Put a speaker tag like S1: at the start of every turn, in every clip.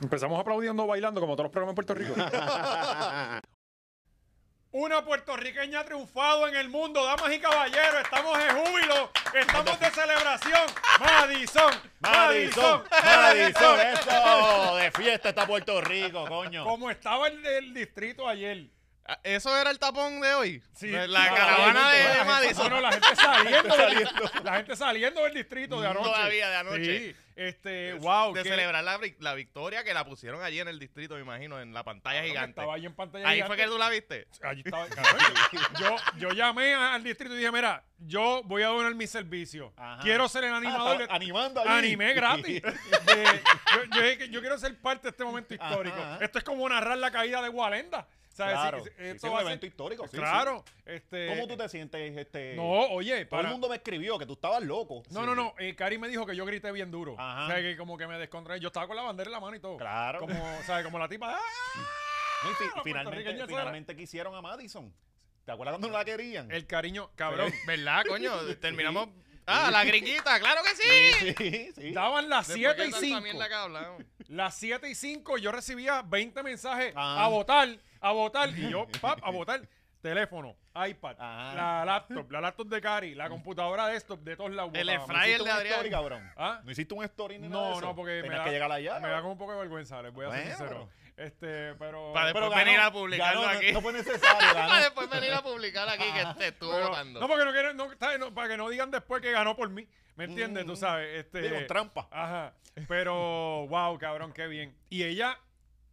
S1: Empezamos aplaudiendo bailando como todos los programas en Puerto Rico.
S2: Una puertorriqueña ha triunfado en el mundo, damas y caballeros. Estamos en júbilo, estamos de celebración. Madison,
S3: Madison,
S2: Madison,
S3: Madison, eso de fiesta está Puerto Rico, coño.
S2: Como estaba el, el distrito ayer.
S4: Ah, Eso era el tapón de hoy.
S2: Sí, Ah,
S4: la,
S2: la
S4: caravana de,
S2: gente-
S4: de
S2: la gente-
S4: Madison.
S2: Bueno, la gente saliendo, del- la gente saliendo del distrito de anoche.
S4: Todavía de anoche.
S2: Sí, este, wow,
S4: de
S2: qué-
S4: celebrar la, vi- la victoria que la pusieron allí en el distrito, me imagino, en la pantalla gigante.
S2: Estaba ahí en pantalla
S4: Ahí
S2: gigante.
S4: fue que tú la viste.
S2: Allí estaba- cabrón, yo, yo llamé a- al distrito y dije, mira, yo voy a donar mi servicio.
S3: Ajá.
S2: Quiero ser el animador.
S3: Ah,
S2: de-
S3: estaba animando ahí.
S2: Animé gratis. De- yo, yo dije que yo quiero ser parte de este momento histórico.
S3: Ajá.
S2: Esto es como narrar la caída de Walenda. O sea,
S3: Claro,
S2: si- si-
S3: sí,
S2: esto
S3: sí, un
S2: va a
S3: evento histórico, sí,
S2: claro. Este,
S3: ¿Cómo tú te sientes? Este,
S2: No, oye,
S3: todo el
S2: para-
S3: mundo me escribió que tú estabas loco.
S2: No, no, no. eh, Cari me dijo que yo grité bien duro. O
S3: Ajá.
S2: sea, que como que me descontrolé. Yo estaba con la bandera en la mano y todo.
S3: Claro.
S2: Como, o sea, como la tipa. ¡ah!
S3: No, y fi-
S2: los
S3: finalmente,
S2: puertorriqueños
S3: finalmente quisieron a Madison. ¿Te acuerdas cuando no la querían?
S2: El cariño, cabrón.
S4: ¿Verdad, coño? Terminamos. Ah, la gringuita, claro que sí.
S3: Sí, sí.
S2: Daban las 7
S4: Después que
S2: y
S4: tanta
S2: 5.
S4: mierda que hablamos.
S2: Las 7 y 5 yo recibía 20 mensajes
S3: Ah.
S2: a votar, a votar. Y yo, pap, a votar. Teléfono, iPad,
S3: Ah.
S2: la laptop, la laptop de Cari, la computadora desktop de todos lados.
S4: El
S2: botaba.
S4: Efraín. Ahí el de
S3: ¿Hiciste un
S4: Adrián.
S3: story, cabrón?
S2: ¿Ah?
S3: ¿No hiciste un story ni nada de
S2: No,
S3: eso?
S2: no, porque me
S3: Tenías
S2: da,
S3: que llegar allá.
S2: me da como un poco de vergüenza, les voy a ser
S3: Bueno,
S2: sincero. Este, pero...
S4: Para después venir a publicarlo
S3: ganó, no-
S4: aquí.
S3: No, fue necesario, ganó.
S4: Ah, después venir a publicar aquí que te estuvo
S2: Pero-
S4: votando.
S2: no, porque no quieren, no, ¿sabes? No, para que no digan después que ganó por mí. ¿Me entiendes? Tú sabes. Este,
S3: Mm. Digo, trampa.
S2: Ajá. Pero, wow, cabrón, qué bien. Y ella,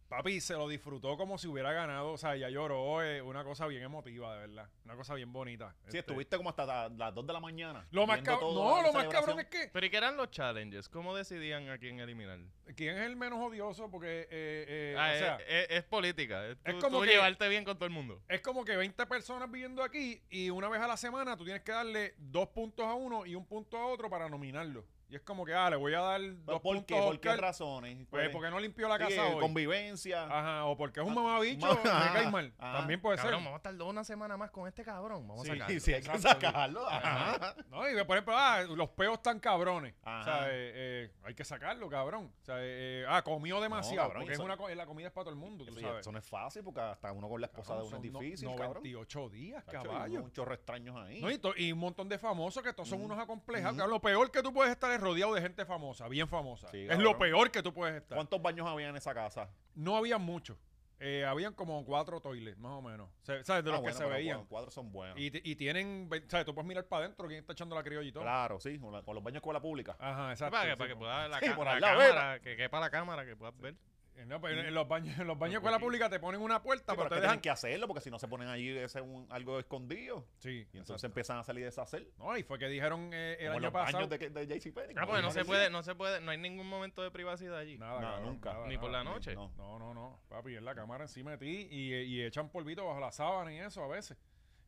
S2: papi, se lo disfrutó como si hubiera ganado. O sea, ella lloró. eh, una cosa bien emotiva, de verdad. Una cosa bien bonita. Este,
S3: Sí, estuviste como hasta la- las 2 de la mañana.
S2: Lo más
S3: viendo
S2: cabrón,
S3: toda
S2: no,
S3: la
S2: lo más
S3: celebración.
S2: cabrón es que.
S4: Pero ¿y qué eran los challenges? ¿Cómo decidían a quién eliminar?
S2: ¿Quién es el menos odioso? Porque, eh, eh,
S4: Ah,
S2: o
S4: es,
S2: sea.
S4: es- es política. Es,
S2: es
S4: tú-
S2: como
S4: tú
S2: que-
S4: llevarte bien con todo el mundo.
S2: Es como que 20 personas viviendo aquí y una vez a la semana tú tienes que darle dos puntos a uno y un punto a otro para nominarlo. Y es como que, ah, le voy a dar
S3: Pero
S2: dos
S3: Pues, ¿Por
S2: puntos
S3: qué?
S2: a
S3: ¿Por qué
S2: Oscar,
S3: razones?
S2: Pues porque no limpió la casa
S3: Sí,
S2: hoy.
S3: convivencia.
S2: Ajá, o porque es un
S3: Ah,
S2: mamabicho,
S3: ma-
S2: me cae
S3: ajá,
S2: mal.
S3: ajá.
S2: También puede
S4: Cabrón,
S2: ser.
S4: vamos a tardar una semana más con este cabrón. Vamos
S3: Sí,
S4: a sacarlo.
S3: sí, hay que
S2: Exacto, sí.
S3: sacarlo. ajá.
S2: No, y por ejemplo, ah, los peos están cabrones.
S3: Ajá.
S2: O sea, eh, eh, hay que sacarlo, cabrón. O sea, eh, eh, ah, comió demasiado.
S3: cabrón,
S2: porque es
S3: eso-
S2: una, co- la comida es para todo el mundo, tú
S3: Sí,
S2: sabes.
S3: Eso no es fácil porque hasta uno con la esposa
S2: Cabrón,
S3: de uno es
S2: son no-
S3: difícil, cabrón.
S2: 98 días,
S3: Cacho, y
S2: caballo.
S3: unos chorros extraños ahí.
S2: No, y, to- y un montón de famosos que todos son
S3: Mm.
S2: unos acomplejados. cabrón. Lo peor que tú puedes estar es rodeado de gente famosa, bien famosa.
S3: Sí,
S2: es
S3: cabrón.
S2: lo peor que tú puedes estar.
S3: ¿Cuántos baños había en esa casa?
S2: No había muchos. Eh, habían como cuatro toilets, más o menos. Se- ¿Sabes? De
S3: Ah,
S2: los
S3: bueno,
S2: que se
S3: pero
S2: veían.
S3: Los cuadros son buenos.
S2: Y, te- y tienen, ve- ¿sabes? Tú puedes mirar para adentro quién está echando la criolla y todo.
S3: Claro, sí, con, la- con los baños de escuela pública.
S2: Ajá, exacto.
S4: Para que,
S2: sí,
S4: para que
S2: como-
S4: pueda la,
S3: Sí,
S4: ca-
S3: por
S4: la
S3: al lado,
S4: cámara, que quepa la cámara, que puedas ver.
S2: Eh, no, pero en, en los baños, en los baños de escuela
S4: Porque-
S2: pública te ponen una puerta,
S3: Sí, pero
S2: pero
S3: es que
S2: te dejan.
S3: tienen que hacerlo porque si no se ponen allí ese es un- algo escondido.
S2: Sí.
S3: Y entonces empiezan a salir y deshacer.
S2: No, y fue que dijeron eh, el
S3: Como en
S2: año
S3: los
S2: pasado. pues,
S3: baños de, de JC Penny.
S4: Ah, porque no se puede, no se puede, no hay ningún momento de privacidad allí.
S2: Nada,
S3: No,
S2: cabrón,
S3: nunca.
S2: nada,
S4: Ni por
S2: nada.
S4: la noche.
S3: No.
S2: No, no, no. Papi, es la cámara encima de ti y, y echan polvito bajo la sábana y eso a veces.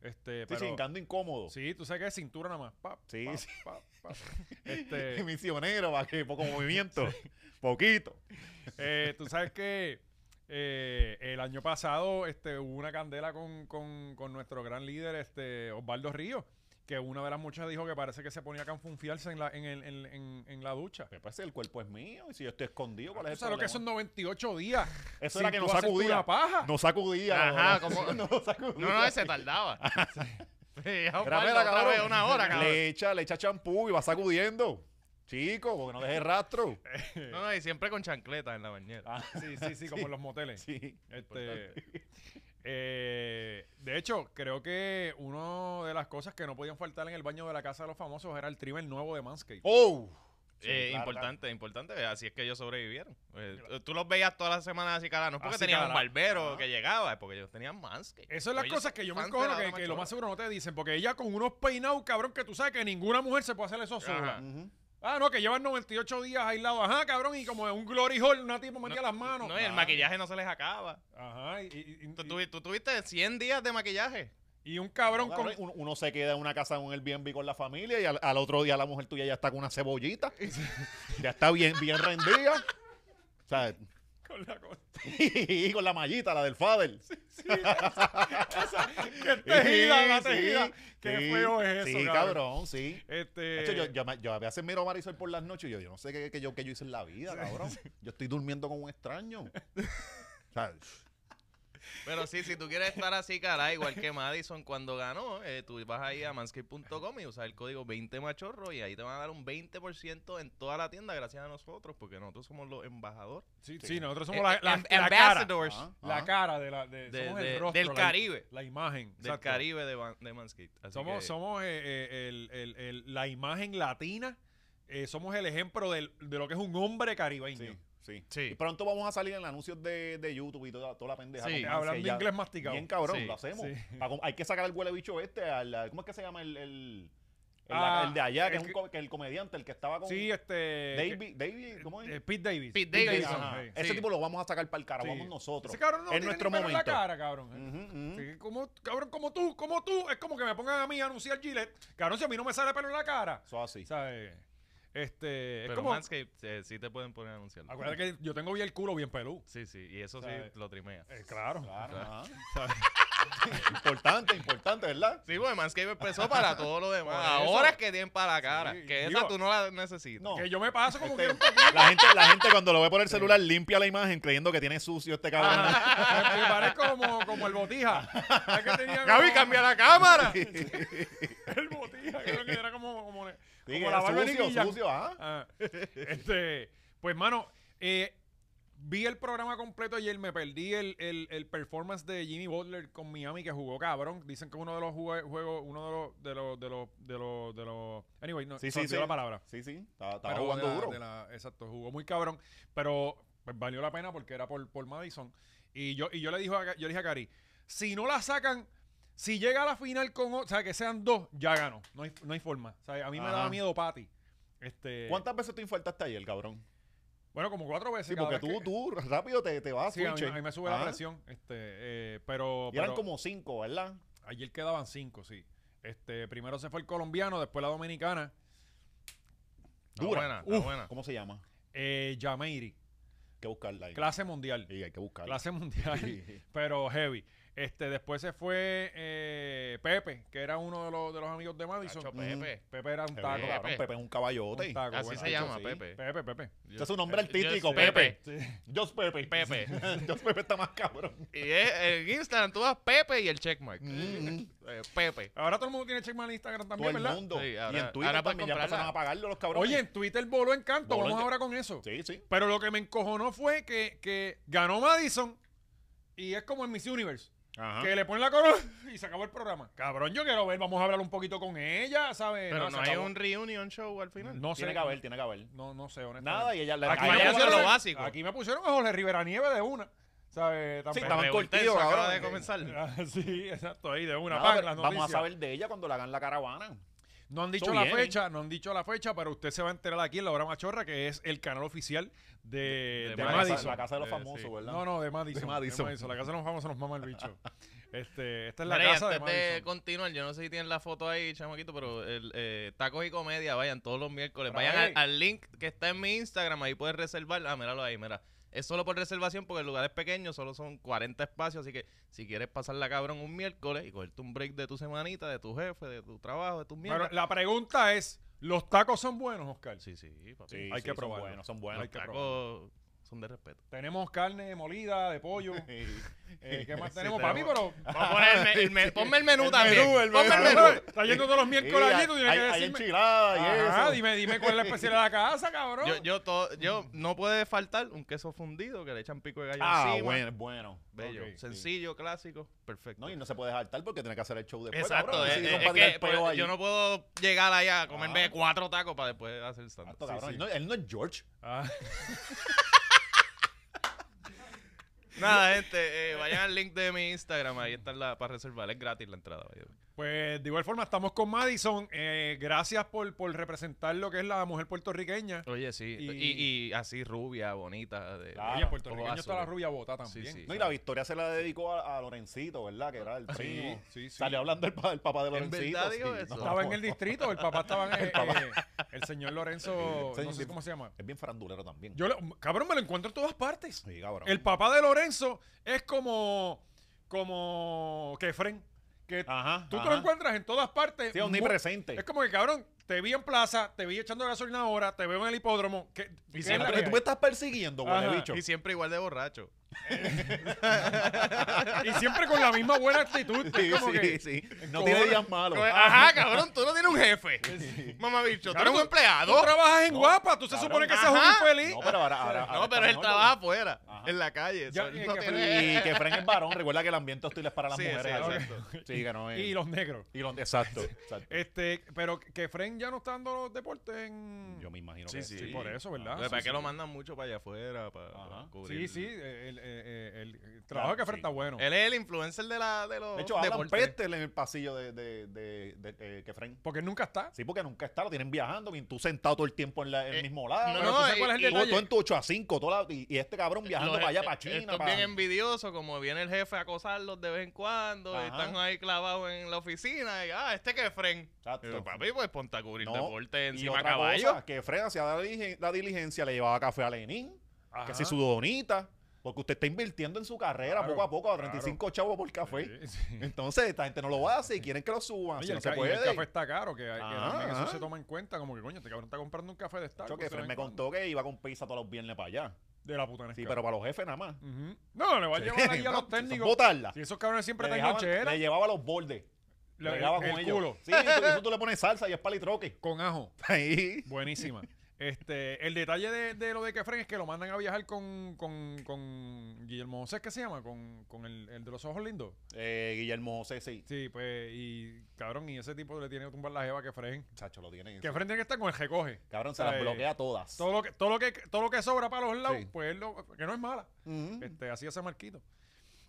S2: Este,
S3: Sí,
S2: pero,
S3: sí, hincando incómodo.
S2: sí, tú sabes que es cintura nada más. Pap,
S3: Sí,
S2: pap,
S3: sí.
S2: pap, pap. Este,
S3: Misionero, para que poco movimiento. Poquito.
S2: eh, tú sabes que eh, el año pasado este, hubo una candela con, con- con nuestro gran líder, este, Osvaldo Ríos, que una de las muchas dijo que parece que se ponía a canfunfiarse en la, en, el- en- en- en la ducha.
S3: Me parece el cuerpo es mío y si yo estoy escondido, ¿cuál
S2: Tú
S4: Ah,
S3: es el
S2: sabes lo que son
S3: problema?
S2: 98 días.
S3: Eso
S2: sin
S3: era que
S2: tú
S3: no
S2: hacer tú
S3: sacudía.
S2: la paja.
S3: No sacudía.
S4: Ajá,
S3: no, no,
S4: como-
S3: no lo sacudía.
S4: No, no, se tardaba. Sí, ya
S3: Era,
S4: Osvaldo,
S3: mira,
S4: otra
S3: cabrón.
S4: vez, una hora, cabrón.
S3: Le echa, le echa champú y va sacudiendo. Chico, porque no deje rastro.
S4: No, no, y siempre con chancletas en la bañera.
S3: Ah,
S2: Sí, sí, sí, como en los moteles.
S3: sí.
S2: Este, eh, de hecho, creo que una de las cosas que no podían faltar en el baño de la casa de los famosos era el trimmer nuevo de Manscaped.
S3: ¡Oh! Sí,
S4: Eh,
S3: claro,
S4: importante, importante. Así es que ellos sobrevivieron. Eh, tú los veías todas las semanas así, cara. No es porque
S2: Así,
S4: tenían un
S2: cara.
S4: barbero que llegaba, es porque ellos tenían más.
S2: Eso es las cosas que yo me encojono que, que lo más seguro no te dicen, porque ella con unos peinados, cabrón, que tú sabes que ninguna mujer se puede hacer eso sola.
S4: Ajá.
S3: Ujú.
S2: Ah, no, que llevan 98 días aislados. Ajá, cabrón, y como en un glory hole, una tipo metía las
S4: No,
S2: manos.
S4: y el
S2: Ah.
S4: maquillaje no se les acaba.
S2: Ajá, y, y- y-
S4: Tú, tuvi- tú tuviste 100 días de maquillaje.
S2: y un cabrón
S3: Cabrón,
S2: con...
S3: uno, uno se queda en una casa en un Airbnb con la familia y al, al otro día la mujer tuya ya está con una cebollita. ya está bien, bien rendida. O sea,
S2: con la cosa.
S3: Y con la mallita, la del Fader.
S2: Sí, esa- que es tejida, la
S3: Sí,
S2: tejida.
S3: sí,
S2: Qué
S3: sí,
S2: feo es eso,
S3: Sí, cabrón, sí. De
S2: Este,
S3: hecho, yo, yo, me- yo a veces miro a Marisol por las noches y yo, yo no sé qué, qué yo, qué yo hice en la vida, cabrón. Yo estoy durmiendo con un extraño. O sea,
S4: Pero sí, si tú quieres estar así, cara, igual que Madison cuando ganó, eh, tú vas ahí a manscape.com y usas el código 20machorro y ahí te van a dar un 20% en toda la tienda gracias a nosotros, porque nosotros somos los embajadores.
S2: sí, sí,
S3: sí.
S2: nosotros
S4: Eh,
S2: somos la, la-
S4: em-
S2: la cara.
S4: ambassadors
S3: ajá,
S2: Pues, La
S3: ajá.
S2: cara de la, de,
S4: de-
S2: somos el
S4: de-
S2: rostro,
S4: del
S2: la-
S4: Caribe.
S2: La imagen.
S4: Del
S2: exacto.
S4: Caribe de, Van- de Manscaped. Así
S2: Somos,
S4: que-
S2: somos eh, eh, el- el- el- la imagen latina. eh, somos el ejemplo del- de lo que es un hombre caribeño. Eh,
S3: sí, sí.
S4: Sí.
S3: Y pronto vamos a salir en anuncios de, de YouTube y toda, toda la pendeja.
S4: Sí.
S3: con Manscaped,
S2: Hablando
S3: ya.
S2: inglés masticado.
S3: Bien cabrón,
S4: Sí,
S3: lo hacemos.
S2: sí.
S3: Pa- com- Hay que sacar el huele bicho este, al, al- ¿cómo es que se llama el, el, el-
S2: Ah,
S3: el de allá, que
S2: el
S3: es un
S2: que-
S3: co- que el comediante, el que estaba con
S2: Sí, este.
S3: David, David, ¿cómo
S2: que- eh,
S3: es?
S2: Pete Davis.
S4: Pete
S3: Davidson,
S4: Davidson,
S3: ajá.
S2: sí.
S3: Ese
S4: sí.
S3: tipo lo vamos a sacar para el cara,
S2: Sí.
S3: vamos nosotros.
S2: Ese cabrón no
S3: en
S2: tiene
S3: nuestro
S2: ni pelo en
S3: momento.
S2: la cara, cabrón.
S3: Ujú, ujú.
S2: Sí, como, cabrón, como tú, como tú. Es como que me pongan a mí a anunciar Gillette. Cabrón, si a mí no me sale pelo en la cara.
S3: Eso así.
S2: ¿Sabes? Este.
S4: Pero
S2: es como.
S4: Manscaped eh, sí te pueden poner a anunciarlo.
S2: Acuérdate que yo tengo bien el culo bien pelú.
S4: Sí, sí, y eso sí
S2: ¿Sabes?
S4: lo trimea.
S2: Eh, claro.
S3: Claro, ajá.
S2: ¿Sabes?
S3: importante, importante, ¿verdad?
S4: Sí, porque Manscaped empezó para todo lo demás.
S2: Por eso.
S4: Ahora es que tienen para la cara.
S2: Sí,
S4: que
S2: digo-
S4: esa tú no la necesitas.
S3: No.
S2: Que yo me paso como
S3: Este,
S2: que.
S3: la, gente, la gente cuando lo ve por el celular limpia la imagen creyendo que tiene sucio este cabrón.
S2: Me, me parezco como, como el botija. Es que tenía
S4: Gaby,
S2: como-
S4: cambia la cámara.
S2: El botija, creo que era como, como, como
S3: Sí, que
S2: la
S3: era
S2: barba de Nicky
S3: sucio,
S2: Jam.
S3: sucio, ajá.
S2: Ah, este, pues, mano, eh, vi el programa completo ayer. Me perdí el, el- el performance de Jimmy Butler con Miami que jugó cabrón. Dicen que uno de los jue- juegos, uno de los, de los, de los, de los, de los- Anyway, no, se
S3: Sí, sí,
S2: olvidó
S3: sí.
S2: la palabra.
S3: Sí, sí, estaba, estaba
S2: Pero
S3: jugando
S2: de la-
S3: duro.
S2: de la- exacto, jugó muy cabrón. Pero pues, valió la pena porque era por, por Madison. Y yo, y yo le dije a, yo le dije a Cari, si no la sacan, si llega a la final con, o o sea, que sean dos, ya ganó. No hay, no hay forma. O sea, a mí me
S3: Ajá.
S2: daba miedo Patty. Este,
S3: ¿Cuántas veces tú infartaste ayer, cabrón?
S2: Bueno, como cuatro veces.
S3: Sí,
S2: cada
S3: porque
S2: vez
S3: tú,
S2: que-
S3: tú rápido te, te vas
S2: Sí, a mí,
S3: switching.
S2: a mí me sube
S3: Ajá.
S2: la presión. Este, eh, pero,
S3: Y eran
S2: pero
S3: como cinco, ¿verdad?
S2: ayer quedaban cinco, sí. Este, primero se fue el colombiano, después la dominicana,
S4: Está
S3: Dura.
S4: buena, está
S2: Uf.
S4: buena.
S3: ¿Cómo se llama?
S2: eh, Yameiri,
S3: Hay que buscarla ahí.
S2: clase mundial.
S3: Sí, hay que buscarla.
S2: Clase mundial,
S3: Sí.
S2: pero heavy. Este, después se fue eh, Pepe, que era uno de los, de los amigos de Madison.
S4: Cacho, Pepe.
S2: Pepe era un
S3: Pepe,
S2: taco.
S3: cabrón, Pepe es un caballote.
S2: Un taco,
S4: Así
S2: bueno,
S4: se llama,
S3: sí.
S4: Pepe.
S2: Pepe, Pepe.
S3: Ese es su nombre artístico,
S4: Eh, Yo-
S3: Pepe.
S2: Sí.
S3: Just Pepe.
S4: Pepe.
S3: Just Pepe está más cabrón.
S4: Y es- en Instagram tú das Pepe y el checkmark.
S3: Mm.
S4: Eh, Pepe.
S2: Ahora todo el mundo tiene checkman en Instagram
S3: Todo
S2: también,
S3: el
S2: ¿verdad?
S3: mundo.
S4: Sí,
S3: y
S4: ahora-
S3: en Twitter
S4: ahora puedes
S3: también ya empezaron
S4: comprarla.
S3: a pagarlo los cabrones.
S2: Oye, en Twitter voló en canto.
S3: Voló en
S2: Vamos
S3: ca-
S2: ahora con eso.
S3: Sí, sí.
S2: Pero lo que me encojonó fue que, que ganó Madison y es como en Miss Universe.
S4: Ah.
S3: Ajá.
S2: Que le ponen la corona y se acabó el programa. Cabrón, yo quiero ver, vamos a hablar un poquito con ella, ¿sabes?
S4: Pero
S2: se
S4: no hay
S2: acabó.
S4: un reunion show al final.
S2: No sé.
S3: Tiene que haber, tiene que haber.
S2: No, no sé, honestamente.
S3: Nada, y ella le
S4: Aquí
S3: ahí
S4: vaya
S3: la
S4: a hacer
S3: vamos
S4: lo
S3: a-
S4: básico.
S2: Aquí me pusieron a Jorge Rivera Nieve de una. ¿Sabes?
S3: Sí,
S2: Tampoco-
S3: estaban
S4: Revolteo,
S3: cortidos,
S4: acaba
S3: cabrón.
S4: de comenzar.
S2: sí, exacto, ahí de una.
S3: Nada,
S2: pan,
S3: pero
S2: las
S3: Vamos a
S2: noticias.
S3: saber de ella cuando la hagan la caravana.
S2: No han dicho
S3: Eso
S2: la
S3: viene.
S2: fecha, no han dicho la fecha, pero usted se va a enterar aquí en la hora machorra, que es el canal oficial de, de,
S4: de
S3: La
S4: Madison.
S3: casa- La casa de los
S4: Eh,
S3: famosos,
S4: sí.
S3: ¿verdad?
S2: No, no, de Madison.
S3: De Madison.
S2: La casa de los famosos nos mama el bicho. Este, esta es la
S4: Mira, y
S2: casa de
S4: antes de,
S2: Madison.
S4: continuar, yo no sé si tienen la foto ahí, chamaquito, pero el, eh, tacos y comedia, vayan todos los miércoles.
S2: Pero,
S4: Vayan
S2: hey.
S4: al, al link que está en mi Instagram, ahí puedes reservar. Ah, míralo ahí, mira. Es solo por reservación porque el lugar es pequeño, solo son 40 espacios, así que si quieres pasarla cabrón un miércoles y cogerte un break de tu semanita, de tu jefe, de tu trabajo, de tus
S2: Pero
S4: mierdas.
S2: la pregunta es, ¿los tacos son buenos, Oscar?
S4: Sí, sí, papi.
S3: Sí,
S2: Hay
S3: sí,
S2: que probarlo.
S3: Son buenos, son
S4: Los
S3: buenos.
S2: Hay que
S4: tacos son de respeto.
S2: Tenemos carne molida, de pollo. eh, ¿Qué más
S4: Sí,
S2: tenemos?
S4: tenemos-
S2: Papi, pero...
S4: ponme el menú
S3: El
S4: también.
S3: menú, el
S4: ponme
S3: menú.
S4: el menú.
S2: Está yendo todos los miércoles allí, tú tienes que
S3: Hay
S2: decirme...
S3: enchiladas
S2: Ajá,
S3: y eso.
S2: dime, dime cuál es la especial de la casa, cabrón.
S4: Yo, yo, to- yo no puede faltar un queso fundido que le echan pico de gallo
S3: Ah,
S4: encima.
S3: bueno, bueno.
S4: Bello,
S2: Ok, sí.
S4: sencillo, clásico, perfecto.
S3: No, y no se puede jaltar porque tiene que hacer el show después.
S4: Exacto,
S3: cabrón.
S2: eh,
S4: es,
S3: Sí,
S4: es-
S3: no
S4: es
S3: para tirar
S4: que
S3: el peo
S4: pues,
S3: ahí.
S4: yo no puedo llegar allá a comerme
S3: Ah.
S4: cuatro tacos para después hacer stand
S3: Exacto, cabrón.
S2: sí.
S3: No, él no es George.
S2: Ah.
S4: Nada, gente, eh, vayan al link de mi Instagram, ahí está la para reservar, es gratis la entrada. by the way.
S2: Pues de igual forma estamos con Madison. Eh, gracias por, por representar lo que es la mujer puertorriqueña.
S4: Oye, sí,
S2: Y-
S4: y, y así rubia, bonita. De,
S3: Claro.
S2: Oye,
S4: Oye,
S2: puertorriqueño
S4: ojos
S2: está la
S4: azules.
S2: rubia bota
S4: Sí,
S2: también.
S4: sí.
S3: No, y la victoria se la dedicó a, a Lorencito, ¿verdad? Que era el primo.
S2: sí, sí.
S3: Salió hablando el, pa- el papá de
S4: ¿En
S3: Lorencito.
S4: verdad dijo
S3: sí.
S4: eso?
S3: No.
S2: Estaba en el distrito, el papá estaba en, eh, eh, El señor Lorenzo,
S3: Sí,
S2: no sé
S3: sí.
S2: cómo se llama.
S3: Es bien farandulero también.
S2: Yo, lo- cabrón, me lo encuentro en todas partes.
S3: Sí, cabrón.
S2: El papá de Lorenzo es como. como. que Fren. Que
S3: Ajá.
S2: tú te
S3: Ah, ajá.
S2: lo encuentras en todas partes.
S3: Sí,
S2: Mu-
S3: omnipresente.
S2: Es como que, cabrón, te vi en plaza, te vi echando gasolina ahora, te veo en el hipódromo. que- que es la
S3: Siempre
S2: que
S3: que tú
S2: hay.
S3: me estás persiguiendo,
S2: Ajá.
S3: huele bicho.
S4: Y siempre igual de borracho.
S2: Y siempre con la misma buena actitud. es
S3: Sí,
S2: como
S3: sí,
S2: que-
S3: sí. No
S2: como-
S3: tiene días malos.
S4: Pues, Ajá, cabrón, tú no tienes un jefe. Mamá bicho, tú eres un
S2: Tú
S4: empleado.
S2: trabajas en
S3: No,
S2: Guapa, tú se
S3: cabrón.
S2: supone que seas un
S4: Ajá.
S2: infeliz.
S3: No, pero ahora, ahora, ahora
S4: No, pero
S3: está
S4: él
S3: mejor,
S4: trabaja afuera,
S3: Ajá.
S4: en la calle.
S2: Ya,
S4: so, él
S2: y
S4: no
S2: que-
S4: tiene-
S3: Y que Fren es varón, recuerda que el ambiente hostil es para las
S4: Sí,
S3: mujeres.
S4: sí,
S3: cabrón.
S4: exacto.
S3: Sí, que no es.
S2: Y los negros.
S3: y los- exacto,
S4: Eh,
S3: exacto.
S2: Este, pero que Fren ya no está dando los deportes en.
S3: Yo me imagino
S4: Sí,
S3: que
S4: sí.
S2: Sí, por eso, ¿verdad?
S4: Lo que
S2: Ah,
S4: pasa
S2: Sí,
S4: es que
S2: sí.
S4: lo mandan mucho para allá afuera, para
S3: Ajá.
S4: para
S2: Sí,
S4: cubrir.
S2: sí, el, el- el- el trabajo de que Fren
S3: sí.
S2: está bueno.
S4: Él es el influencer de, la, de los
S3: De hecho, hablan
S4: deportes.
S3: pestel en el pasillo de, de, de, de- de que Fren.
S2: Porque nunca está.
S3: Sí, porque nunca está, lo tienen viajando, bien tú sentado todo el tiempo en la- el
S4: Eh,
S3: mismo lado.
S4: No,
S2: Pero
S4: no,
S2: tú sabes
S4: y-
S2: cuál es el
S4: y-
S3: Tú- tú,
S2: detalle.
S3: en tu 8 a 5, toda la- y, y este cabrón viajando
S4: Los-
S3: para allá,
S4: eh,
S3: para China.
S4: Estos
S3: para-
S4: bien envidiosos, como viene el jefe a acosarlos de vez en cuando,
S3: Ajá.
S4: y están ahí clavados en la oficina, y ah, este que es Fren.
S3: Exacto.
S4: Pero, papi, pues ponte a cubrir
S3: No,
S4: deporte
S3: y
S4: encima a
S3: otra
S4: caballo.
S3: cosa, que Fren hacía la, diligen- la diligencia, le llevaba café a Lenin, que
S2: Ajá.
S3: si su donita, porque usted está invirtiendo en su carrera
S2: Claro,
S3: poco a poco, a
S2: claro.
S3: 35 chavos por café.
S2: Sí, sí.
S3: Entonces, esta gente no lo hace y quieren que lo suban.
S2: Oye,
S3: si
S2: el
S3: no se
S2: ca- y
S3: puede. Ah.
S2: el café está caro, que, hay- que
S3: Ajá,
S2: también eso
S3: ajá.
S2: se toma en cuenta, como que coño, este cabrón está comprando un café de Starbucks.
S3: Yo que
S2: de vez
S3: Fren
S2: en
S3: me
S2: cuando.
S3: contó que iba con pizza todos los viernes para allá.
S2: De la puta
S3: Sí,
S2: Nescafé.
S3: pero para los jefes nada más.
S2: Ujú. No, le va a Pues llevar ahí a los técnicos.
S3: Botarla.
S2: Si esos cabrones siempre
S3: le,
S2: están
S3: dejaban-
S2: lonchera,
S3: le llevaba los bordes. Le
S2: le-
S3: pegaba con
S2: el
S3: ellos.
S2: culo.
S3: Sí, tú- eso tú le pones salsa y es palitroque.
S2: Con ajo.
S3: Ahí.
S2: Buenísima. Este, el detalle de, de lo de que Fren es que lo mandan a viajar con, con, con Guillermo José, ¿qué se llama? Con, con el, el de los ojos lindos.
S3: Eh, Guillermo José, sí.
S2: Sí, pues, y cabrón, y ese tipo le tiene que tumbar la jeva que Fren.
S3: Chacho, lo tiene.
S2: Que Fren tiene que estar con el recoge.
S3: Cabrón, se
S2: Ay.
S3: las bloquea todas.
S2: Todo lo que, todo lo que, todo lo que sobra para los lados,
S3: Sí.
S2: pues él lo- que no es mala.
S3: Ujú.
S2: Este, así hace Marquito.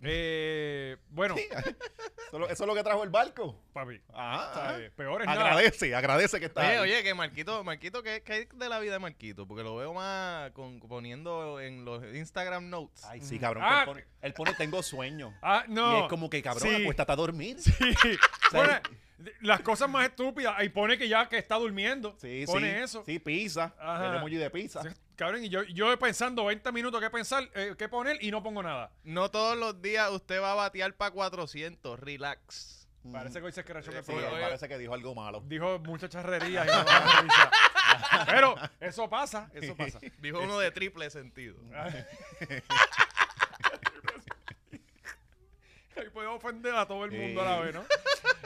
S2: Eh, bueno,
S3: Eso, es lo- eso es lo que trajo el barco.
S2: papi,
S3: Ajá.
S2: ¿sabes? peor es Pues nada.
S3: Agradece, agradece que está.
S4: Oye,
S3: ahí.
S4: oye, que Marquito, Marquito, ¿qué, qué hay de la vida de Marquito? Porque lo veo más con- poniendo en los Instagram Notes.
S3: Ay, sí, cabrón.
S2: Ah.
S3: Él, pone, él pone tengo sueño.
S2: Ah, no.
S3: Y es como que, cabrón,
S2: Sí.
S3: acuéstate a dormir.
S2: Sí.
S3: sea,
S2: Pone las cosas más estúpidas. Ahí pone que ya que está durmiendo.
S3: Sí,
S2: pone
S3: sí.
S2: eso.
S3: Sí, pizza.
S2: Ajá.
S3: El emoji de pizza.
S2: Sí, Cabrón, y yo, yo pensando 20 minutos qué pensar, eh, qué poner y no pongo nada.
S4: No todos los días usted va a batear para 400, relax.
S3: Ujú.
S2: Parece que hoy se escrachó
S3: Sí,
S2: que el
S3: Mm. sí,
S2: programa.
S3: parece que dijo algo malo.
S2: Dijo muchas charrerías y no me da risa. Pero eso pasa, eso pasa.
S4: Dijo uno de triple sentido.
S2: Ahí puede ofender a todo el mundo a la
S3: Sí.
S2: vez, ¿no?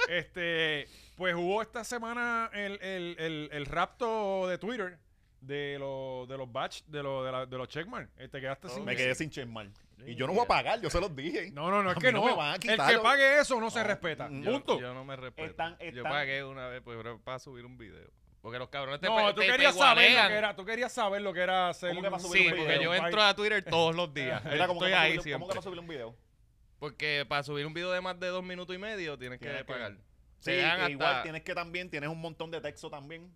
S2: Este, pues hubo esta semana el, el- el- el rapto de Twitter de, los de los batch, de, los de, la- de los checkmark. Eh, Te quedaste sin.
S3: Oh, Me quedé sin chismar. Y yo no voy a pagar, yo se los dije.
S2: No, no, no, es
S3: A
S2: que
S3: mí no
S2: no.
S3: me van a
S2: el
S3: quitar
S2: que
S3: lo-
S2: pague eso no se respeta.
S3: mm,
S4: Yo-
S2: Punto.
S4: Yo, no me respeto.
S3: Están-
S4: Yo
S3: están-
S4: pagué una vez pues, bro, para subir un video. Porque los cabrones te
S2: no,
S4: pe-
S2: tú
S4: te- te
S2: querías saber lo
S4: igualean.
S2: que era, tú querías saber lo que era hacer
S3: ¿Cómo que va a
S2: un-
S3: subir
S4: Sí,
S3: un video?
S4: porque yo
S2: un
S4: entro
S2: baile.
S4: a Twitter todos los días.
S3: Era como
S4: Estoy
S3: que para
S4: ahí
S3: subir- ¿Cómo que
S4: siempre.
S3: para subir un video?
S4: Porque para subir un video de más de dos minutos y medio tienes que
S3: Tienes que-
S4: pagar.
S3: Sí,
S4: Te dan
S3: e igual
S4: hasta-
S3: tienes que también, tienes un montón de texto también.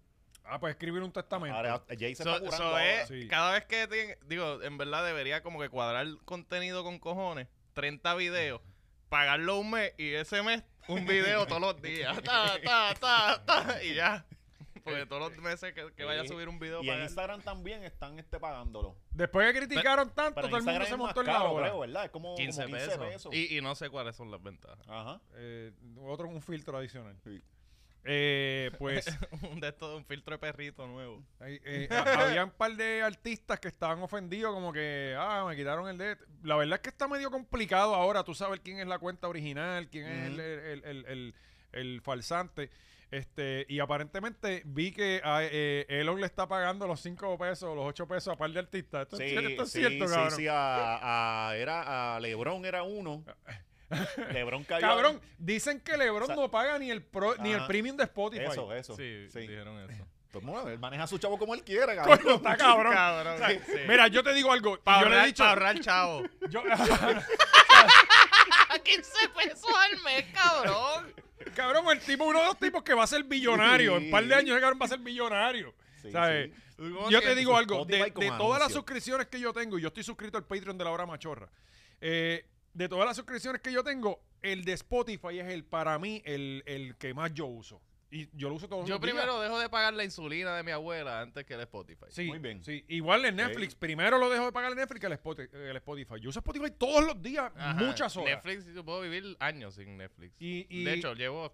S2: Ah, pues escribir un testamento.
S3: Ahora eh, Jay se está
S4: So,
S3: curando
S4: so
S3: ahora.
S4: es,
S2: Sí.
S4: cada vez que tiene- digo, en verdad debería como que cuadrar contenido con cojones, 30 videos, pagarlo un mes y ese mes un video todos los días. Ta, ta, ta, ta, y ya. Porque todos los meses que, que vaya a
S3: Sí.
S4: subir un video
S3: Y en
S4: pagar.
S3: Instagram también están este pagándolo.
S2: Después que criticaron tanto,
S3: Pero en
S2: todo el mundo
S3: Instagram
S2: se
S3: es más
S2: montó en la
S3: caro,
S2: obra.
S3: creo, ¿verdad? Es como como
S4: 15 pesos.
S3: Y...
S4: Y, y no sé cuáles son las ventajas.
S3: Ajá.
S2: Eh, otro un filtro adicional.
S3: Sí.
S2: Eh, pues
S4: un de estos, un filtro de perrito nuevo.
S2: ahí, eh, ha- había un par de artistas que estaban ofendidos, como que, ah, me quitaron el de... La verdad es que está medio complicado ahora tú sabes quién es la cuenta original, quién es el,
S3: Ujú.
S2: el- el- el- el falsante. Este, y aparentemente vi que a, eh, Elon le está pagando los 5 pesos, los 8 pesos a par de artistas. Esto, es-
S3: Sí,
S2: esto es
S3: sí,
S2: cierto,
S3: sí,
S2: cabrón.
S3: sí, a, a- era, a Lebron era uno. Lebron cayó.
S2: Cabrón, dicen que LeBron
S3: O sea,
S2: no paga ni el pro- ni el
S3: ajá.
S2: premium de Spotify.
S3: Eso, eso.
S4: Sí,
S3: Sí.
S4: dijeron eso.
S3: Todo el mundo, él maneja a su chavo como él quiera, cabrón.
S2: Coño, está cabrón.
S4: Cabrón, sí.
S2: Mira, yo te digo algo.
S4: Pa'
S2: yo le he
S4: ahorrar-
S2: dicho.
S4: pa' ahorrar chavo.
S2: yo-
S5: a 15 pesos al mes, cabrón.
S2: cabrón, el tipo, uno de los tipos que va a ser billonario. En un par de años ese cabrón va a ser billonario.
S3: Sí,
S2: ¿Sabes?
S3: sí.
S2: Yo te digo algo. De,
S3: Spotify
S2: de
S3: con
S2: todas las
S3: anuncios.
S2: suscripciones que yo tengo, y yo estoy suscrito al Patreon de la hora machorra. eh, de todas las suscripciones que yo tengo, el de Spotify es el para mí el, el que más yo uso. Y yo lo uso todos
S4: Yo
S2: los días.
S4: primero dejo de pagar la insulina de mi abuela antes que el Spotify.
S2: Sí,
S3: Muy bien.
S2: sí. Igual en Netflix. Primero lo dejo de pagar en Netflix que el, Spoti- el Spotify. Yo uso Spotify todos los días,
S4: Ajá,
S2: muchas horas.
S4: Netflix, yo puedo vivir años sin Netflix.
S2: Y, y-
S4: De hecho, llevo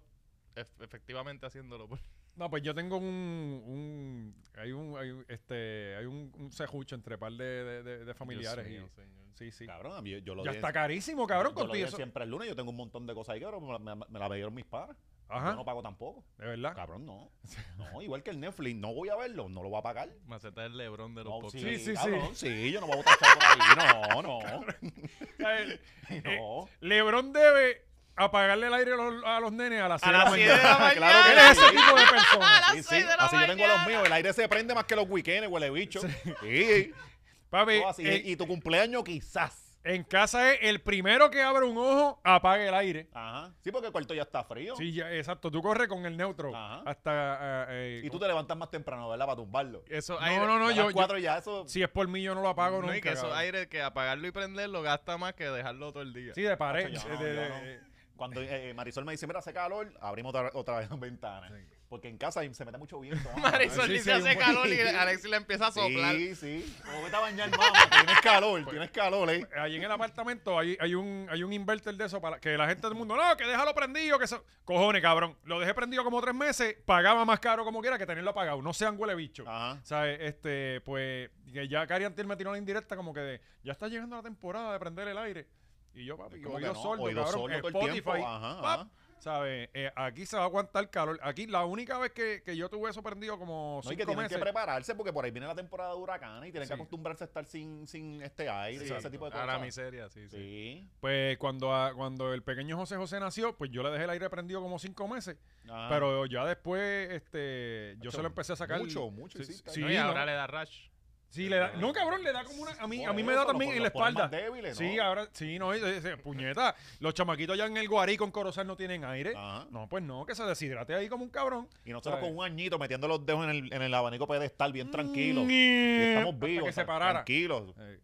S4: ef- efectivamente haciéndolo. por-
S2: No, pues yo tengo un, un- hay un, hay un- este, hay un, un cejucho entre par de, de- de- de familiares.
S4: Dios mío,
S2: y-
S4: señor.
S2: sí, sí.
S3: Cabrón, a mí- yo lo
S2: Ya
S3: di-
S2: está carísimo, cabrón,
S3: yo lo di
S2: contigo. eso-
S3: siempre el lunes. Yo tengo un montón de cosas ahí, cabrón. Me, la- me la pidieron mis padres. Yo
S2: Ajá,
S3: no pago tampoco.
S2: de verdad.
S3: Cabrón, no. No, igual que el Netflix. No voy a verlo. No lo voy a pagar.
S4: Maceta es el Lebron de los
S3: No,
S4: podcasts.
S2: sí, sí.
S3: cabrón, sí, yo no voy a botar chavo por ahí. No, no.
S2: Eh,
S3: No.
S2: Lebron debe apagarle el aire a los, a los nenes a las
S4: A
S2: 6 de la
S4: las
S2: mañana.
S4: siete de la
S3: Claro que
S2: Él
S5: mañana.
S2: es ese tipo de persona.
S5: A las
S3: Sí, sí.
S5: seis de la
S3: Así yo tengo a los
S5: mañana.
S3: míos. El aire se prende más que los weekends, huele bicho. Sí.
S2: Papi,
S3: No, así
S2: eh,
S3: es. Y tu cumpleaños quizás.
S2: en casa es el primero que abre un ojo, apague el aire.
S3: Ajá. Sí, porque el cuarto ya está frío.
S2: Sí, ya, exacto. Tú corres con el neutro
S3: Ajá.
S2: hasta... eh, eh,
S3: Y tú te levantas más temprano, ¿verdad? Para tumbarlo.
S4: Eso
S2: No,
S4: aire-
S2: no, no,
S3: Ya a
S2: yo...
S3: las
S2: yo-
S3: cuatro ya eso.
S2: si es por mí, yo no lo apago
S4: No, y
S2: nunca.
S4: que eso
S2: cabrón.
S4: aire que apagarlo y prenderlo gasta más que dejarlo todo el día.
S2: Sí, de pared.
S3: Yo no,
S2: de- eh, de-
S3: yo no.
S2: de-
S3: Cuando eh, Marisol me dice, mira, hace calor, abrimos otra, otra vez las ventanas. Porque en casa se mete mucho viento. mano.
S4: Marisol
S2: Sí,
S4: dice
S2: sí, un
S4: hace
S2: buen-
S4: calor y Alexis le empieza a soplar.
S3: Sí, sí. Como vete a bañar, mamá. Tienes calor,
S2: Pues,
S3: tienes calor, eh.
S2: Allí en el apartamento hay, hay un hay un inverter de eso para que la gente del mundo, no, que déjalo prendido, que eso. Cojones, cabrón. Lo dejé prendido como tres meses, pagaba más caro como quiera que tenerlo apagado. No sean huele bicho.
S3: Ajá.
S2: ¿Sabes? Este, pues, que ya Cari Antier me tiró la indirecta como que de, ya está llegando la temporada de prender el aire. Y pues, yo, papi,
S3: Como
S2: oído
S3: que no,
S2: sordo,
S3: oído
S2: cabrón.
S3: sordo todo el
S2: Spotify,
S3: tiempo, ah. ajá,
S2: pap,
S3: ajá.
S2: ¿sabes? Eh, aquí se va a aguantar calor. Aquí, la única vez que, que yo tuve eso prendido como
S3: No, y
S2: cinco
S3: que tienen
S2: meses.
S3: que prepararse porque por ahí viene la temporada de huracanes y tienen
S2: Sí.
S3: que acostumbrarse a estar sin, sin este aire
S4: Sí,
S3: y ese tipo de
S4: a
S3: cosas.
S4: la miseria, sí, sí.
S3: Sí.
S2: Pues cuando, a- cuando el pequeño José José nació, pues yo le dejé el aire prendido como cinco meses.
S3: Ajá.
S2: Pero ya después, este, yo
S3: Hacho,
S2: se lo empecé a sacar.
S3: Mucho, mucho.
S2: Sí,
S3: hiciste.
S2: sí,
S4: No, y ahora
S2: ¿no?
S4: le da rash.
S2: Sí, le da, no, cabrón, le da como una. A mí, a mí
S3: Por
S2: me da
S3: eso,
S2: también
S3: los-
S2: en la
S3: los ponen más
S2: espalda.
S3: débiles,
S2: Sí,
S3: ¿no?
S2: ahora, sí, no, es- es- es- puñeta. Los chamaquitos ya en el guarí con Corozal no tienen aire.
S3: Ajá.
S2: No, pues no, que se deshidrate ahí como un cabrón.
S3: Y nosotros
S2: ¿sabes?
S3: con un añito metiendo los dedos en el, en el abanico pedestal bien tranquilos. Y estamos
S2: estamos
S3: vivos.
S2: Mm, Que se
S3: tan-
S2: parara.
S3: Tranquilos.
S2: Eh,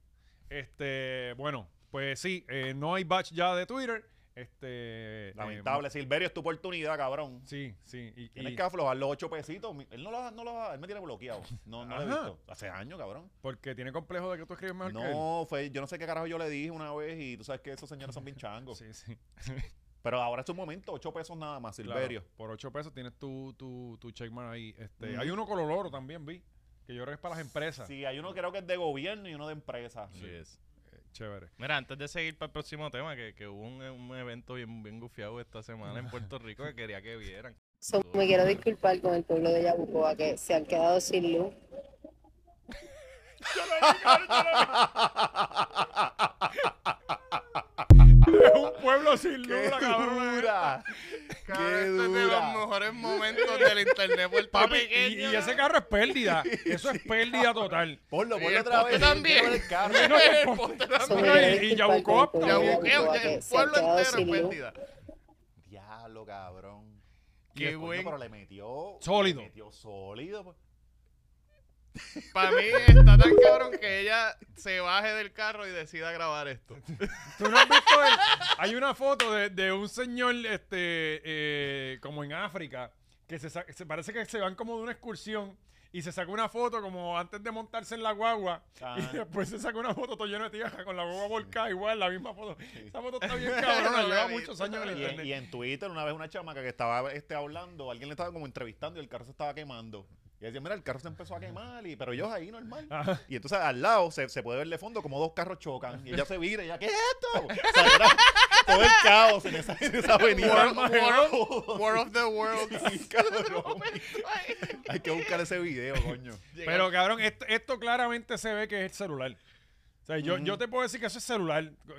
S2: Este, bueno, pues sí, eh, no hay batch ya de Twitter. Este. eh,
S3: Lamentable. Silverio, es tu oportunidad, cabrón.
S2: sí, sí. Y,
S3: Tienes
S2: y-
S3: que aflojar los ocho pesitos. Mi- Él no lo, no lo- él me tiene bloqueado. No, no lo he
S2: Ajá.
S3: visto. Hace años, cabrón.
S2: porque tiene complejo de que tú escribes mejor que él.
S3: No, fue, yo no sé qué carajo yo le dije una vez y tú sabes que esos señores son bien changos.
S2: Sí, sí.
S3: Pero ahora es un momento, ocho pesos nada más,
S2: Claro,
S3: Silverio.
S2: por 8 pesos tienes tu, tu, tu checkmark ahí. Este,
S3: Ujú.
S2: Hay uno con oloro también, vi. Que yo creo que es para las empresas.
S3: Sí, hay uno creo que es de gobierno y uno de empresa.
S2: Eh, Chévere.
S4: Mira, antes de seguir para el próximo tema, que, que hubo un, un evento bien, bien gufiado esta semana en Puerto Rico que quería que vieran.
S6: So, me quiero disculpar con el pueblo de Yabucoa que se han quedado sin luz.
S2: un pueblo sin luz, la cabrona esta.
S3: dura! ¡Qué
S4: Este es de los
S3: dura!
S4: mejores momentos del internet
S2: Papi,
S4: puertorriqueño.
S2: y, y ese carro es pérdida. Eso es pérdida total.
S3: Ponlo,
S4: Y
S3: ponlo
S4: el
S3: otra
S4: poste
S3: vez.
S4: también.
S3: Quiero ver el carro.
S2: No, el po-
S4: Ponte
S6: So, me
S4: también.
S2: Mira, y- y
S6: quiero disculpar con el
S2: Yabucoa,
S6: pueblo de
S4: Yabuqueo,
S6: Yabucoa
S4: ya,
S6: que
S4: el
S6: se han
S4: pueblo
S6: quedado
S4: entero es
S6: sin luz.
S4: pérdida.
S3: Diablo, cabrón.
S4: Qué
S3: Y el coño,
S4: buen-
S3: Pero le metió.
S2: Sólido.
S3: Le metió sólido. pues.
S4: Para mí está tan cabrón que ella se baje del carro y decida grabar esto.
S2: ¿Tú no has visto el- Hay una foto de, de un señor, este, eh, como en África, que se, sa- se parece que se van como de una excursión y se saca una foto como antes de montarse en la guagua
S3: Ah.
S2: y después se saca una foto todo lleno de tierra con la guagua volcada igual, la misma foto. Esa foto está bien
S4: No
S2: cabrona,
S4: la
S2: lleva
S4: he
S2: muchos
S4: visto.
S2: años en el
S3: Y en,
S2: internet.
S3: y en Twitter, una vez una chamaca que estaba este, hablando, alguien le estaba como entrevistando y el carro se estaba quemando. Y decía, mira, el carro se empezó a quemar, y, pero ellos ahí normal.
S2: Ajá.
S3: Y entonces al lado se, se puede ver de fondo como dos carros chocan. Y ella se vira y ella, ¿qué es esto? O sea, era todo el caos en esa, en esa avenida.
S4: War, War of, War of the Worlds.
S3: Sí, cabrón. Hay que buscar ese video, coño.
S2: Pero cabrón, esto, esto claramente se ve que es el celular. O sea, yo,
S3: Ujú.
S2: yo te puedo decir que eso es celular. Eh,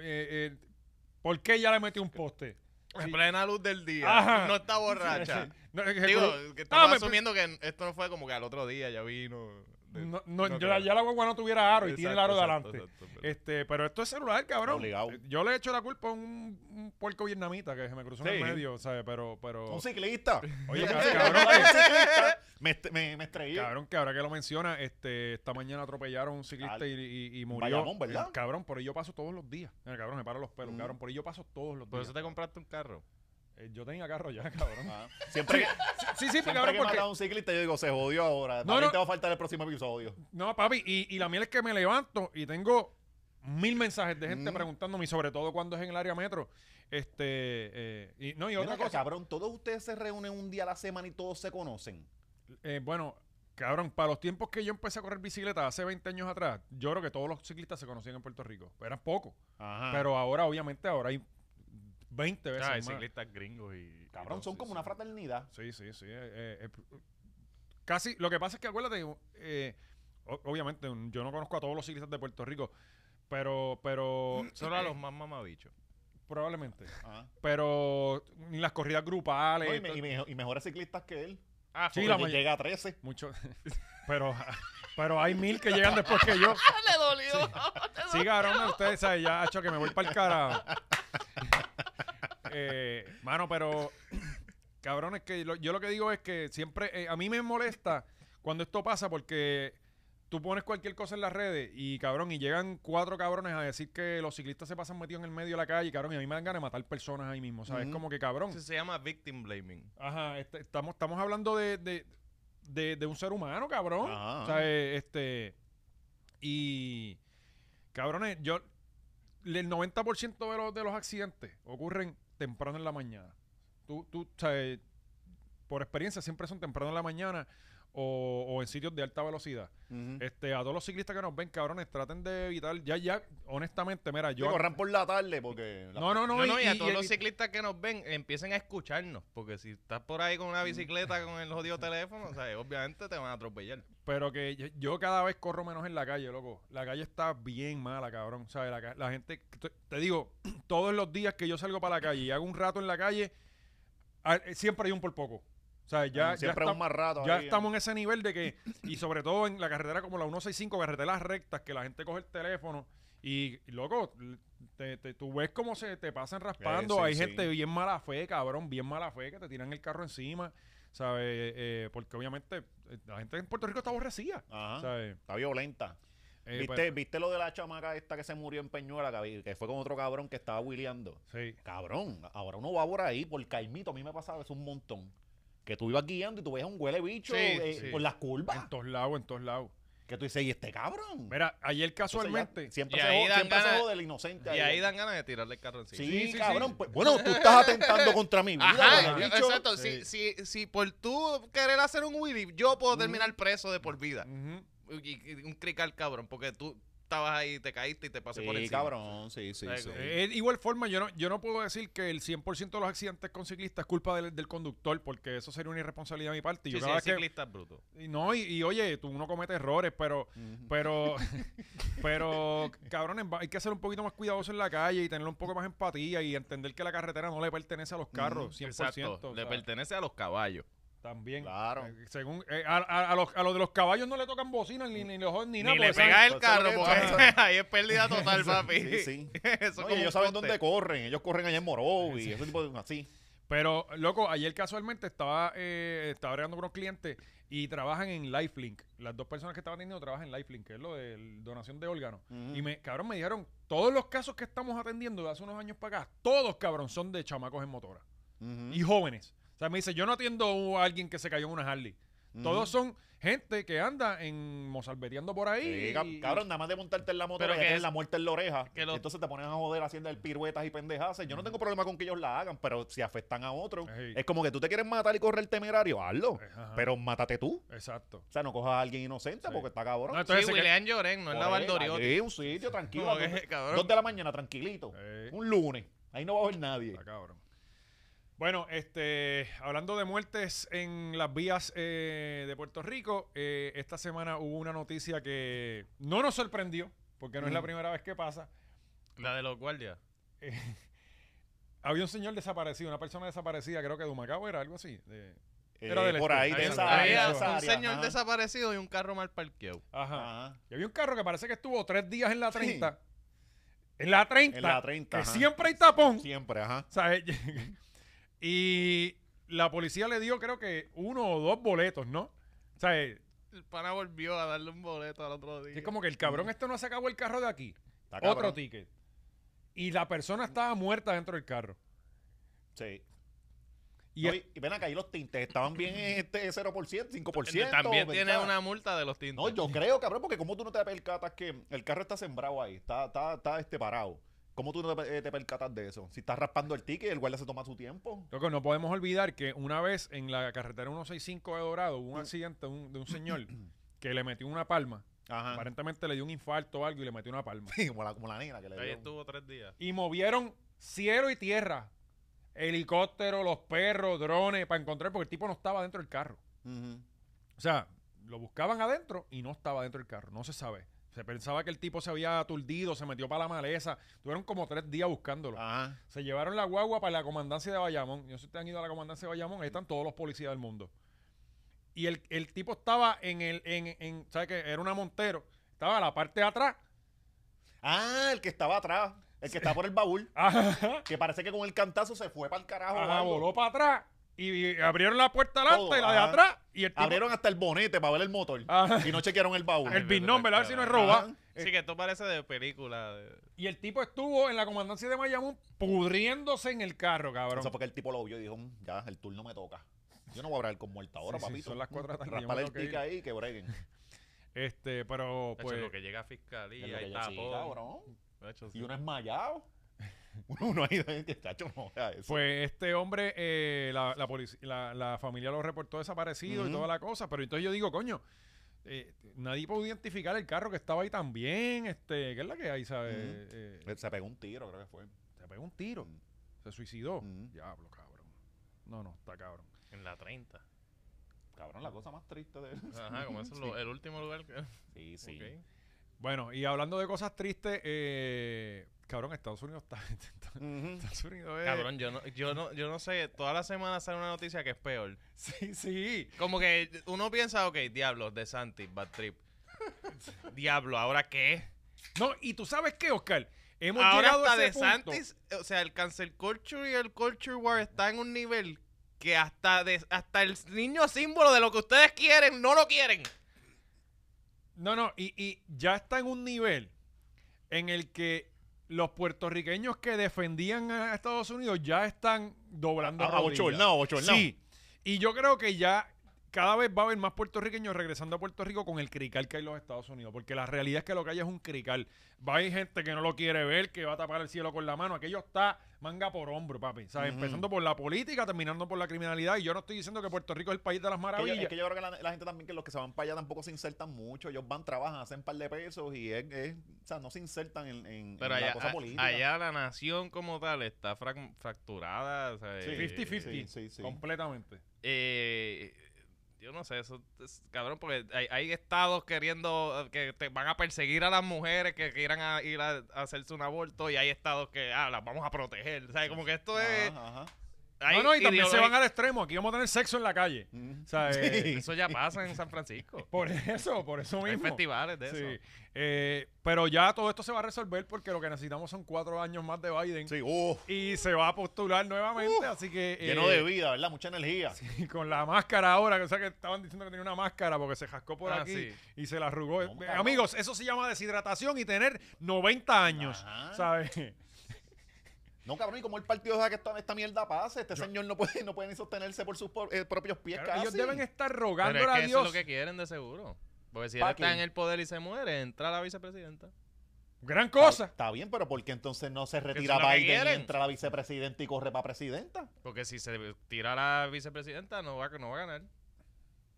S2: eh, ¿Por qué ya le metí un poste?
S4: En plena luz del día.
S2: Ajá.
S4: No está borracha.
S2: No, es que-
S4: Ah, Digo, que
S2: Ah,
S4: estamos
S2: me-
S4: asumiendo que esto no fue como que al otro día ya vino. de-
S2: No, no,
S4: no,
S2: yo-
S4: claro.
S2: ya la guagua no tuviera aro y tiene el aro
S4: Exacto,
S2: delante.
S4: exacto, exacto, pero-
S2: Este, pero esto es celular, cabrón.
S3: Obligado.
S2: Yo le he hecho la culpa a un, un puerco vietnamita que se me cruzó en
S3: Sí.
S2: el medio, ¿sabes? Pero, pero.
S3: Un ciclista.
S2: Oye,
S3: Un
S2: Oh. cabrón,
S3: ciclista. Me, est- me, me estrellé.
S2: Cabrón, que ahora que lo menciona, este, esta mañana atropellaron a un ciclista
S3: Al-
S2: y, y- y murió.
S3: Bayamón, ¿verdad?
S2: Cabrón, por ahí yo paso todos los días. Eh, Cabrón, me paro los pelos,
S3: Mm.
S2: cabrón, por ahí yo paso todos los
S4: Por
S2: días.
S4: Pues eso te compraste un carro.
S2: Eh, yo tenía carro ya, cabrón.
S3: Ah, Siempre que,
S2: Sí, sí,
S3: siempre
S2: cabrón,
S3: que
S2: porque...
S3: mata a un ciclista, yo digo, se jodió ahora.
S2: No,
S3: También
S2: no.
S3: te va a faltar el próximo episodio.
S2: No, papi, y, y la miel es que me levanto y tengo mil mensajes de gente
S3: Mm.
S2: preguntándome, y sobre todo cuando es en el área metro. Este, eh, y, no, y
S3: Ven
S2: otra
S3: acá,
S2: cosa.
S3: cabrón, todos ustedes se reúnen un día a la semana y todos se conocen.
S2: eh, bueno, cabrón, para los tiempos que yo empecé a correr bicicleta hace 20 años atrás, yo creo que todos los ciclistas se conocían en Puerto Rico. Eran pocos.
S3: Ajá.
S2: Pero ahora, obviamente, ahora hay 20 veces
S7: Ah, hay
S2: más.
S7: ciclistas gringos y.
S3: cabrón, son como una fraternidad.
S2: Sí, sí, sí. eh, eh, eh, pr- casi, lo que pasa es que acuérdate, eh, o- obviamente, un- yo no conozco a todos los ciclistas de Puerto Rico, pero, pero
S4: Solo a los más mamabichos.
S2: probablemente.
S3: Ajá.
S2: Pero ni las corridas grupales.
S3: No, y, me-
S2: to-
S3: y me- y mejores ciclistas que él.
S4: Ah,
S2: Sí,
S3: Porque
S2: la may-
S3: llega a 13.
S2: mucho. pero, pero hay mil que llegan después que yo.
S5: Ah, Le dolió.
S2: Sí, cabrón, de ustedes, ¿sabes? Ya, hecho que me voy para el carajo. Eh, mano, pero, cabrón, es que lo- yo lo que digo es que siempre, eh, a mí me molesta cuando esto pasa porque tú pones cualquier cosa en las redes y, cabrón, y llegan cuatro cabrones a decir que los ciclistas se pasan metidos en el medio de la calle, cabrón, y a mí me dan ganas de matar personas ahí mismo, ¿sabes?
S3: Ujú.
S2: Como que, cabrón.
S4: Eso se llama victim blaming.
S2: Ajá, este- estamos, estamos hablando de, de- de- de un ser humano, cabrón.
S3: Ajá.
S2: O sea, eh, este. Y. Cabrones, yo. El 90% de los, de los accidentes ocurren temprano en la mañana. Tú, tú, o sea, eh, por experiencia, siempre son temprano en la mañana o, o en sitios de alta velocidad.
S3: Ujú.
S2: Este, a todos los ciclistas que nos ven, cabrones, traten de evitar. Ya, ya, honestamente, mira, yo.
S3: Yo corran por la tarde porque... la-
S2: no, no, no,
S4: No, no, y, a todos
S2: y-
S4: los ciclistas que nos ven, empiecen a escucharnos. Porque si estás por ahí con
S2: Mm.
S4: una bicicleta con el jodido teléfono, o sea, obviamente te van a atropellar.
S2: Pero que yo, yo cada vez corro menos en la calle, loco. La calle está bien mala, cabrón. ¿Sabes? La, ca- la gente, te, te digo, todos los días que yo salgo para la calle y hago un rato en la calle, a- eh, siempre hay un por poco. ¿Sabes? Ya, ya,
S3: siempre es
S2: estam-
S3: un más rato.
S2: ya
S3: ahí,
S2: estamos en ese nivel de que, y sobre todo en la carretera como la 165, carreteras rectas, que la gente coge el teléfono y, loco, te, te- tú ves cómo se te pasan raspando.
S3: Eh, sí,
S2: hay
S3: sí.
S2: gente bien mala fe, cabrón, bien mala fe, que te tiran el carro encima. ¿Sabes? Eh, porque obviamente eh, la gente en Puerto Rico está aborrecida.
S3: Ajá.
S2: ¿sabes?
S3: Está violenta.
S2: Eh,
S3: Ah. ¿Viste,
S2: pues,
S3: ¿Viste lo de la chamaca esta que se murió en Peñuela, que vi- que fue con otro cabrón que estaba wheeleando?
S2: sí.
S3: Cabrón, ahora uno va por ahí, por Caimito, a mí me pasaba eso un montón. Que tú ibas guiando y tú veías un huele bicho
S4: Sí,
S3: eh,
S4: sí.
S3: por las curvas.
S2: En todos lados, en todos lados.
S3: Que tú dices, ¿y este cabrón?
S2: Mira, ayer
S3: Entonces,
S2: casualmente.
S3: ya siempre
S4: Y
S3: se,
S4: ahí
S3: jode,
S4: dan
S3: siempre se
S4: ganas-
S3: jode el inocente.
S4: Y ahí dan ganas de tirarle el carro encima.
S3: Sí,
S2: Sí, sí,
S3: cabrón.
S2: sí.
S3: pues, bueno, tú estás atentando contra mí.
S4: Ajá,
S3: huele
S4: yo-
S3: bicho.
S4: exacto. Si, si, si por tú querer hacer un Willy, yo
S3: Mm.
S4: puedo terminar preso de por vida.
S2: Ujú.
S4: Y- y un crical cabrón, porque tú estabas ahí, te caíste y te pasé
S3: Sí,
S4: por encima.
S3: cabrón, sí, sí,
S4: Ay,
S3: sí.
S4: cabrón.
S2: Eh, de igual forma, yo no, yo no puedo decir que el 100% de los accidentes con ciclistas es culpa del, del conductor, porque eso sería una irresponsabilidad de mi parte. Y
S4: Sí,
S2: yo
S4: sí,
S2: cada
S4: hay
S2: vez que-
S4: ciclistas brutos.
S2: y no, y, y oye, tú uno comete errores, pero,
S4: pues,
S2: pero, pero, cabrones, va- hay que ser un poquito más cuidadoso en la calle y tener un poco más empatía y entender que la carretera no le pertenece a los carros, 100%.
S4: Exacto.
S2: o
S4: Le
S2: sea,
S4: pertenece a los caballos.
S2: también.
S3: Claro.
S2: Eh, Según, eh, a, a- a los, a los de los caballos no le tocan bocinas, ni, ni los ni nada.
S4: Ni le
S2: porque saben-
S4: pegas el
S3: por pues eso
S4: carro,
S3: que-
S4: porque ahí es pérdida total, papi.
S3: Sí, sí.
S4: Eso
S3: No,
S4: es
S3: y
S4: como
S3: ellos
S4: un
S3: saben
S4: poste.
S3: dónde corren. Ellos corren allá en Moró y ese tipo de... Así.
S2: Pero, loco, ayer casualmente estaba, eh, estaba hablando con unos clientes y trabajan en Lifelink. Las dos personas que estaban atendiendo trabajan en Lifelink, que es lo de donación de órganos.
S3: Ujú.
S2: Y me, cabrón, me dijeron, todos los casos que estamos atendiendo de hace unos años para acá, todos, cabrón, son de chamacos en motora.
S3: Ujú,
S2: Y jóvenes. O sea, me dice, yo no atiendo a alguien que se cayó en una Harley.
S3: ujú.
S2: Todos son gente que anda en mozalbeteando por ahí.
S3: Sí,
S2: y-
S3: cab- cabrón, nada más de montarte en la moto
S4: Pero
S3: ya
S4: que
S3: tienes
S4: es-
S3: la muerte en la oreja.
S4: que lo-
S3: Entonces te ponen a joder haciendo el piruetas y pendejadas. Yo no tengo problema con que ellos la hagan, pero si afectan a otro,
S2: Ey.
S3: es como que tú te quieres matar y correr temerario, hazlo.
S2: Eh, Ajá.
S3: Pero mátate tú.
S2: Exacto.
S3: O sea, no cojas a alguien inocente porque está cabrón.
S2: No,
S3: No,
S2: entonces
S4: sí,
S2: se que-
S4: William Lloren, no es la
S3: Pues,
S4: Valdoriotti.
S3: un sitio tranquilo.
S4: Como que,
S3: dos de-
S4: cabrón.
S3: Dos de la mañana, tranquilito.
S2: Ey.
S3: Un lunes. Ahí no va a haber nadie.
S2: Está cabrón. Bueno, este, hablando de muertes en las vías eh, de Puerto Rico, eh, esta semana hubo una noticia que no nos sorprendió, porque no es la
S3: Mm.
S2: primera vez que pasa. Eh,
S4: La de los guardias.
S2: Había un señor desaparecido, una persona desaparecida, creo que de Humacao era algo así. de- Era
S3: Eh,
S2: del
S3: por
S2: este.
S3: ahí, de
S2: Ahí
S3: esa
S2: está.
S3: área,
S4: Había
S3: de
S4: un
S3: esa área,
S4: señor
S3: ajá.
S4: desaparecido y un carro mal parqueado.
S2: Ajá.
S3: Ajá.
S2: Y había un carro que parece que estuvo tres días en la
S3: Ah. Sí.
S2: 30. En la 30.
S3: En la 30,
S2: Que
S3: ajá.
S2: siempre hay tapón.
S3: Siempre, ajá.
S2: O sea, eh, y la policía le dio creo que uno o dos boletos, ¿no? O sea, eh,
S4: El pana volvió a darle un boleto al otro día.
S2: es como que el cabrón este no ha sacado el carro de aquí.
S3: Está
S2: Otro
S3: Ah, cabrón.
S2: ticket. Y la persona estaba muerta dentro del carro.
S3: Sí.
S2: Y
S3: No, y, y ven acá, ahí los tintes estaban bien este 0%, 5%.
S4: También
S3: ¿verdad?
S4: tiene una multa de los tintes.
S3: No, yo creo, cabrón, porque como tú no te percatas que el carro está sembrado ahí, está, está, está este parado. ¿Cómo tú no te, eh, te percatas de eso? Si estás raspando el ticket, el guardia se toma su tiempo.
S2: Loco, no podemos olvidar que una vez en la carretera 165 de Dorado
S3: Mm.
S2: hubo un accidente de un, de un señor que le metió una palma.
S3: Ajá.
S2: Aparentemente le dio un infarto o algo y le metió una palma.
S3: Sí, como la, como la nena que le
S4: Ahí
S3: dio.
S4: estuvo tres días.
S2: Y movieron cielo y tierra, helicóptero, los perros, drones, para encontrar, porque el tipo no estaba dentro del carro.
S3: Ujú.
S2: O sea, lo buscaban adentro y no estaba dentro del carro, no se sabe. Se pensaba que el tipo se había aturdido, se metió para la maleza. Tuvieron como tres días buscándolo.
S3: Ajá.
S2: Se llevaron la guagua para la comandancia de Bayamón. Yo sé si ustedes han ido a la comandancia de Bayamón, ahí están todos los policías del mundo. Y el, el tipo estaba en el, en, en- ¿sabes qué? Era una montero. Estaba a la parte de atrás.
S3: Ah, el que estaba atrás, el que está por el baúl,
S2: Ajá,
S3: que parece que con el cantazo se fue para el carajo. o
S2: ajá,
S3: algo.
S2: voló para atrás. Y abrieron la puerta
S3: Todo,
S2: delante y la de
S3: ajá.
S2: atrás. Y el tipo,
S3: Abrieron hasta el bonete para ver el motor
S2: Ajá.
S3: y no chequearon el baúl.
S2: Ah.
S3: Ah.
S2: el big number, a ver si no es roba.
S3: Ajá.
S4: Sí, que esto parece de película. de-
S2: Y el tipo estuvo en la comandancia de Bayamón pudriéndose en el carro, cabrón.
S3: Eso fue que el tipo lo vio y dijo, "Mm, ya, el turno me toca. Yo no voy a hablar con muerta ahora,
S2: Sí, sí,
S3: papito.
S2: son las cuatro de la tarde, yo me
S3: Raspar el
S2: tengo que
S3: ticket
S2: ir.
S3: ahí y que breguen.
S2: Este, pero
S4: Hacho,
S2: pues.
S4: lo que llega a
S3: Es lo
S4: fiscalía
S3: que
S4: y
S3: yo- sí,
S4: tapón.
S3: cabrón.
S4: Hacho, sí.
S3: Y uno es mayado. Uno ahí de chacho, no. o sea, eso.
S2: Pues este hombre, eh, la, la, polic- la- la familia lo reportó desaparecido y
S3: Ujú.
S2: toda la cosa, pero entonces yo digo, coño, eh, nadie pudo identificar el carro que estaba ahí también, este, ¿qué es la que hay, sabes?
S3: Ujú.
S2: Eh,
S3: se pegó un tiro, creo que fue.
S2: se pegó un tiro, se suicidó.
S3: Ujú.
S2: Diablo, cabrón. No, no, está cabrón.
S4: En la 30.
S3: Cabrón, la cosa más triste de él.
S4: Ajá, como eso es lo- el último lugar. que-
S3: Sí, sí. Eh.
S4: Ok.
S2: Bueno, y hablando de cosas tristes, eh, cabrón, Estados Unidos está... está-
S3: Ujú.
S2: Estados Unidos es...
S4: Cabrón, yo no, yo no, yo no sé, toda la semana sale una noticia que es peor.
S2: Sí, sí.
S4: Como que uno piensa, ok, diablo, de Santi, bad trip. diablo, ¿ahora qué?
S2: No, y tú sabes qué, Oscar, hemos
S4: Ahora
S2: llegado
S4: hasta
S2: a
S4: de
S2: ese punto.
S4: Santis, o sea, el cancel culture y el culture war está en un nivel que hasta de, hasta el niño símbolo de lo que ustedes quieren no lo quieren.
S2: No, no, y, y ya está en un nivel en el que los puertorriqueños que defendían a Estados Unidos ya están doblando
S3: Ah,
S2: rodillas.
S3: bochornado, bochornado.
S2: Sí, y yo creo que ya cada vez va a haber más puertorriqueños regresando a Puerto Rico con el crical que hay en los Estados Unidos, porque la realidad es que lo que hay es un crical. Va a haber gente que no lo quiere ver, que va a tapar el cielo con la mano, aquello está manga por hombro, papi. ¿sabes?
S3: Ujú.
S2: Empezando por la política, terminando por la criminalidad, y yo no estoy diciendo que Puerto Rico es el país de las
S3: Que yo-
S2: maravillas.
S3: es que yo creo que la, la gente también, que los que se van para allá tampoco se insertan mucho. Ellos van, trabajan, hacen un par de pesos y es, es- o sea, no se insertan en, en-
S4: Pero
S3: en
S4: allá,
S3: la cosa
S4: a-
S3: política.
S4: allá la nación como tal está frac- fracturada. o sea,
S3: Sí,
S4: eh,
S2: 50-50.
S3: sí, sí, sí.
S2: Completamente.
S4: eh, yo no sé, eso es- cabrón, porque hay, hay estados queriendo eh, que te van a perseguir a las mujeres que quieran a- ir a, a hacerse un aborto y hay estados que ah, las vamos a proteger. O sea, como que
S3: Ah.
S4: esto es...
S3: Ajá, ajá.
S4: hay
S2: no, no, y también se
S4: ideologi-
S2: van al extremo. Aquí vamos a tener sexo en la calle.
S3: Mm.
S2: O sea, eh,
S3: Sí.
S4: Eso ya pasa en San Francisco.
S2: por eso, por eso
S4: Hay
S2: mismo.
S4: festivales de
S2: Sí.
S4: eso.
S2: Eh, pero ya todo esto se va a resolver porque lo que necesitamos son cuatro años más de Biden.
S3: Sí, uh,
S2: Y se va a postular nuevamente, así que... eh,
S3: lleno de vida, ¿verdad? Mucha energía.
S2: sí, con la máscara ahora, que o sea que estaban diciendo que tenía una máscara porque se jascó por
S4: Ah,
S2: aquí
S4: sí.
S2: y se la arrugó.
S3: No,
S2: Eh,
S3: cabrón.
S2: amigos, eso se llama deshidratación y tener 90 años,
S3: Ajá.
S2: ¿sabes?
S3: No, cabrón, ¿y cómo el partido deja que esta, esta mierda pase? Este señor no puede, no puede ni sostenerse por sus por- eh, propios pies
S2: Claro, ellos
S3: casi.
S2: deben estar
S4: Pero es
S2: rogándole
S4: que
S2: a
S4: eso es
S2: Dios.
S4: lo que quieren de seguro. Porque si él
S3: ¿Pa'
S4: está
S3: qué?
S4: en el poder y se muere, entra la vicepresidenta.
S2: Gran
S3: Está-
S2: cosa.
S3: Está bien, pero ¿por qué entonces no se
S4: es
S3: retira
S4: lo que
S3: Biden y
S4: quieren.
S3: entra la vicepresidenta y corre para presidenta?
S4: Porque si se tira la vicepresidenta, no va, no va a ganar.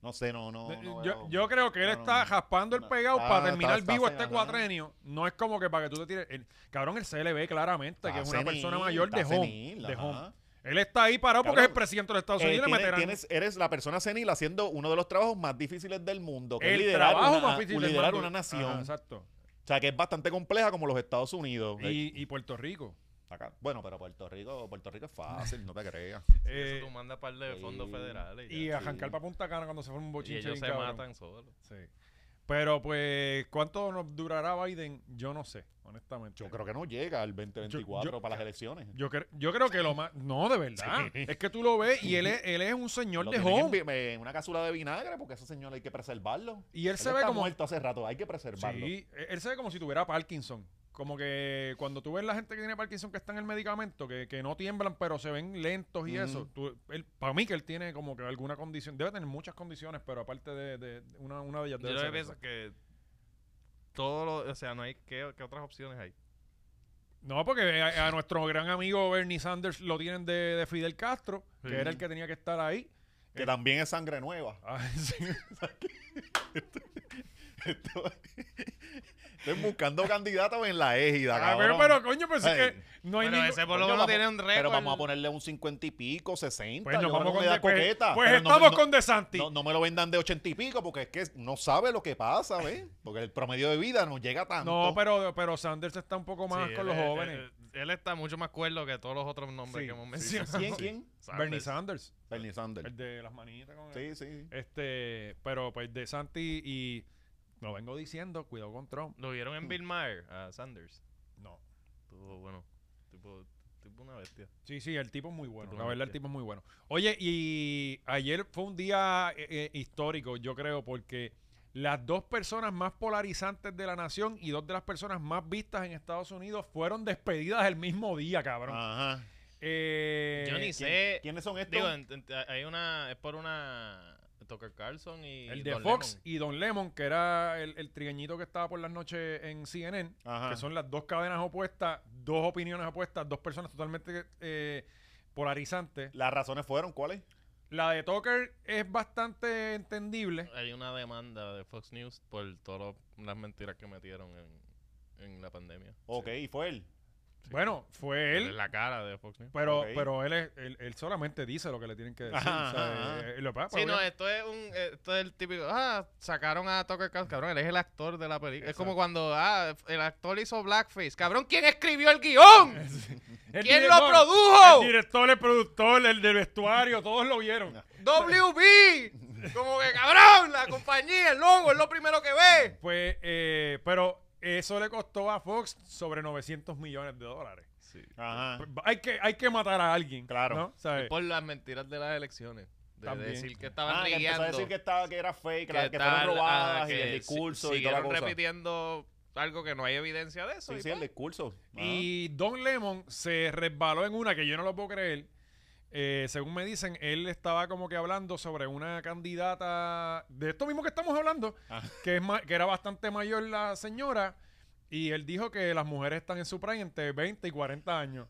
S3: No sé, no, no. no
S2: Eh, yo,
S3: veo.
S2: yo creo que él
S3: no, no,
S2: está
S3: no.
S2: jaspando el
S3: No,
S2: pegado
S3: está-
S2: para terminar
S3: está- está
S2: vivo
S3: feo,
S2: este
S3: ¿no?
S2: cuatrenio. No es como que para que tú te tires. el- cabrón, el CLB claramente, que es
S3: Está
S2: una persona
S3: senil,
S2: mayor de
S3: está
S2: home.
S3: senil,
S2: de
S3: ajá.
S2: home. Él está ahí parado porque es el
S3: Cabrón,
S2: presidente de los Estados
S3: Eh,
S2: Unidos. y le
S3: tienes-
S2: meterán-
S3: tienes- eres la persona senil haciendo uno de los trabajos más difíciles del mundo, que
S2: el
S3: es liderar,
S2: trabajo
S3: una,
S2: más difícil del
S3: liderar
S2: mundo.
S3: una nación.
S2: Ajá, exacto.
S3: o sea, que es bastante compleja como los Estados Unidos. Eh,
S2: Y, y Puerto Rico.
S3: acá- Bueno, pero Puerto Rico, Puerto Rico es fácil, no te creas.
S2: Eh,
S4: eso tú mandas par de fondos
S3: sí.
S4: federales.
S2: y
S4: ya.
S2: a
S3: sí.
S2: jancar para Punta Cana cuando se forme un
S4: Y
S2: bochinche.
S4: ellos
S2: bien
S4: se
S2: cabrón.
S4: matan solos.
S2: Sí. Pero pues, ¿cuánto nos durará Biden? Yo no sé, honestamente.
S3: Yo creo que no llega al 2024
S2: Yo- yo-
S3: para las elecciones.
S2: Yo, cre- yo creo que lo más. No, de verdad. Es que tú lo ves y él es, él es un señor
S3: Lo
S2: de
S3: tienen en
S2: home.
S3: vi- en, una cápsula de vinagre porque ese señor hay que preservarlo.
S2: Y él se ve
S3: está
S2: como.
S3: muerto hace rato, hay que preservarlo.
S2: Sí, él se ve como si tuviera Parkinson. como que cuando tú ves la gente que tiene Parkinson que está en el medicamento, que, que no tiemblan, pero se ven lentos y eso, tú- él- para mí que él tiene como que alguna condición, debe tener muchas condiciones, pero aparte de, de- de una, una de ellas
S4: Yo
S2: debe
S4: lo que
S2: ser
S4: pienso
S2: esa.
S4: es que todo lo, o sea, no hay qué, qué otras opciones hay.
S2: No, porque a, a nuestro gran amigo Bernie Sanders lo tienen de, de Fidel Castro,
S4: Sí.
S2: que era el que tenía que estar ahí.
S3: Que también es sangre nueva.
S2: Ah, sí.
S3: Esto- Estoy buscando candidatos en la égida,
S2: A ver,
S3: cabrón.
S2: Ah, pero coño, pues es
S3: Ey.
S2: que no hay
S4: Pero
S2: ningún...
S4: ese por
S3: Coño,
S4: lo menos
S3: vamos-
S4: tiene un récord.
S3: Pero vamos a ponerle un 50 y pico, 60.
S2: Pues nos
S3: yo creo
S2: vamos
S3: que
S2: con...
S3: me da
S2: De, pues
S3: coqueta,
S2: pues
S3: pero no me-
S2: estamos
S3: no-
S2: con DeSanti.
S3: No, no me lo vendan de 80 y pico porque es que no sabe lo que pasa, ¿ves? Porque el promedio de vida no llega tanto.
S2: No, pero, pero Sanders está un poco
S4: Sí,
S2: más con
S4: él- eh,
S2: los
S4: él-
S2: jóvenes.
S4: Él, él está mucho más cuerdo que todos los otros nombres
S2: Sí,
S4: que hemos
S2: sí,
S4: mencionado.
S3: ¿Quién? ¿Quién?
S4: Sanders.
S2: Bernie Sanders,
S3: Bernie Sanders.
S2: el de las manitas con
S3: Sí, sí.
S2: Este, pero pues de Santi y lo vengo diciendo, cuidado con Trump.
S4: Lo vieron en Bill Maher a Sanders.
S2: No.
S4: Estuvo bueno. Tipo, tipo una bestia.
S2: Sí, sí, el tipo es muy bueno.
S4: Tipo
S2: La verdad, el
S4: bestia.
S2: tipo es muy bueno. Oye, y ayer fue un día eh, eh, histórico, yo creo, porque las dos personas más polarizantes de la nación y dos de las personas más vistas en Estados Unidos fueron despedidas el mismo día, cabrón.
S3: Ajá.
S2: Eh,
S4: Ah. Yo ni
S3: ¿Quién-
S4: sé.
S3: ¿Quiénes son estos?
S4: Digo, ent- ent- hay una. Es por una. Tucker Carlson y.
S2: El de
S4: Don
S2: Fox
S4: Lemon.
S2: y Don Lemon, que era el, el trigueñito que estaba por las noches en CNN,
S3: Ajá.
S2: que son las dos cadenas opuestas, dos opiniones opuestas, dos personas totalmente eh, polarizantes.
S3: Las razones fueron, ¿cuáles?
S2: La de Tucker es bastante entendible.
S4: Hay una demanda de Fox News por todas las mentiras que metieron en, en la pandemia.
S3: Ok, y fue él.
S2: Bueno, fue
S4: Él es
S2: él, Ah,
S4: la cara de Fox News.
S2: pero,
S3: Ok.
S2: pero él, es- él, él solamente dice lo que le tienen que decir.
S3: Ajá,
S2: o sea,
S3: ajá, ajá.
S2: eh, lo que pasa,
S4: Sí,
S2: pues,
S4: no,
S2: obviamente-
S4: esto es un esto es el típico, ah, sacaron a Tucker Carlson, cabrón, él es el actor de la película. Es como cuando, ah, el actor hizo blackface. Cabrón, ¿quién escribió el guión?
S2: El
S4: ¿Quién
S2: director,
S4: lo produjo?
S2: El director, el productor, el del vestuario, todos lo vieron.
S4: WB. Como que, cabrón, la compañía, el logo, es lo primero que ve.
S2: Pues, eh, pero eso le costó a Fox sobre 900 millones de dólares.
S4: Pues,
S3: Ajá.
S2: Hay que, hay que matar a alguien.
S3: Claro.
S2: ¿no? ¿Sabes?
S4: Por las mentiras de las elecciones. De
S2: También.
S4: decir que estaban
S3: Ah, que empezó a
S4: rigueando.
S3: decir que, estaba, que era fake, la- que,
S4: tal,
S3: fueron robadas
S4: ah,
S3: y el
S4: que
S3: discurso
S4: si-
S3: y toda la
S4: siguieron
S3: cosa.
S4: repitiendo algo que no hay evidencia de eso.
S3: Sí,
S4: y
S3: sí,
S4: pues,
S3: el discurso. Ajá.
S2: Y Don Lemon se resbaló en una que yo no lo puedo creer. Eh, según me dicen, él estaba como que hablando sobre una candidata de esto mismo que estamos hablando,
S3: Ah.
S2: que, es ma- que era bastante mayor la señora, y él dijo que las mujeres están en su prime entre 20 y 40 años.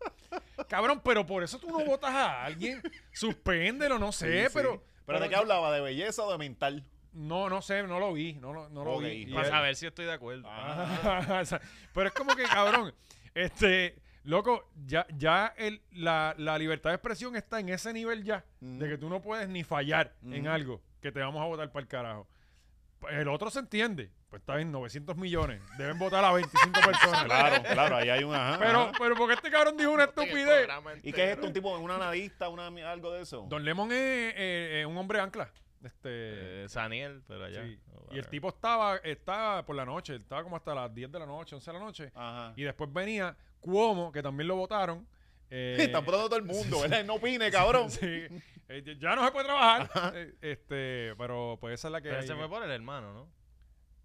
S2: Cabrón, pero por eso tú no votas a alguien, suspéndelo, no
S3: Sí,
S2: sé,
S3: sí.
S2: pero...
S3: ¿Pero de qué hablaba? ¿De belleza o de mental?
S2: No, no sé, no lo vi, no, lo- no lo
S3: Ok,
S2: vi. Y
S4: para
S2: él-
S4: saber si estoy de acuerdo.
S2: Ah, Ajá, o sea, Pero es como que, cabrón, este, loco, ya, ya el, la, la libertad de expresión está en ese nivel ya, de que tú no puedes ni fallar en
S3: Ujú.
S2: algo que te vamos a votar para el carajo. Pues El otro se entiende, pues está bien, 900 millones, deben votar a 25 personas.
S3: Claro, claro, ahí hay un ajá,
S2: Pero,
S3: ajá.
S2: pero porque este cabrón dijo una
S4: Este es el
S2: estupidez.
S4: programa
S3: ¿Y qué es
S4: entero.
S3: esto? ¿Un tipo, un analista, una, algo de eso?
S2: Don Lemon es eh, eh, un hombre ancla. Este,
S4: Eh, Saniel, pero allá.
S2: sí. Y
S4: Oh,
S2: el
S4: whatever.
S2: tipo estaba, estaba por la noche, estaba como hasta las 10 de la noche, 11 de la noche.
S3: Ajá.
S2: Y después venía Cuomo, que también lo votaron. eh,
S3: Están votando todo el mundo, ¿verdad? No opine, cabrón.
S2: sí, eh, ya no se puede trabajar. eh, este, pero pues esa es la que.
S4: Pero
S2: hay.
S4: se fue por el hermano, ¿no?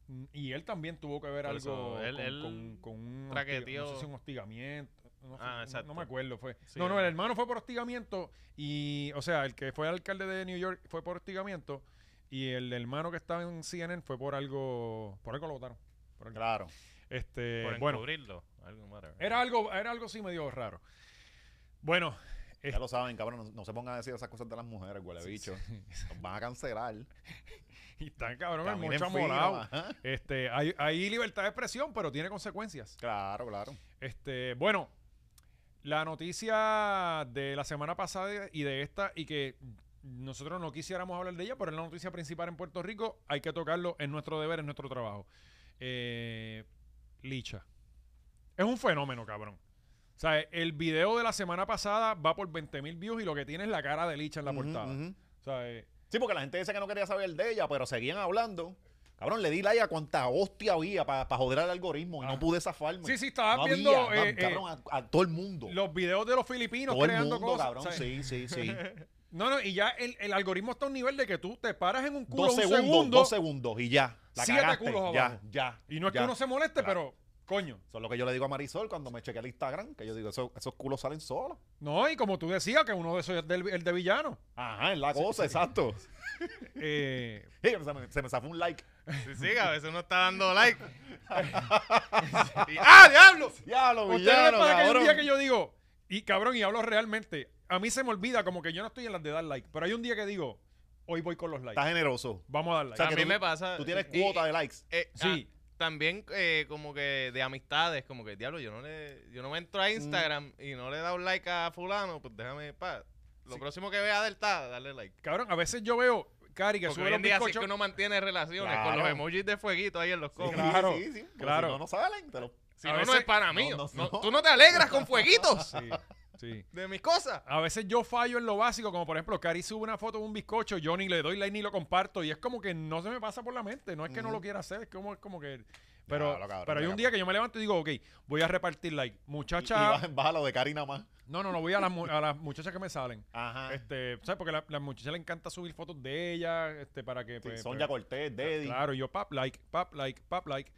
S2: Mm, Y él también tuvo que ver
S4: Por
S2: algo
S4: eso, él-
S2: con,
S4: él
S2: con- con un hostiga-
S4: traqueteó.
S2: no sé si un hostigamiento. No, sé,
S4: Ah,
S2: no- no
S4: exacto.
S2: me acuerdo. fue
S4: Sí,
S2: No, no,
S4: él-
S2: el hermano fue por hostigamiento. Y, o sea, el que fue alcalde de New York fue por hostigamiento. Y el hermano que estaba en CNN fue por algo. Por algo lo votaron. Por algo.
S3: Claro.
S2: Este,
S4: por
S2: bueno,
S4: encubrirlo. Algo, whatever.
S2: era algo, era algo sí medio raro. Bueno,
S3: Ya lo saben, cabrón. No, no se pongan a decir esas cosas de las mujeres, huele bicho. Nos van a cancelar.
S2: Y está cabrón, el
S3: Caminen
S2: mucho
S3: fino,
S2: amolado.
S3: ajá.
S2: Este, hay, hay libertad de expresión, pero tiene consecuencias.
S3: Claro, claro.
S2: Este, bueno, la noticia de la semana pasada y de esta, y que nosotros no quisiéramos hablar de ella, pero es la noticia principal en Puerto Rico, hay que tocarlo, es nuestro deber, es nuestro trabajo. Eh, Licha. Es un fenómeno, cabrón. O sea, el video de la semana pasada va por 20 mil views y lo que tiene es la cara de Licha en la
S3: Ujú,
S2: portada.
S3: ujú.
S2: O sea, eh,
S3: Sí, porque la gente dice que no quería saber de ella, pero seguían hablando. Cabrón, le di like a cuánta hostia había para joder al algoritmo y no
S2: Ah.
S3: pude zafarme.
S2: sí, sí, estaba
S3: No
S2: viendo
S3: había,
S2: eh,
S3: mam,
S2: eh,
S3: cabrón, a, a todo el mundo.
S2: los videos de los filipinos
S3: todo el
S2: creando
S3: mundo,
S2: cosas.
S3: cabrón.
S2: ¿sabes?
S3: Sí, sí, sí.
S2: No, no, y ya el, el algoritmo está a un nivel de que tú te paras en un culo
S3: dos
S2: un
S3: segundos,
S2: segundo.
S3: dos segundos y ya. La
S2: Siete
S3: cagaste,
S2: culos
S3: ya,
S2: abajo.
S3: ya.
S2: y no es
S3: ya.
S2: que uno se moleste,
S3: Claro.
S2: pero Coño.
S3: Eso es lo que yo le digo a Marisol cuando me chequea el Instagram, que yo digo, "Eso- esos culos salen solos.
S2: No, y como tú decías, que uno de esos es del- el de villano.
S3: Ajá, es la cosa, exacto.
S2: Eh,
S3: Sí, se, me, se me zafó un like.
S4: Sí, sí, a veces uno está dando like. Y- ¡Ah, diablo!
S3: Diablo,
S2: Ustedes
S3: villano,
S2: para que hay un
S3: cabrón.
S2: día que yo digo, y cabrón, y hablo realmente, a mí se me olvida como que yo no estoy en las de dar like, pero hay un día que digo, hoy voy con los likes.
S3: Está generoso.
S2: Vamos a dar
S3: O
S2: like.
S3: sea,
S4: a
S3: que
S4: mí
S3: tú-
S4: me pasa.
S3: Tú tienes
S4: y-
S3: cuota de likes.
S4: eh,
S2: Sí.
S4: ah, también eh, como que de amistades, como que diablo, yo no le, yo no me entro
S2: Mm.
S4: a Instagram y no le he dado like a fulano, pues déjame pa. Lo próximo que vea del ta, darle like.
S2: Cabrón, a veces yo veo, Cari, que
S4: Porque
S2: sube
S4: hoy
S2: los
S4: en día sí es
S2: bizcochos.
S4: que uno mantiene relaciones
S3: Claro.
S4: con los emojis de fueguito ahí en los
S3: Sí,
S4: combos.
S2: Claro,
S3: sí, sí, porque
S2: claro.
S3: Si no, no salen. Te lo...
S4: Si
S2: A
S4: no, no
S2: veces-
S4: es para mí.
S3: no, no,
S4: No,
S3: no.
S4: Tú no te alegras con fueguitos
S2: Sí, sí.
S4: de mis cosas.
S2: A veces yo fallo en lo básico, como por ejemplo, Cari sube una foto de un bizcocho, yo ni le doy like ni lo comparto, y es como que no se me pasa por la mente, no es que no lo quiera hacer, es como, es como que... Pero,
S3: Diablo, cabrón,
S2: pero hay
S3: me
S2: un día que yo me levanto y digo, ok, voy a repartir like.
S3: Y
S2: Muchacha,
S3: baja, baja lo de Karina más.
S2: no, no, no, voy a las, mu- a las muchachas que me salen.
S3: Ajá.
S2: Este, ¿sabes? Porque la- las muchachas le encanta subir fotos de ellas, este, para que. pues,
S3: Sonia
S2: pues,
S3: Cortés, Deddy.
S2: Claro, yo pap like, pap like, pap like.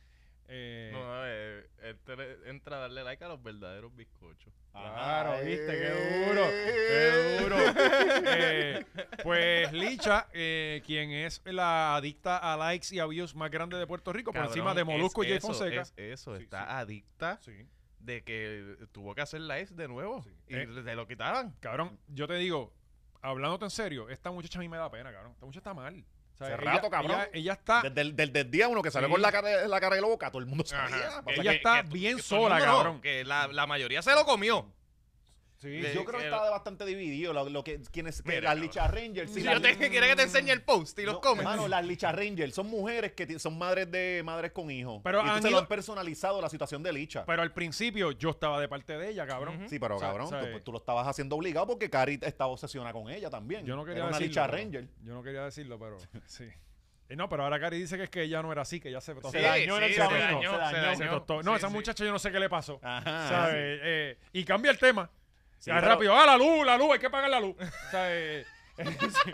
S2: Eh,
S4: No, a ver, este le- entra a darle like a los verdaderos bizcochos.
S2: Claro,
S3: eh.
S2: viste, qué duro, qué duro. Eh, pues Licha, eh, quien es la adicta a likes y a views más grande de Puerto Rico, por encima de
S4: Cabrón,
S2: Molusco y
S4: es
S2: Jay
S4: eso,
S2: Fonseca.
S4: es eso,
S2: Sí,
S4: está
S2: sí.
S4: adicta
S2: Sí.
S4: de que tuvo que hacer live de nuevo y
S2: Eh.
S4: te lo quitaban.
S2: Cabrón, yo te digo, hablándote en serio, esta muchacha a mí me da pena, cabrón. Esta muchacha está mal. O sea,
S3: Hace
S2: ella-
S3: rato, cabrón.
S2: Ella, ella está,
S3: Desde el, desde el día uno que salió
S2: Sí.
S3: con la cara, la cara de loca, todo el mundo sabía.
S4: Ajá.
S3: Pasa
S2: Ella
S3: que-
S2: está
S4: tú-
S2: bien
S4: todo el
S2: sola,
S4: mundo no,
S2: cabrón.
S4: que la, la mayoría se lo comió.
S2: Sí, eh,
S4: de-
S3: yo creo que
S4: que-
S3: está bastante dividido. Lo, lo que, quienes, que
S4: Mira,
S3: las
S4: cabrón.
S3: Licha Rangers. sí,
S4: Si
S3: las-
S4: yo te quiere que te enseñe el post y los
S3: No,
S4: comes.
S3: hermano, las Licha Rangers son mujeres que ti- son madres de madres con hijos.
S2: Pero
S3: y entonces
S2: han
S3: lo
S2: ido-
S3: han personalizado la situación de Licha.
S2: pero al principio yo estaba de parte de ella, cabrón.
S4: Ujú.
S3: Sí,
S2: Pues,
S3: pero
S2: O sea,
S3: cabrón,
S2: ¿sabes?
S3: tú, pues, tú lo estabas haciendo obligado porque Cari estaba obsesionada con ella también.
S2: eh, Yo no quería
S3: Era una
S2: decirlo.
S3: Licha
S2: pero-
S3: Ranger.
S2: Yo no quería decirlo, pero sí. Eh, no, pero ahora Cari dice que es que ella no era así, que ella se tostó.
S3: Se dañó en el
S4: sí,
S3: camino,
S4: dañó,
S3: se dañó.
S2: Se tostó. No,
S4: Sí,
S2: esa
S4: sí.
S2: muchacha yo no sé qué le pasó.
S3: Ajá.
S2: ¿sabes? Eh, y cambia el tema.
S3: Ah, Sí,
S2: Ya,
S3: pero-
S2: rápido, ah, la luz, la luz, hay que pagar la luz. O sea, eh, eh, sí.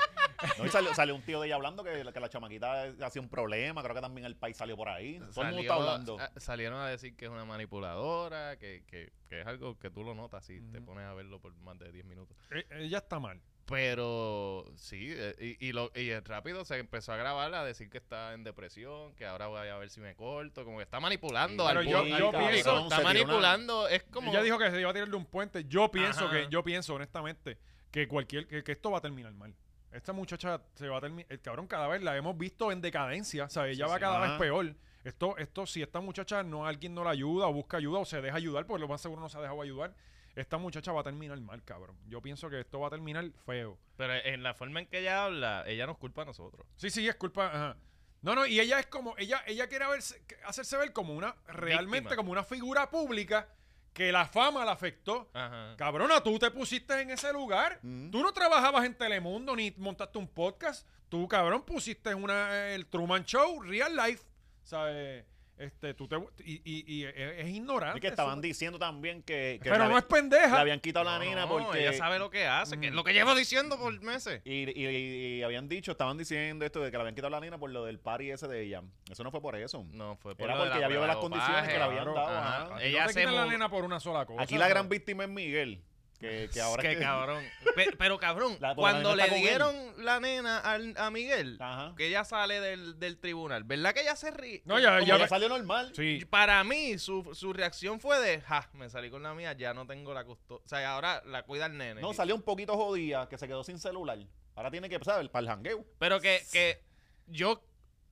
S3: No, y salió, salió un tío de ella hablando que, la- que la chamaquita hacía un problema. Creo que también el país salió por ahí. Todo el mundo está
S4: Salió-
S3: hablando.
S4: a- salieron a decir que es una manipuladora, que, que- que es algo que tú lo notas si te pones a verlo por más de 10 minutos.
S2: Eh, ella está mal.
S4: Pero sí, eh, y, y lo, y eh, rápido se empezó a grabar a decir que está en depresión, que ahora voy a ver si me corto, como que está manipulando
S2: Pero
S4: al
S2: yo-
S4: público.
S2: yo
S4: cabrón,
S2: pienso-
S4: está
S3: se tiró una-
S4: manipulando, es como...
S2: Ella dijo que se iba a tirar de un puente. Yo pienso
S4: Ajá.
S2: que, yo pienso honestamente, que cualquier, que, que esto va a terminar mal. Esta muchacha se va a terminar, el cabrón cada vez la hemos visto en decadencia, o sea, ella
S3: Sí,
S2: va
S3: sí.
S2: cada vez
S3: Ajá.
S2: peor. Esto, esto, si esta muchacha no alguien no la ayuda o busca ayuda o se deja ayudar, porque lo más seguro no se ha dejado ayudar, esta muchacha va a terminar mal, cabrón. Yo pienso que esto va a terminar feo.
S4: Pero en la forma en que ella habla, ella nos culpa a nosotros.
S2: Sí, sí, es culpa. ajá. No, no, y ella es como, ella, ella quiere verse- que- hacerse ver como una, realmente
S4: Víctima.
S2: como una figura pública que la fama la afectó.
S4: Ajá.
S2: Cabrona, tú te pusiste en ese lugar.
S3: Mm.
S2: Tú no trabajabas en Telemundo ni montaste un podcast. Tú, cabrón, pusiste una, el Truman Show, Real Life. ¿Sabes? Este, tú te, y, y- y es, es ignorante.
S3: Es que estaban
S2: eso.
S3: diciendo también que, que
S2: Pero
S3: le,
S2: no es
S3: habían-
S2: pendeja.
S3: le habían quitado la
S4: No,
S3: nena
S4: no,
S3: porque... Mm.
S4: ella sabe lo que hace, que es lo que llevo diciendo por meses.
S3: Y, y- y- y habían dicho, estaban diciendo esto de que le habían quitado la nena por lo del party ese de ella. Eso no fue por eso.
S4: No, fue
S3: Era
S4: lo
S3: porque
S4: de la
S3: ella vio
S4: prueba
S3: las
S4: de
S3: condiciones que le
S4: dopaje,
S3: habían
S4: claro.
S3: dado,
S4: Ajá.
S3: ajá.
S2: No
S4: Ella
S2: te
S4: se
S2: quitan la
S4: mu-
S2: nena por una sola cosa.
S3: Aquí la gran
S2: ¿sabes?
S3: víctima es Miguel, que, que ahora...
S4: Qué
S3: es que-
S4: cabrón. Pe- Pero, cabrón,
S3: La- porque la
S4: cuando
S3: nena
S4: le
S3: está con Ah.
S4: dieron la nena al- a Miguel,
S3: Ajá.
S4: que ella sale del, del tribunal, ¿verdad que ella se ríe?
S2: No, ya-
S3: Como
S2: ya-
S3: que salió normal.
S2: Sí.
S4: Para mí, su, su reacción fue de, ja, me salí con la mía, ya no tengo la custodia. O sea, ahora la cuida el nene.
S3: No,
S4: Y-
S3: salió un poquito jodida, que se quedó sin celular. Ahora tiene que, ¿sabes? Para el jangueo.
S4: Pero que, que yo,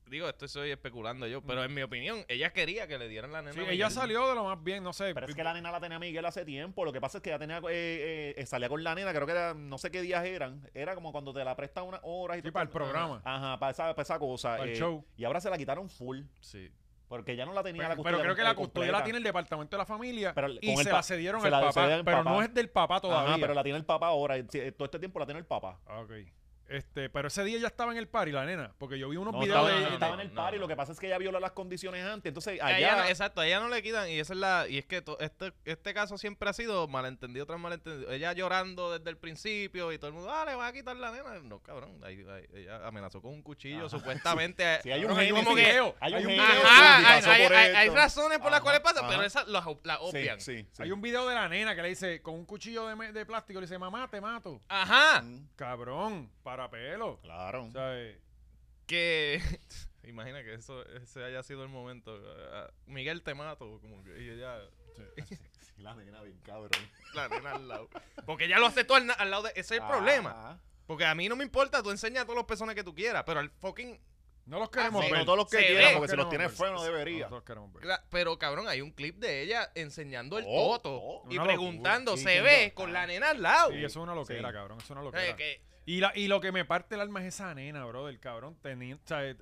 S4: digo, esto estoy especulando yo, pero en mi opinión, ella quería que le dieran la nena.
S2: Sí,
S4: a
S2: ella
S4: Miguel.
S2: salió de lo más bien, no sé.
S3: Pero es que la nena la tenía Miguel hace tiempo. Lo que pasa es que ya tenía, eh, eh, eh, salía con la nena, creo que era, no sé qué días eran. Era como cuando te la prestan unas horas y
S2: Sí,
S3: tú-
S2: para el programa.
S3: Ajá, para esa, para esa cosa.
S2: Para el
S3: eh,
S2: show.
S3: Y ahora se la quitaron full.
S4: Sí.
S3: Porque ya no la tenía la
S2: Pero,
S3: custodia.
S2: pero creo que la custodia la
S3: completa.
S2: tiene el departamento de la familia
S3: Pero
S2: y
S3: con el
S2: se
S3: pa-
S2: la cedieron
S3: se
S2: al
S3: la
S2: papá,
S3: cedieron al
S2: pero
S3: papá.
S2: no es del papá todavía.
S3: eh, Ajá, pero la tiene el papá ahora. y- sí, Todo este tiempo la tiene el papá.
S2: Ah, ok. Este, pero ese día ya estaba en el party la nena, porque yo vi unos
S3: No,
S2: videos
S3: estaba,
S2: de
S4: no,
S2: ella.
S3: estaba
S4: no,
S3: en el
S4: no,
S3: party,
S4: no.
S3: lo que pasa es que ella violó las condiciones antes. Entonces,
S4: A
S3: allá...
S4: ella no- exacto, a ella no le quitan y esa es la y es que to- este este caso siempre ha sido malentendido tras malentendido. Ella llorando desde el principio y todo el mundo, "Ah, le va a quitar la nena." No, cabrón, ahí- ahí- ella amenazó con un cuchillo
S3: Ajá.
S4: supuestamente.
S3: Sí, hay un
S2: Cabrón, hay
S3: génesis,
S2: como que-
S3: hay un
S2: hay un-
S3: génesis que
S5: Ajá, hay,
S3: pasó
S5: hay-
S3: por
S5: hay- hay
S3: esto.
S5: razones por las
S3: Ajá,
S5: cuales pasa, pero
S3: ajá.
S5: esas las la obvian.
S3: Sí, sí, sí.
S2: Hay un video de la nena que le dice con un cuchillo de, me- de plástico, le dice, mamá, te mato.
S5: Ajá,
S3: Mm,
S2: Cabrón, para pelo. eh,
S3: Claro.
S2: ¿Sabes?
S4: que imagina que eso ese haya sido el momento. ah, Miguel te mato como que y ella
S3: Sí, la nena bien cabrón.
S4: la nena al lado. Porque ella lo aceptó al, na- al lado de ese es
S3: Ah,
S4: el problema.
S3: Ajá.
S4: Porque a mí no me importa, tú enseñas a todos los personas que tú quieras, pero al fucking
S2: No los queremos
S5: sí,
S2: ver.
S3: Ah, No todos los que
S5: Se
S3: quieran,
S5: ve.
S3: porque si los
S2: Queremos
S3: tiene
S2: ver.
S3: feo no debería.
S2: No todos queremos ver.
S4: Cla- Pero cabrón, hay un clip de ella enseñando el
S3: Oh,
S4: toto
S3: oh.
S4: y
S2: Una
S4: preguntando,
S3: locura, sí,
S4: se
S3: que
S4: ve
S3: no-
S4: con la nena al lado.
S2: Sí, eso es una loquera,
S3: Sí.
S2: cabrón. Eso es una
S4: O sea,
S2: loquera.
S4: que-
S2: Y, la, y lo que me parte el alma es esa nena, bro, del cabrón. Tenía, o sea, eh,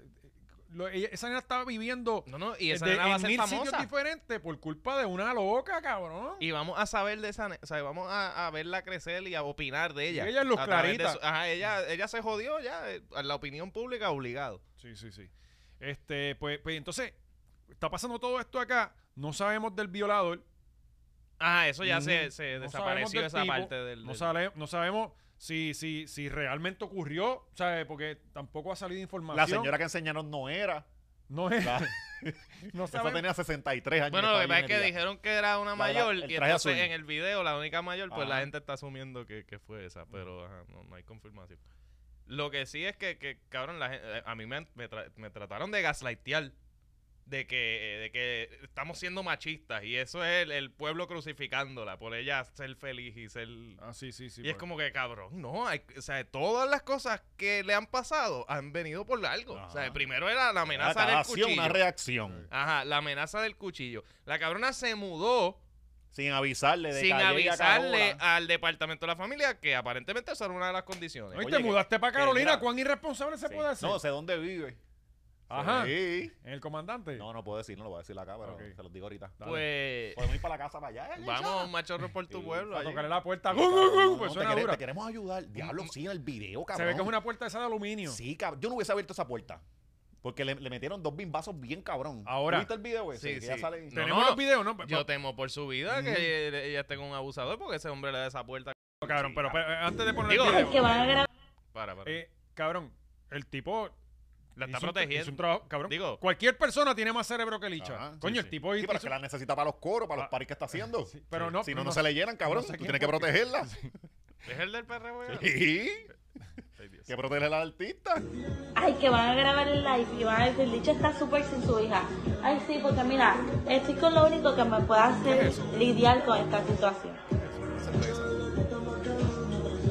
S2: lo- ella- esa nena estaba viviendo
S4: no, no, y esa
S2: de-
S4: nena va a
S2: en
S4: ser
S2: mil sitios
S4: famosa.
S2: diferentes por culpa de una loca, cabrón.
S4: Y vamos a saber de esa nena, o sea, vamos a, a verla crecer y a opinar de ella.
S2: Y ella es luz
S4: a través de
S2: clarita.
S4: su- ajá, ella, ella se jodió ya, eh, a la opinión pública obligado.
S2: Sí, sí, sí. Este, pues, pues entonces, está pasando todo esto acá. No sabemos del violador.
S4: Ajá, eso ya
S2: Ujú.
S4: se, se
S2: No sabemos
S4: desapareció
S2: del
S4: esa
S2: tipo,
S4: parte del...
S2: No,
S4: del-
S2: sale, no sabemos si, si, si realmente ocurrió, ¿sabes? Porque tampoco ha salido información.
S3: La señora que enseñaron no era.
S2: No es.
S3: La-
S2: No
S3: Esa
S2: sabemos.
S3: tenía 63 años.
S4: Bueno, lo que pasa es que
S3: dije
S4: dijeron que era una
S3: La- la-
S4: mayor
S3: el
S4: y
S3: traje azul.
S4: entonces en el video la única mayor, pues la
S3: Ajá.
S4: gente está asumiendo que, que fue esa, pero ajá, no, no hay confirmación. Lo que sí es que, que, cabrón, la gen- eh, a mí me, han- me tra- me trataron de gaslightear, de que, eh, de que estamos siendo machistas y eso es el, el pueblo crucificándola por ella ser feliz y ser...
S2: Ah, sí, sí, sí.
S4: y es
S2: por-
S4: como que, cabrón, no, hay- o sea, todas las cosas que le han pasado han venido por algo. O sea,
S3: Ajá.
S4: primero era la amenaza del
S3: acción,
S4: cuchillo.
S3: una reacción.
S4: Ajá, la amenaza del cuchillo. La cabrona se mudó
S3: Sin avisarle de
S4: sin
S3: calle y
S4: avisarle
S3: acabó la-
S4: al departamento de la familia que aparentemente esa era una de las condiciones.
S2: No, y
S3: Oye,
S2: te
S3: que-
S2: mudaste para
S3: que
S2: Carolina,
S3: mira-
S2: ¿cuán irresponsable se
S3: Sí.
S2: puede ser?
S3: No, sé dónde vive.
S2: Ajá.
S3: Sí.
S2: ¿En el comandante?
S3: No, no puedo decir, no lo voy a decir acá, pero
S2: Ok.
S3: se los digo ahorita.
S2: Dale.
S4: Pues
S3: Podemos ir para la casa para allá. ya,
S4: vamos, machorro, por
S3: Pues,
S4: tu
S3: Sí,
S4: pueblo.
S3: para
S4: allí.
S2: Tocarle la puerta.
S3: ya.
S2: ¡Gu, gu, gu!
S3: No, no,
S2: Pues
S3: te,
S2: suena
S3: quere-
S2: dura. Mm,
S3: te queremos ayudar. Diablo, sí, en el video, cabrón.
S2: Se ve que es una puerta esa de aluminio.
S3: Sí, cabrón. Yo no hubiese abierto esa puerta. Porque le, le metieron dos bimbazos bien cabrón.
S2: Ahora.
S3: ¿Tú ¿Viste el video ese?
S4: Sí,
S3: Que
S4: sí.
S3: ya sale-
S4: No,
S2: Tenemos los videos, ¿no?
S4: Yo temo por su vida que ella, ella esté con un abusador porque ese hombre le da esa puerta.
S2: Pero, cabrón, pero, pero, eh, antes de poner
S4: Digo,
S2: el video,
S4: Para, para.
S2: eh, cabrón, el tipo
S4: la
S2: hizo un-
S4: está
S2: hizo un
S4: protegiendo.
S2: trabajo, cabrón.
S4: Digo-
S2: cualquier persona tiene más cerebro que licha.
S3: Ajá, Ah, sí,
S2: Coño, el
S3: sí.
S2: tipo
S3: Sí,
S2: hizo-
S3: pero es que la necesita para los coros, para
S2: Ah,
S3: los paris que está haciendo.
S2: sí, pero no,
S3: Si no,
S2: no
S3: no
S2: sé-
S3: se le llenan,
S2: no
S3: cabrón.
S2: sé
S3: Tú
S2: quién
S3: tienes que
S2: fue.
S3: protegerla.
S4: ¿Es el del PRW?
S3: Sí.
S4: Ay, Dios.
S3: Que proteger al artista.
S7: Ay, que van a grabar el live y van a decir, Licha está súper sin su hija. Ay, sí, porque mira, estoy con lo único que me puede hacer lidiar con esta situación.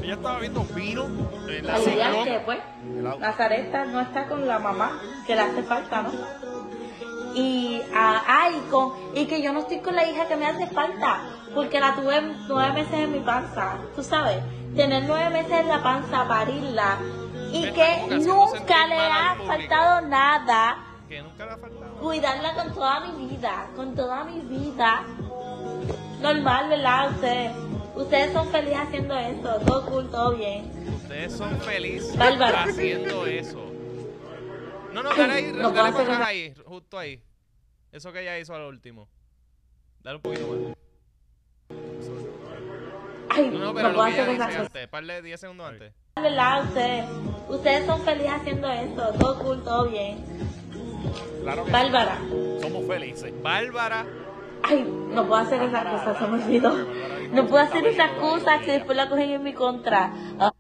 S2: Ella estaba viendo vino en la
S7: Lidiar
S2: ciclón.
S7: que, pues,
S3: El auto.
S7: Nazaret está- no está con la mamá, que le hace falta, ¿no? Y, ah, ay, con, y que yo no estoy con la hija que me hace falta, porque la tuve nueve meses en mi panza, tú sabes. Tener nueve meses en la panza, parirla, y
S4: Me
S7: que
S4: está como que haciendo
S7: nunca
S4: sentir
S7: le
S4: mal al
S7: ha
S4: público.
S7: faltado nada.
S4: Que nunca le ha faltado.
S7: cuidarla con toda mi vida, con toda mi vida. Normal, ¿verdad? Ustedes, ustedes son felices haciendo esto, todo cool, todo bien.
S4: Ustedes son felices
S7: Bárbara.
S4: haciendo eso. No, no, dale ahí,
S7: No puedo
S4: dale para
S7: hacer
S4: atrás
S7: nada.
S4: ahí, justo ahí. Eso que ella hizo al último. Dale un poquito más.
S7: Ay,
S4: No,
S7: no,
S4: no, pero
S7: puedo
S4: lo que ella
S7: hacer
S4: dice
S7: esas cosas.
S4: antes, parle 10 segundos antes.
S7: ¿Verdad? Ustedes, ustedes son felices haciendo esto, todo cool, todo bien.
S3: Claro que sí.
S7: Bárbara,
S3: Somos felices.
S4: Bárbara,
S7: ay, no puedo hacer esas cosas, se me olvidó. No puedo hacer esas cosas que después la cogen en mi contra. Ah,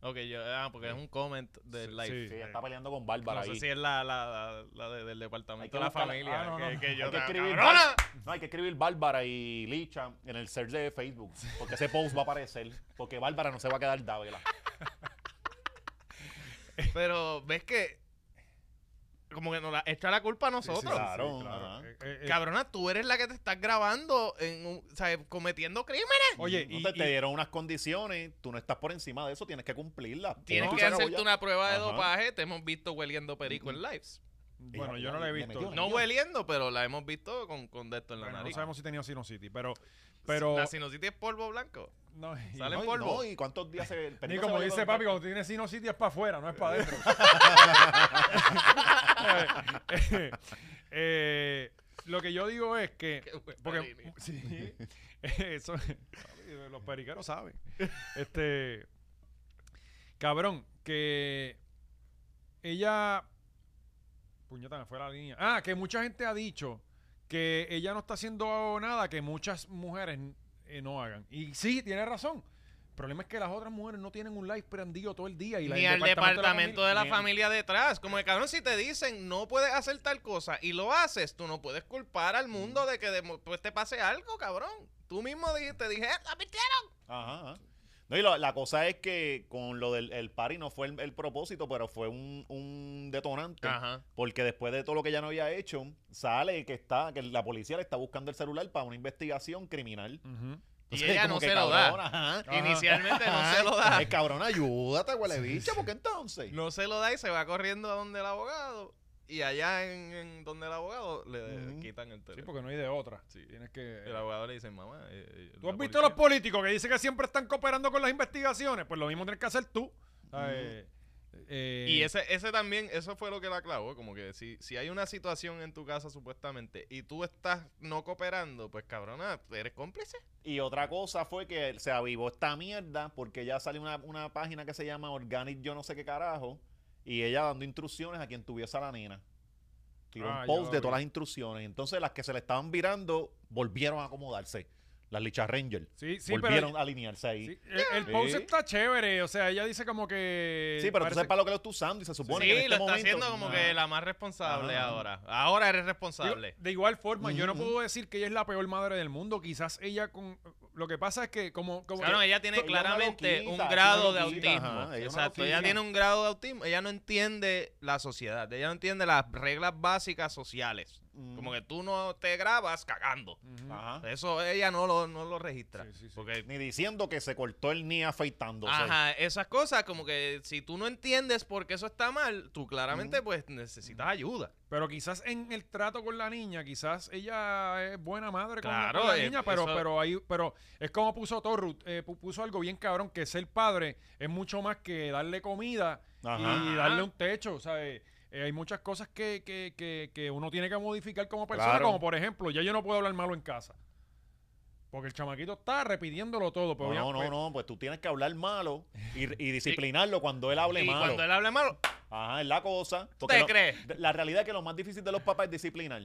S4: ok, yo, ah, porque es un comment del live.
S3: Sí, eh. ella está peleando con Bárbara
S4: No
S3: ahí.
S4: sé si es la, la, la, la de- del
S3: Hay
S4: departamento
S3: que
S4: de la
S3: buscarla.
S4: familia.
S3: Ah, no,
S4: que,
S3: no.
S4: que yo
S3: hay que
S4: te-
S3: escribir
S4: ¡Cabrona!
S3: No, hay que escribir Bárbara y Licha en el search de Facebook. Porque ese post va a aparecer. Porque Bárbara no se va a quedar dávela.
S4: Pero ves que. Como que nos la echa la culpa a nosotros.
S3: Claro, ajá.
S2: Eh, eh, eh,
S4: Cabrona, tú eres la que te estás grabando en un- o sea, cometiendo crímenes.
S2: Oye,
S3: No
S2: y,
S3: te, te
S2: y-
S3: dieron unas condiciones, tú no estás por encima de eso, tienes que cumplirlas.
S4: Tienes
S3: Punto,
S4: que
S3: se acabó
S4: hacerte
S3: ya.
S4: una prueba de
S3: Ajá.
S4: dopaje. Te hemos visto hueliendo perico en lives.
S2: bueno, yo no la he
S3: Le
S2: visto.
S3: metió la
S2: No,
S4: No
S3: Coño.
S4: hueliendo, pero la hemos visto con, con de esto en la
S2: bueno, no
S4: nariz.
S2: sabemos si tenía sinusitis, pero pero
S4: La sinusitis es polvo blanco.
S2: No, y-
S4: Sale-
S3: No, y-
S4: polvo.
S3: no, ¿Y cuántos días se el
S2: Ni
S3: perico
S2: como
S3: se
S2: dice
S3: va
S2: papi,
S3: llevando-
S2: cuando tienes sinusitis es para afuera, no es para adentro. Eh, eh, lo que yo digo es que.
S4: Qué buena
S2: Porque,
S4: línea.
S2: sí, eso, papi, los periqueros saben. Este. Cabrón, que. Ella. Puñeta, me fue la línea. Ah, que mucha gente ha dicho que ella no está haciendo nada que muchas mujeres eh, no hagan. Y sí, tiene razón. El problema es que las otras mujeres no tienen un live prendido todo el día. Y la-
S4: Ni
S2: el
S4: al departamento de la
S2: ni-
S4: familia detrás. Como que, cabrón, si te dicen no puedes hacer tal cosa y lo haces, tú no puedes culpar al mundo de que después te pase algo, cabrón. Tú mismo dijiste, dije, "Eh, la mintieron".
S3: Ajá. ajá. No, y lo- la cosa es que con lo del el party no fue el, el propósito, pero fue un, un detonante.
S4: Ajá.
S3: Porque después de todo lo que ya no había hecho, sale que está que la policía le está buscando el celular para una investigación criminal.
S2: Ujú.
S4: Y
S3: Entonces,
S4: ella
S3: como
S4: no
S3: que,
S4: se lo da.
S3: cabrón, ajá.
S2: Ajá.
S4: Inicialmente no se lo da.
S3: Ay, cabrón, ayúdate, huele bicha, porque entonces.
S4: No se lo da y se va corriendo a donde el abogado. Y allá en, en donde el abogado le
S3: Ujú.
S4: quitan el teléfono.
S2: Sí, porque no hay de otra.
S4: Sí.
S2: Tienes que...
S4: El abogado le dice, mamá. eh, eh,
S2: ¿Tú
S4: la
S2: has visto a los
S4: policía-
S2: políticos que dicen que siempre están cooperando con las investigaciones? Pues lo mismo tienes que hacer tú. ¿sabes? Eh,
S4: Y ese, ese también, eso fue lo que la clavó. Como que si, si hay una situación en tu casa supuestamente y tú estás no cooperando, pues cabrona, eres cómplice.
S3: Y otra cosa fue que se avivó esta mierda porque ya salió una, una página que se llama Organic Yo no sé qué carajo y ella dando instrucciones a quien tuviese a la nena. Tiró
S2: Ah, yo
S3: un post
S2: lo
S3: de
S2: vi.
S3: todas las instrucciones. Entonces las que se le estaban virando volvieron a acomodarse. Las Licha Ranger.
S2: Sí, sí,
S3: volvieron
S2: pero...
S3: a alinearse ahí.
S2: sí,
S3: Sí,
S2: el, el post
S3: Sí.
S2: está chévere. O sea, ella dice como que...
S3: pero tú
S2: parece-
S3: sabes para lo que lo está usando y se supone
S4: sí,
S3: que en
S4: lo
S3: este momento-
S4: está haciendo como que la más responsable
S3: Ajá.
S4: ahora. Ahora eres
S2: Digo,
S4: responsable.
S2: de igual forma, yo no
S3: Ujú.
S2: puedo decir que ella es la peor madre del mundo. Quizás ella con... Lo que pasa es que como... como
S4: Claro, ella
S3: Ella
S4: tiene
S3: es una
S4: claramente
S3: loquita,
S4: un
S3: es una
S4: grado de
S3: loquita,
S4: autismo.
S3: ajá, ella es una
S4: Exacto,
S3: loquita.
S4: ella tiene un grado de autismo. Ella no entiende la sociedad, ella no entiende las reglas básicas sociales.
S3: Mm.
S4: Como que eh, tú no te grabas cagando.
S2: Ujú.
S3: Ajá.
S4: Eso ella no lo, no lo registra.
S2: Sí, sí, sí.
S4: Porque,
S3: Ni diciendo que se cortó el ni afeitándose.
S4: ajá, esas cosas como que si tú no entiendes por qué eso está mal, tú claramente pues necesitas ayuda.
S2: Pero quizás en el trato con la niña, quizás ella es buena madre con-
S4: Claro,
S2: con la
S4: eh,
S2: niña, pero,
S4: eso-
S2: pero ahí, pero es como puso Torru, eh, pu- puso algo bien cabrón, que ser padre es mucho más que darle comida
S3: Ajá.
S2: y darle un techo, ¿sabes? Eh, hay muchas cosas que, que, que, que uno tiene que modificar como persona,
S3: Claro.
S2: como por ejemplo, ya yo no puedo hablar malo en casa. Porque el chamaquito está repitiéndolo todo. pero
S3: No,
S2: ya-
S3: no, no, pues tú tienes que hablar malo y, y disciplinarlo cuando él hable
S4: Y
S3: malo.
S4: cuando él habla malo,
S3: Ajá, es la cosa.
S4: ¿tú
S3: Porque
S4: te
S3: lo-
S4: crees?
S3: de- La realidad es que lo más difícil de los papás es disciplinar.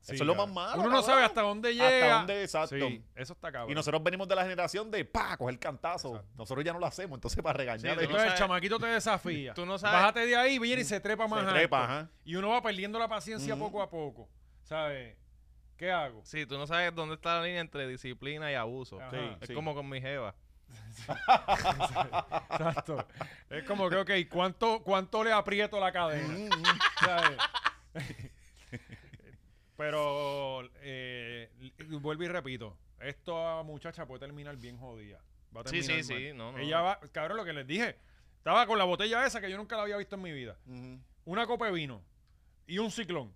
S2: Sí,
S3: Eso es lo más
S2: cabrón.
S3: malo.
S2: Uno no
S3: cabrón.
S2: sabe hasta dónde
S3: Hasta
S2: llega.
S3: dónde, exacto.
S2: Sí, eso está cabrón.
S3: Y nosotros venimos de la generación de pa, coger cantazo.
S2: Exacto.
S3: Nosotros ya no lo hacemos, entonces para
S4: Sí,
S3: regañar.
S4: tú
S3: es-
S4: no
S2: Entonces
S4: sabes-
S2: el chamaquito te desafía.
S4: tú no sabes-
S2: Bájate de ahí, viene y se trepa más
S3: se
S2: alto.
S3: trepa, ajá. Mm.
S2: Y uno va perdiendo la paciencia
S3: Ujú.
S2: poco a poco. ¿Sabes? ¿Qué hago?
S4: Sí, tú no sabes dónde está la línea entre disciplina y abuso.
S2: Ajá.
S3: Sí,
S4: Es
S3: sí.
S4: como con mi jeva.
S2: Exacto. es como que, ok, ¿cuánto, cuánto le aprieto la cadena?
S3: Mm, mm.
S2: ¿Sabes? Pero, eh, vuelvo y repito, esta muchacha puede terminar bien jodida. Va a
S4: Sí,
S2: terminar
S4: sí,
S2: mal.
S4: sí, no, no.
S2: Ella va, cabrón, lo que les dije, estaba con la botella esa que yo nunca la había visto en mi vida.
S3: Ujú.
S2: Una copa de vino y un ciclón.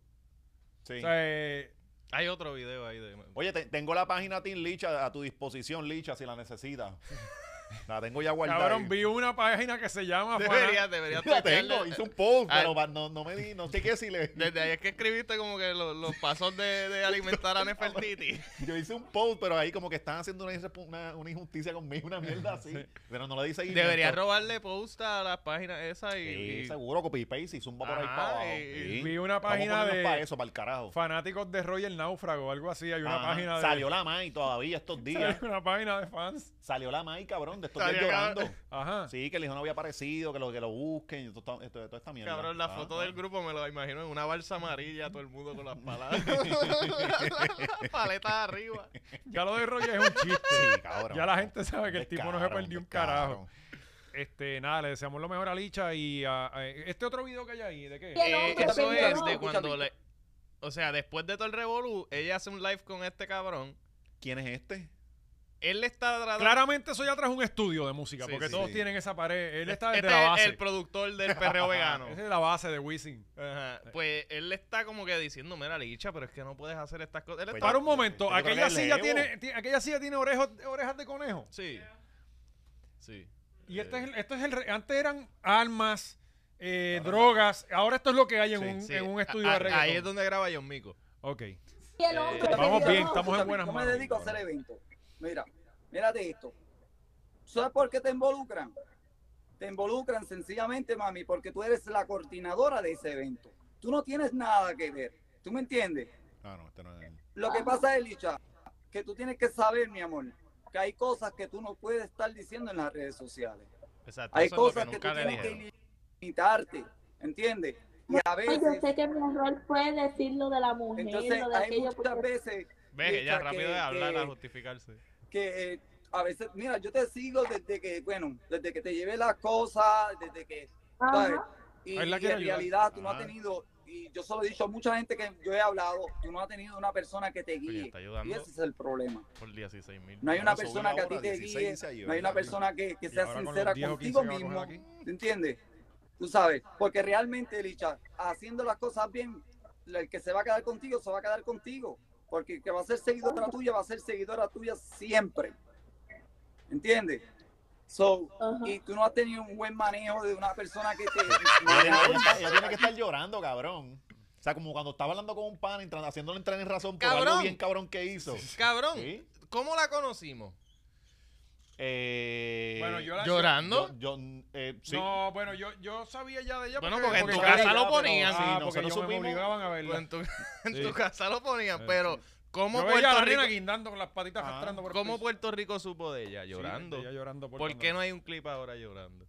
S3: Sí.
S2: O sea, eh,
S4: Hay otro video ahí de...
S3: Oye, te- tengo la página Team Licha a tu disposición, Licha, si la necesitas. la tengo ya guardada.
S2: cabrón,
S3: ahí.
S2: vi una página que se llama Fana-
S4: Deberías, deberías
S3: La
S4: tocarle-
S3: tengo, hice un post,
S4: Ah.
S3: pero pa- no, no me di, no sé qué si le.
S4: Desde ahí es que escribiste como que lo- los pasos de, de alimentar a Nefertiti.
S3: Yo hice un post, pero ahí como que están haciendo una, irrespo- una- una injusticia conmigo, una mierda así. Pero no le dice
S4: Deberías robarle post a las páginas esas y...
S3: Sí,
S4: y-
S3: seguro, copy paste y zumba por ahí
S4: Ajá,
S3: para abajo.
S4: y- y
S3: Sí.
S2: vi una
S3: Vamos a
S2: página
S3: ponernos
S2: de-
S3: para eso, para el carajo.
S2: Fanáticos de Roger Náufrago o algo así. Hay una
S3: Ajá.
S2: página de.
S3: Salió la Mai todavía estos días.
S2: salió una página de fans.
S3: Salió la Mai, cabrón, de estos días
S4: Salió la-
S3: llorando.
S2: Ajá.
S3: Sí, que el hijo no había aparecido, que lo, que lo busquen, y todo, esto- toda esta mierda.
S4: Cabrón, la
S3: Ah,
S4: foto
S3: ah.
S4: del grupo me lo imagino en una balsa amarilla, todo el mundo con las palabras. paletas arriba.
S2: Ya lo de Roger es un chiste.
S3: Sí, cabrón.
S2: Ya la gente sabe que el
S3: Hombre,
S2: tipo no se
S3: cabrón,
S2: perdió un
S3: hombre,
S2: carajo. Este, nada, le deseamos lo mejor a Licha y a, a- este otro video que hay ahí, ¿de qué?
S7: Que no,
S4: Eh,
S7: que no,
S4: eso
S7: que no,
S4: es
S7: no,
S4: de
S7: escucha,
S4: cuando le... O sea, después de todo el revolú, ella hace un live con este cabrón.
S3: ¿Quién es este?
S4: Él le está tratando...
S2: Claramente eso ya trajo un estudio de música,
S4: Sí,
S2: porque
S4: sí,
S2: todos
S3: sí.
S2: tienen esa pared. Él está
S4: este
S2: desde la
S4: es
S2: base.
S4: el productor del perreo vegano.
S2: Esa es la base de Wisin.
S4: Ajá, Pues él le está como que diciendo, mira, Licha, pero es que no puedes hacer estas cosas. Él
S3: Pues
S4: está...
S2: Para un momento,
S4: Este
S3: Yo creo que
S2: aquella
S3: es
S2: silla
S3: Leo.
S2: tiene, ti- aquella silla tiene orejas, orejas de conejo.
S4: Sí. Sí.
S2: Y este es el, esto es el re- antes eran armas, eh, drogas, ahora esto es lo que hay en,
S4: Sí,
S2: un,
S4: sí.
S2: en un
S4: A-
S2: estudio de
S4: a-
S2: reggaetón.
S4: Ahí es donde graba John Mico.
S2: Ok.
S7: Y el hombre que
S2: Vamos
S7: diga,
S2: bien,
S7: no,
S2: estamos en buenas
S8: Yo me
S2: manos.
S8: dedico a hacer eventos. Mira, mírate esto. ¿Sabes por qué te involucran? Te involucran sencillamente, mami, porque tú eres la coordinadora de ese evento. Tú no tienes nada que ver. ¿Tú me entiendes?
S3: Ah, no, este no es.
S8: Lo que pasa, Elicha, que tú tienes que saber, mi amor, que hay cosas que tú no puedes estar diciendo en las redes sociales.
S4: Exacto.
S8: Hay
S4: eso es lo
S8: cosas que, tú
S4: nunca le
S8: tienes
S4: dijeron.
S8: que limitarte, ¿entiendes? Y a
S7: Ay, yo
S8: veces,
S7: sé que mi error fue decir lo de la mujer,
S8: entonces
S7: lo de
S8: hay
S7: aquello.
S8: muchas veces
S4: Ve, que ya
S8: Dicha
S4: rápido
S8: que-
S4: de hablar a
S8: que-
S4: justificarse.
S8: que eh, a veces, mira, yo te sigo desde que, bueno, desde que te llevé las cosas, desde que, ¿sabes?
S7: Ajá.
S8: Y,
S2: Ahí la
S8: y
S2: quiero
S8: en
S2: ayudar.
S8: realidad tú no has
S4: Ajá.
S8: tenido, y yo solo he dicho a mucha gente que yo he hablado, tú no has tenido una persona que te
S4: Oye,
S8: guíe.
S4: está
S8: Y
S4: ayudando
S8: ese es el problema.
S4: por 16 mil.
S8: No hay una
S3: Eso,
S8: persona que a ti
S3: hora,
S8: te
S3: 16
S8: guíe,
S3: se ha ido,
S8: no hay una
S3: ¿verdad?
S8: persona que, que
S2: Y
S8: sea
S2: ahora con los
S8: sincera
S2: 10 o 15
S8: contigo
S2: que vamos a
S8: mismo.
S2: coger aquí.
S8: ¿Te entiendes? Tú sabes, porque realmente, Licha, haciendo las cosas bien, el que se va a quedar contigo, se va a quedar contigo. Porque el que va a ser seguidora tuya, va a ser seguidora tuya siempre. ¿Entiendes? So,
S7: Ajá.
S8: y tú no has tenido un buen manejo de una persona que te...
S3: Ella tiene- ella está- ella tiene que estar llorando, cabrón. O sea, como cuando estaba hablando con un pana, entrando- haciéndole entrar en razón por algo
S4: Cabrón.
S3: bien cabrón que hizo.
S4: Cabrón,
S3: Sí.
S4: ¿cómo la conocimos?
S3: Eh,
S2: Bueno, yo la-
S4: ¿Llorando?
S3: Yo, yo, eh, sí.
S2: No, bueno, yo, yo sabía ya de ella.
S4: Bueno, porque en tu
S2: yo
S4: casa
S2: era
S4: lo
S2: ya,
S4: ponían.
S2: pero- ah,
S3: Sí, nosotros
S2: porque ellos me
S3: supimos-
S2: obligaban a verla.
S4: en tu, en tu
S2: Sí.
S4: casa lo ponían,
S2: Eh,
S4: pero ¿cómo,
S2: Yo veía a
S4: Puerto
S2: la reina
S4: Rico,
S2: guindando con las patitas
S3: Ajá.
S2: arrastrando por el
S4: ¿cómo
S2: piso.
S4: Puerto Rico supo de ella?
S2: Sí,
S4: Llorando.
S2: ella llorando por,
S4: ¿Por qué no hay un clip ahora llorando?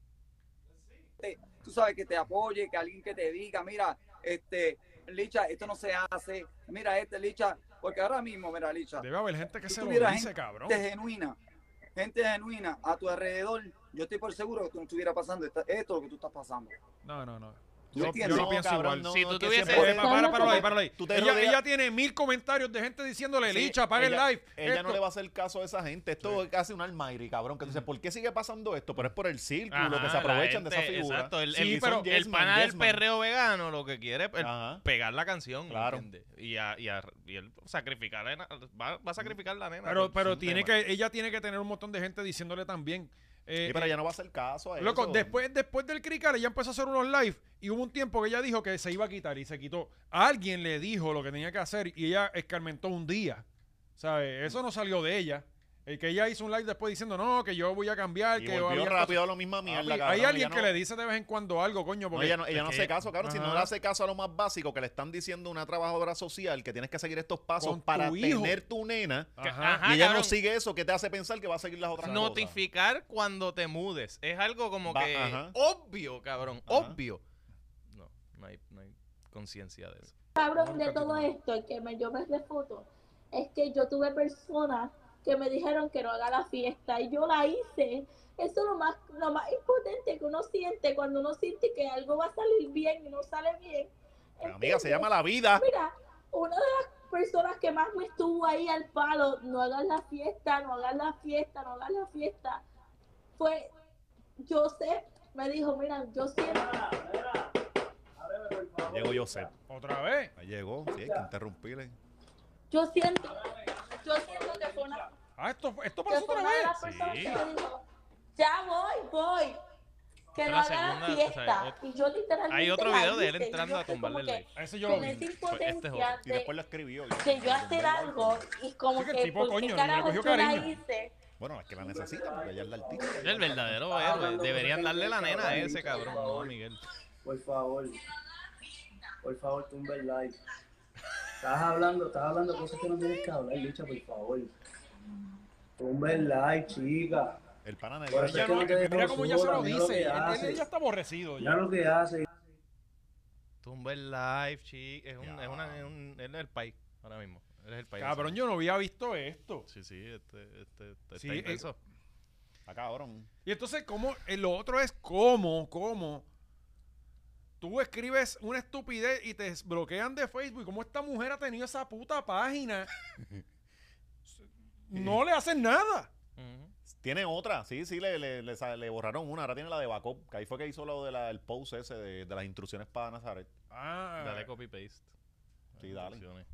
S8: tú sabes, que te apoye, que alguien que te diga, mira, este, Licha, esto no se hace, mira, este, Licha, porque ahora mismo, mira, Licha,
S2: Debe haber gente que
S8: Tú
S2: se lo
S8: tuvieras
S2: dice, cabrón.
S8: gente genuina, gente genuina a tu alrededor, yo estoy por seguro que tú no estuvieras pasando esta- esto lo que tú estás pasando.
S2: No, no, no.
S8: ¿Tú
S2: Yo, yo
S8: entiendes?
S2: no pienso
S3: cabrón,
S2: igual.
S3: no,
S4: Si
S3: no,
S4: tú
S3: es que
S4: tuvieses-
S2: Eh,
S3: siempre-
S2: pa- para, páralo ahí, páralo ahí.
S3: Tú te
S2: Ella,
S3: rodeas-
S2: ella tiene mil comentarios de gente diciéndole,
S3: Sí,
S2: licha, apaga el
S3: ella-
S2: live.
S3: Ella no
S2: esto". Mm.
S3: le va a hacer caso a esa gente. Esto es casi un almighty, cabrón. Que tú dices, ¿por qué sigue pasando esto? Pero es por el círculo
S4: Ajá,
S3: que se
S4: la
S3: aprovechan de esa
S4: gente,
S3: figura.
S4: Exacto, el,
S3: Sí,
S4: el-
S3: pero-
S4: el
S3: yes man,
S4: pana
S3: yes
S4: del
S3: man.
S4: perreo vegano lo que quiere es el-
S3: Ajá.
S4: pegar la canción,
S3: Claro.
S4: claro. Y, a, y, a- y él sacrificar la nena- va, va a sacrificar la nena.
S2: Pero,
S4: por
S2: pero
S4: un
S2: tiene
S4: tema.
S2: que, ella tiene que tener un montón de gente diciéndole también. eh,
S3: Sí, pero ella no va a hacer caso a eso.
S2: Loco, después, después del crical ella empezó a hacer unos live y hubo un tiempo que ella dijo que se iba a quitar y se quitó. Alguien le dijo lo que tenía que hacer y ella escarmentó un día. ¿Sabes? Eso no salió de ella. El que ella hizo un live después diciendo, no, que yo voy a cambiar,
S3: Y
S2: que
S3: volvió
S2: había
S3: rápido a la misma
S2: cosas".
S3: mierda,
S2: Papi,
S3: cabrón,
S2: Hay
S3: ella
S2: alguien que
S3: no-
S2: le dice de vez en cuando algo, coño.
S3: No,
S2: Porque
S3: ella no, ella
S2: es
S3: no
S2: que-
S3: hace caso, cabrón. Si no
S2: Ajá.
S3: le hace caso a lo más básico que le están diciendo una trabajadora social, que tienes que seguir estos pasos
S2: Con tu
S3: para
S2: hijo. Ah,
S3: tener tu nena,
S2: Ajá.
S4: Ajá,
S3: y ella no
S4: cabrón.
S3: sigue eso, ¿qué te hace pensar que va a seguir las otras cosas?
S4: Notificar cuando te mudes. Es algo como
S3: Va-
S4: que
S3: ajá.
S4: obvio, cabrón.
S3: Ajá.
S4: Obvio. No, no hay, no hay conciencia de eso.
S7: cabrón de todo esto y que me, yo me refuto es que yo tuve personas que me dijeron que no haga la fiesta y yo la hice. Eso es lo más, lo más importante que uno siente cuando uno siente que algo va a salir bien y no sale bien.
S3: Pero, Pues, amiga, se
S7: ¿Entiendes?
S3: llama la vida.
S7: Mira, una de las personas que más me estuvo ahí al palo, no hagas la fiesta, no hagas la fiesta, no hagas la fiesta, fue Joseph. Me dijo, mira, yo siento
S3: Llegó Josep.
S2: Otra vez.
S3: Ahí llegó, sí, hay que interrumpirle.
S7: Yo siento, yo siento que fue una,
S2: Ah, esto, esto
S7: que
S2: pasó
S7: fue
S2: otra
S7: una de
S2: vez.
S7: las personas
S4: Sí.
S7: que me dijo, ya voy, voy, que
S4: Pero
S7: no
S4: la
S7: haga la
S4: segunda, o sea,
S7: fiesta.
S4: ot-
S7: y yo literalmente
S4: Hay otro
S7: la
S4: video de él
S7: hice, y yo
S4: entrando a
S7: fue como
S4: tumbarle el
S7: que
S4: like.
S2: Eso yo lo
S7: Con
S2: vi.
S7: esa
S4: Fue este
S7: impotencia
S3: Y después
S7: de,
S3: lo escribió.
S7: de yo hacer algo y como
S2: Sí, que
S7: que,
S2: el tipo,
S7: ¿por qué
S2: coño, le
S7: carajo
S2: cogió
S7: yo la
S2: cariño.
S7: hice?
S3: Bueno, es que la necesita porque ella es la artista.
S4: Es el verdadero héroe. Deberían darle la nena a ese cabrón, no a Miguel.
S9: Por favor. Por favor, tumba el like. Estás hablando, estás hablando cosas que no tienes que hablar, Licha, por favor. Tumba el like, chica.
S3: El pana de
S9: Por eso
S2: Ya
S9: es que
S2: no,
S9: no te dejo
S2: mira cómo ya se
S9: sola,
S2: lo
S9: mira lo
S2: dice.
S9: que
S2: Él, él-
S9: hace.
S2: él ya está aborrecido. ya.
S9: Mira lo que hace.
S4: Tumba el live, chico. Es, un,
S3: Ya.
S4: es, una, es un- él es el país ahora mismo. Él es el país.
S2: Cabrón, yo no había visto esto.
S4: Sí, sí, este, este, este
S2: Sí,
S4: está
S2: eh,
S4: intenso.
S3: Está cabrón.
S2: Y entonces, ¿cómo? Eh, Lo otro es cómo, cómo. Tú escribes una estupidez y te bloquean de Facebook. ¿Cómo esta mujer ha tenido esa puta página? no le hacen nada.
S4: Ujú.
S3: Tiene otra, sí, sí, le, le, le, sa- le borraron una. Ahora tiene la de Bacop, que ahí fue que hizo lo del post ese de, de las instrucciones para Nazaret.
S2: Ah,
S4: Dale copy paste.
S3: Sí, dale.
S4: Instrucciones.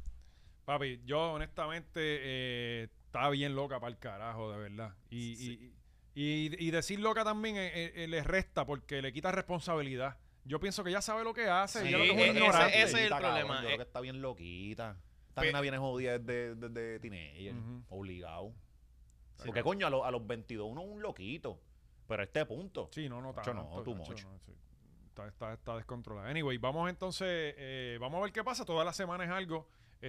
S2: papi, yo honestamente eh, está bien loca para el carajo, de verdad. Y, y- y- Y, y decir loca también eh, eh, les resta porque le quita responsabilidad. Yo pienso que ya sabe lo que hace.
S4: Sí,
S2: ella lo que es un
S4: eh, ese-
S2: ignorante.
S4: ese es el
S3: Loquita, cabrón,
S4: problema,
S3: Yo
S4: eh.
S3: creo que está bien loquita. Esta
S4: Pe-
S3: nena viene jodida desde, desde teenager,
S2: Ujú.
S3: obligado.
S2: Sí.
S3: Porque coño, a, los- a los 22 uno es un loquito. Pero a este punto.
S2: Sí, no, no
S3: Mucho no,
S2: tanto,
S3: too
S2: macho,
S3: much.
S2: no, sí. está, está, está descontrolada. Anyway, vamos entonces, eh, vamos a ver qué pasa. Todas las semanas es algo.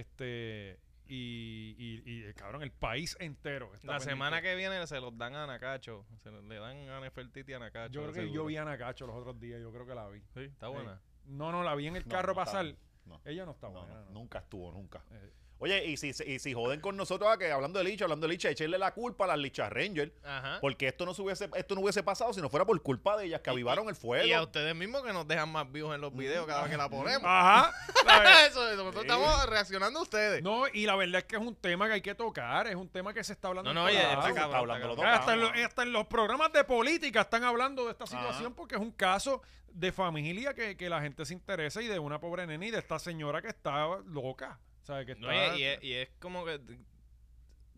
S2: Este, y, y, y, eh, cabrón, el país entero. está
S4: La
S2: pendiente.
S4: semana que viene se los dan a Nacacho. Se los- le dan a Nefertiti y a Nacacho.
S2: Yo creo que
S4: seguro.
S2: yo vi a Nakacho los otros días, yo creo que la vi. Eh,
S4: Sí, está buena.
S2: No, no, la vi en el
S3: No,
S2: carro
S3: no está
S2: pasar.
S3: buena. No.
S2: Ella no está
S3: No,
S2: buena.
S3: no,
S2: no.
S3: nunca estuvo, nunca.
S2: Eh.
S3: Oye, y si, y si joden con nosotros, ah, que hablando de licha, hablando de licha, echarle la culpa a las lichas Ranger,
S4: Ajá.
S3: porque esto no, se hubiese, esto no hubiese pasado si no fuera por culpa de ellas que avivaron el fuego.
S4: Ah. Y a ustedes mismos que nos dejan más views
S2: Mm.
S4: en los videos cada vez que la ponemos.
S2: Ajá. ¿sabes?
S4: Eso, eso, nosotros estamos reaccionando a ustedes.
S2: no, y la verdad es que es un tema que hay que tocar, es un tema que se está hablando.
S4: No,
S2: en
S4: no,
S2: todos
S4: oye,
S2: lados.
S4: está
S3: está
S4: cabrón.
S3: hablando
S4: está
S3: lo toca.
S4: cabrón.
S2: Hasta en, lo- eh, hasta en los programas de política están hablando de esta
S3: Ajá.
S2: situación porque es un caso de familia que, que la gente se interesa y de una pobre nena y de esta señora que está loca. O sea, que
S4: No,
S2: está- eh,
S4: oye, y, es, y es como que t-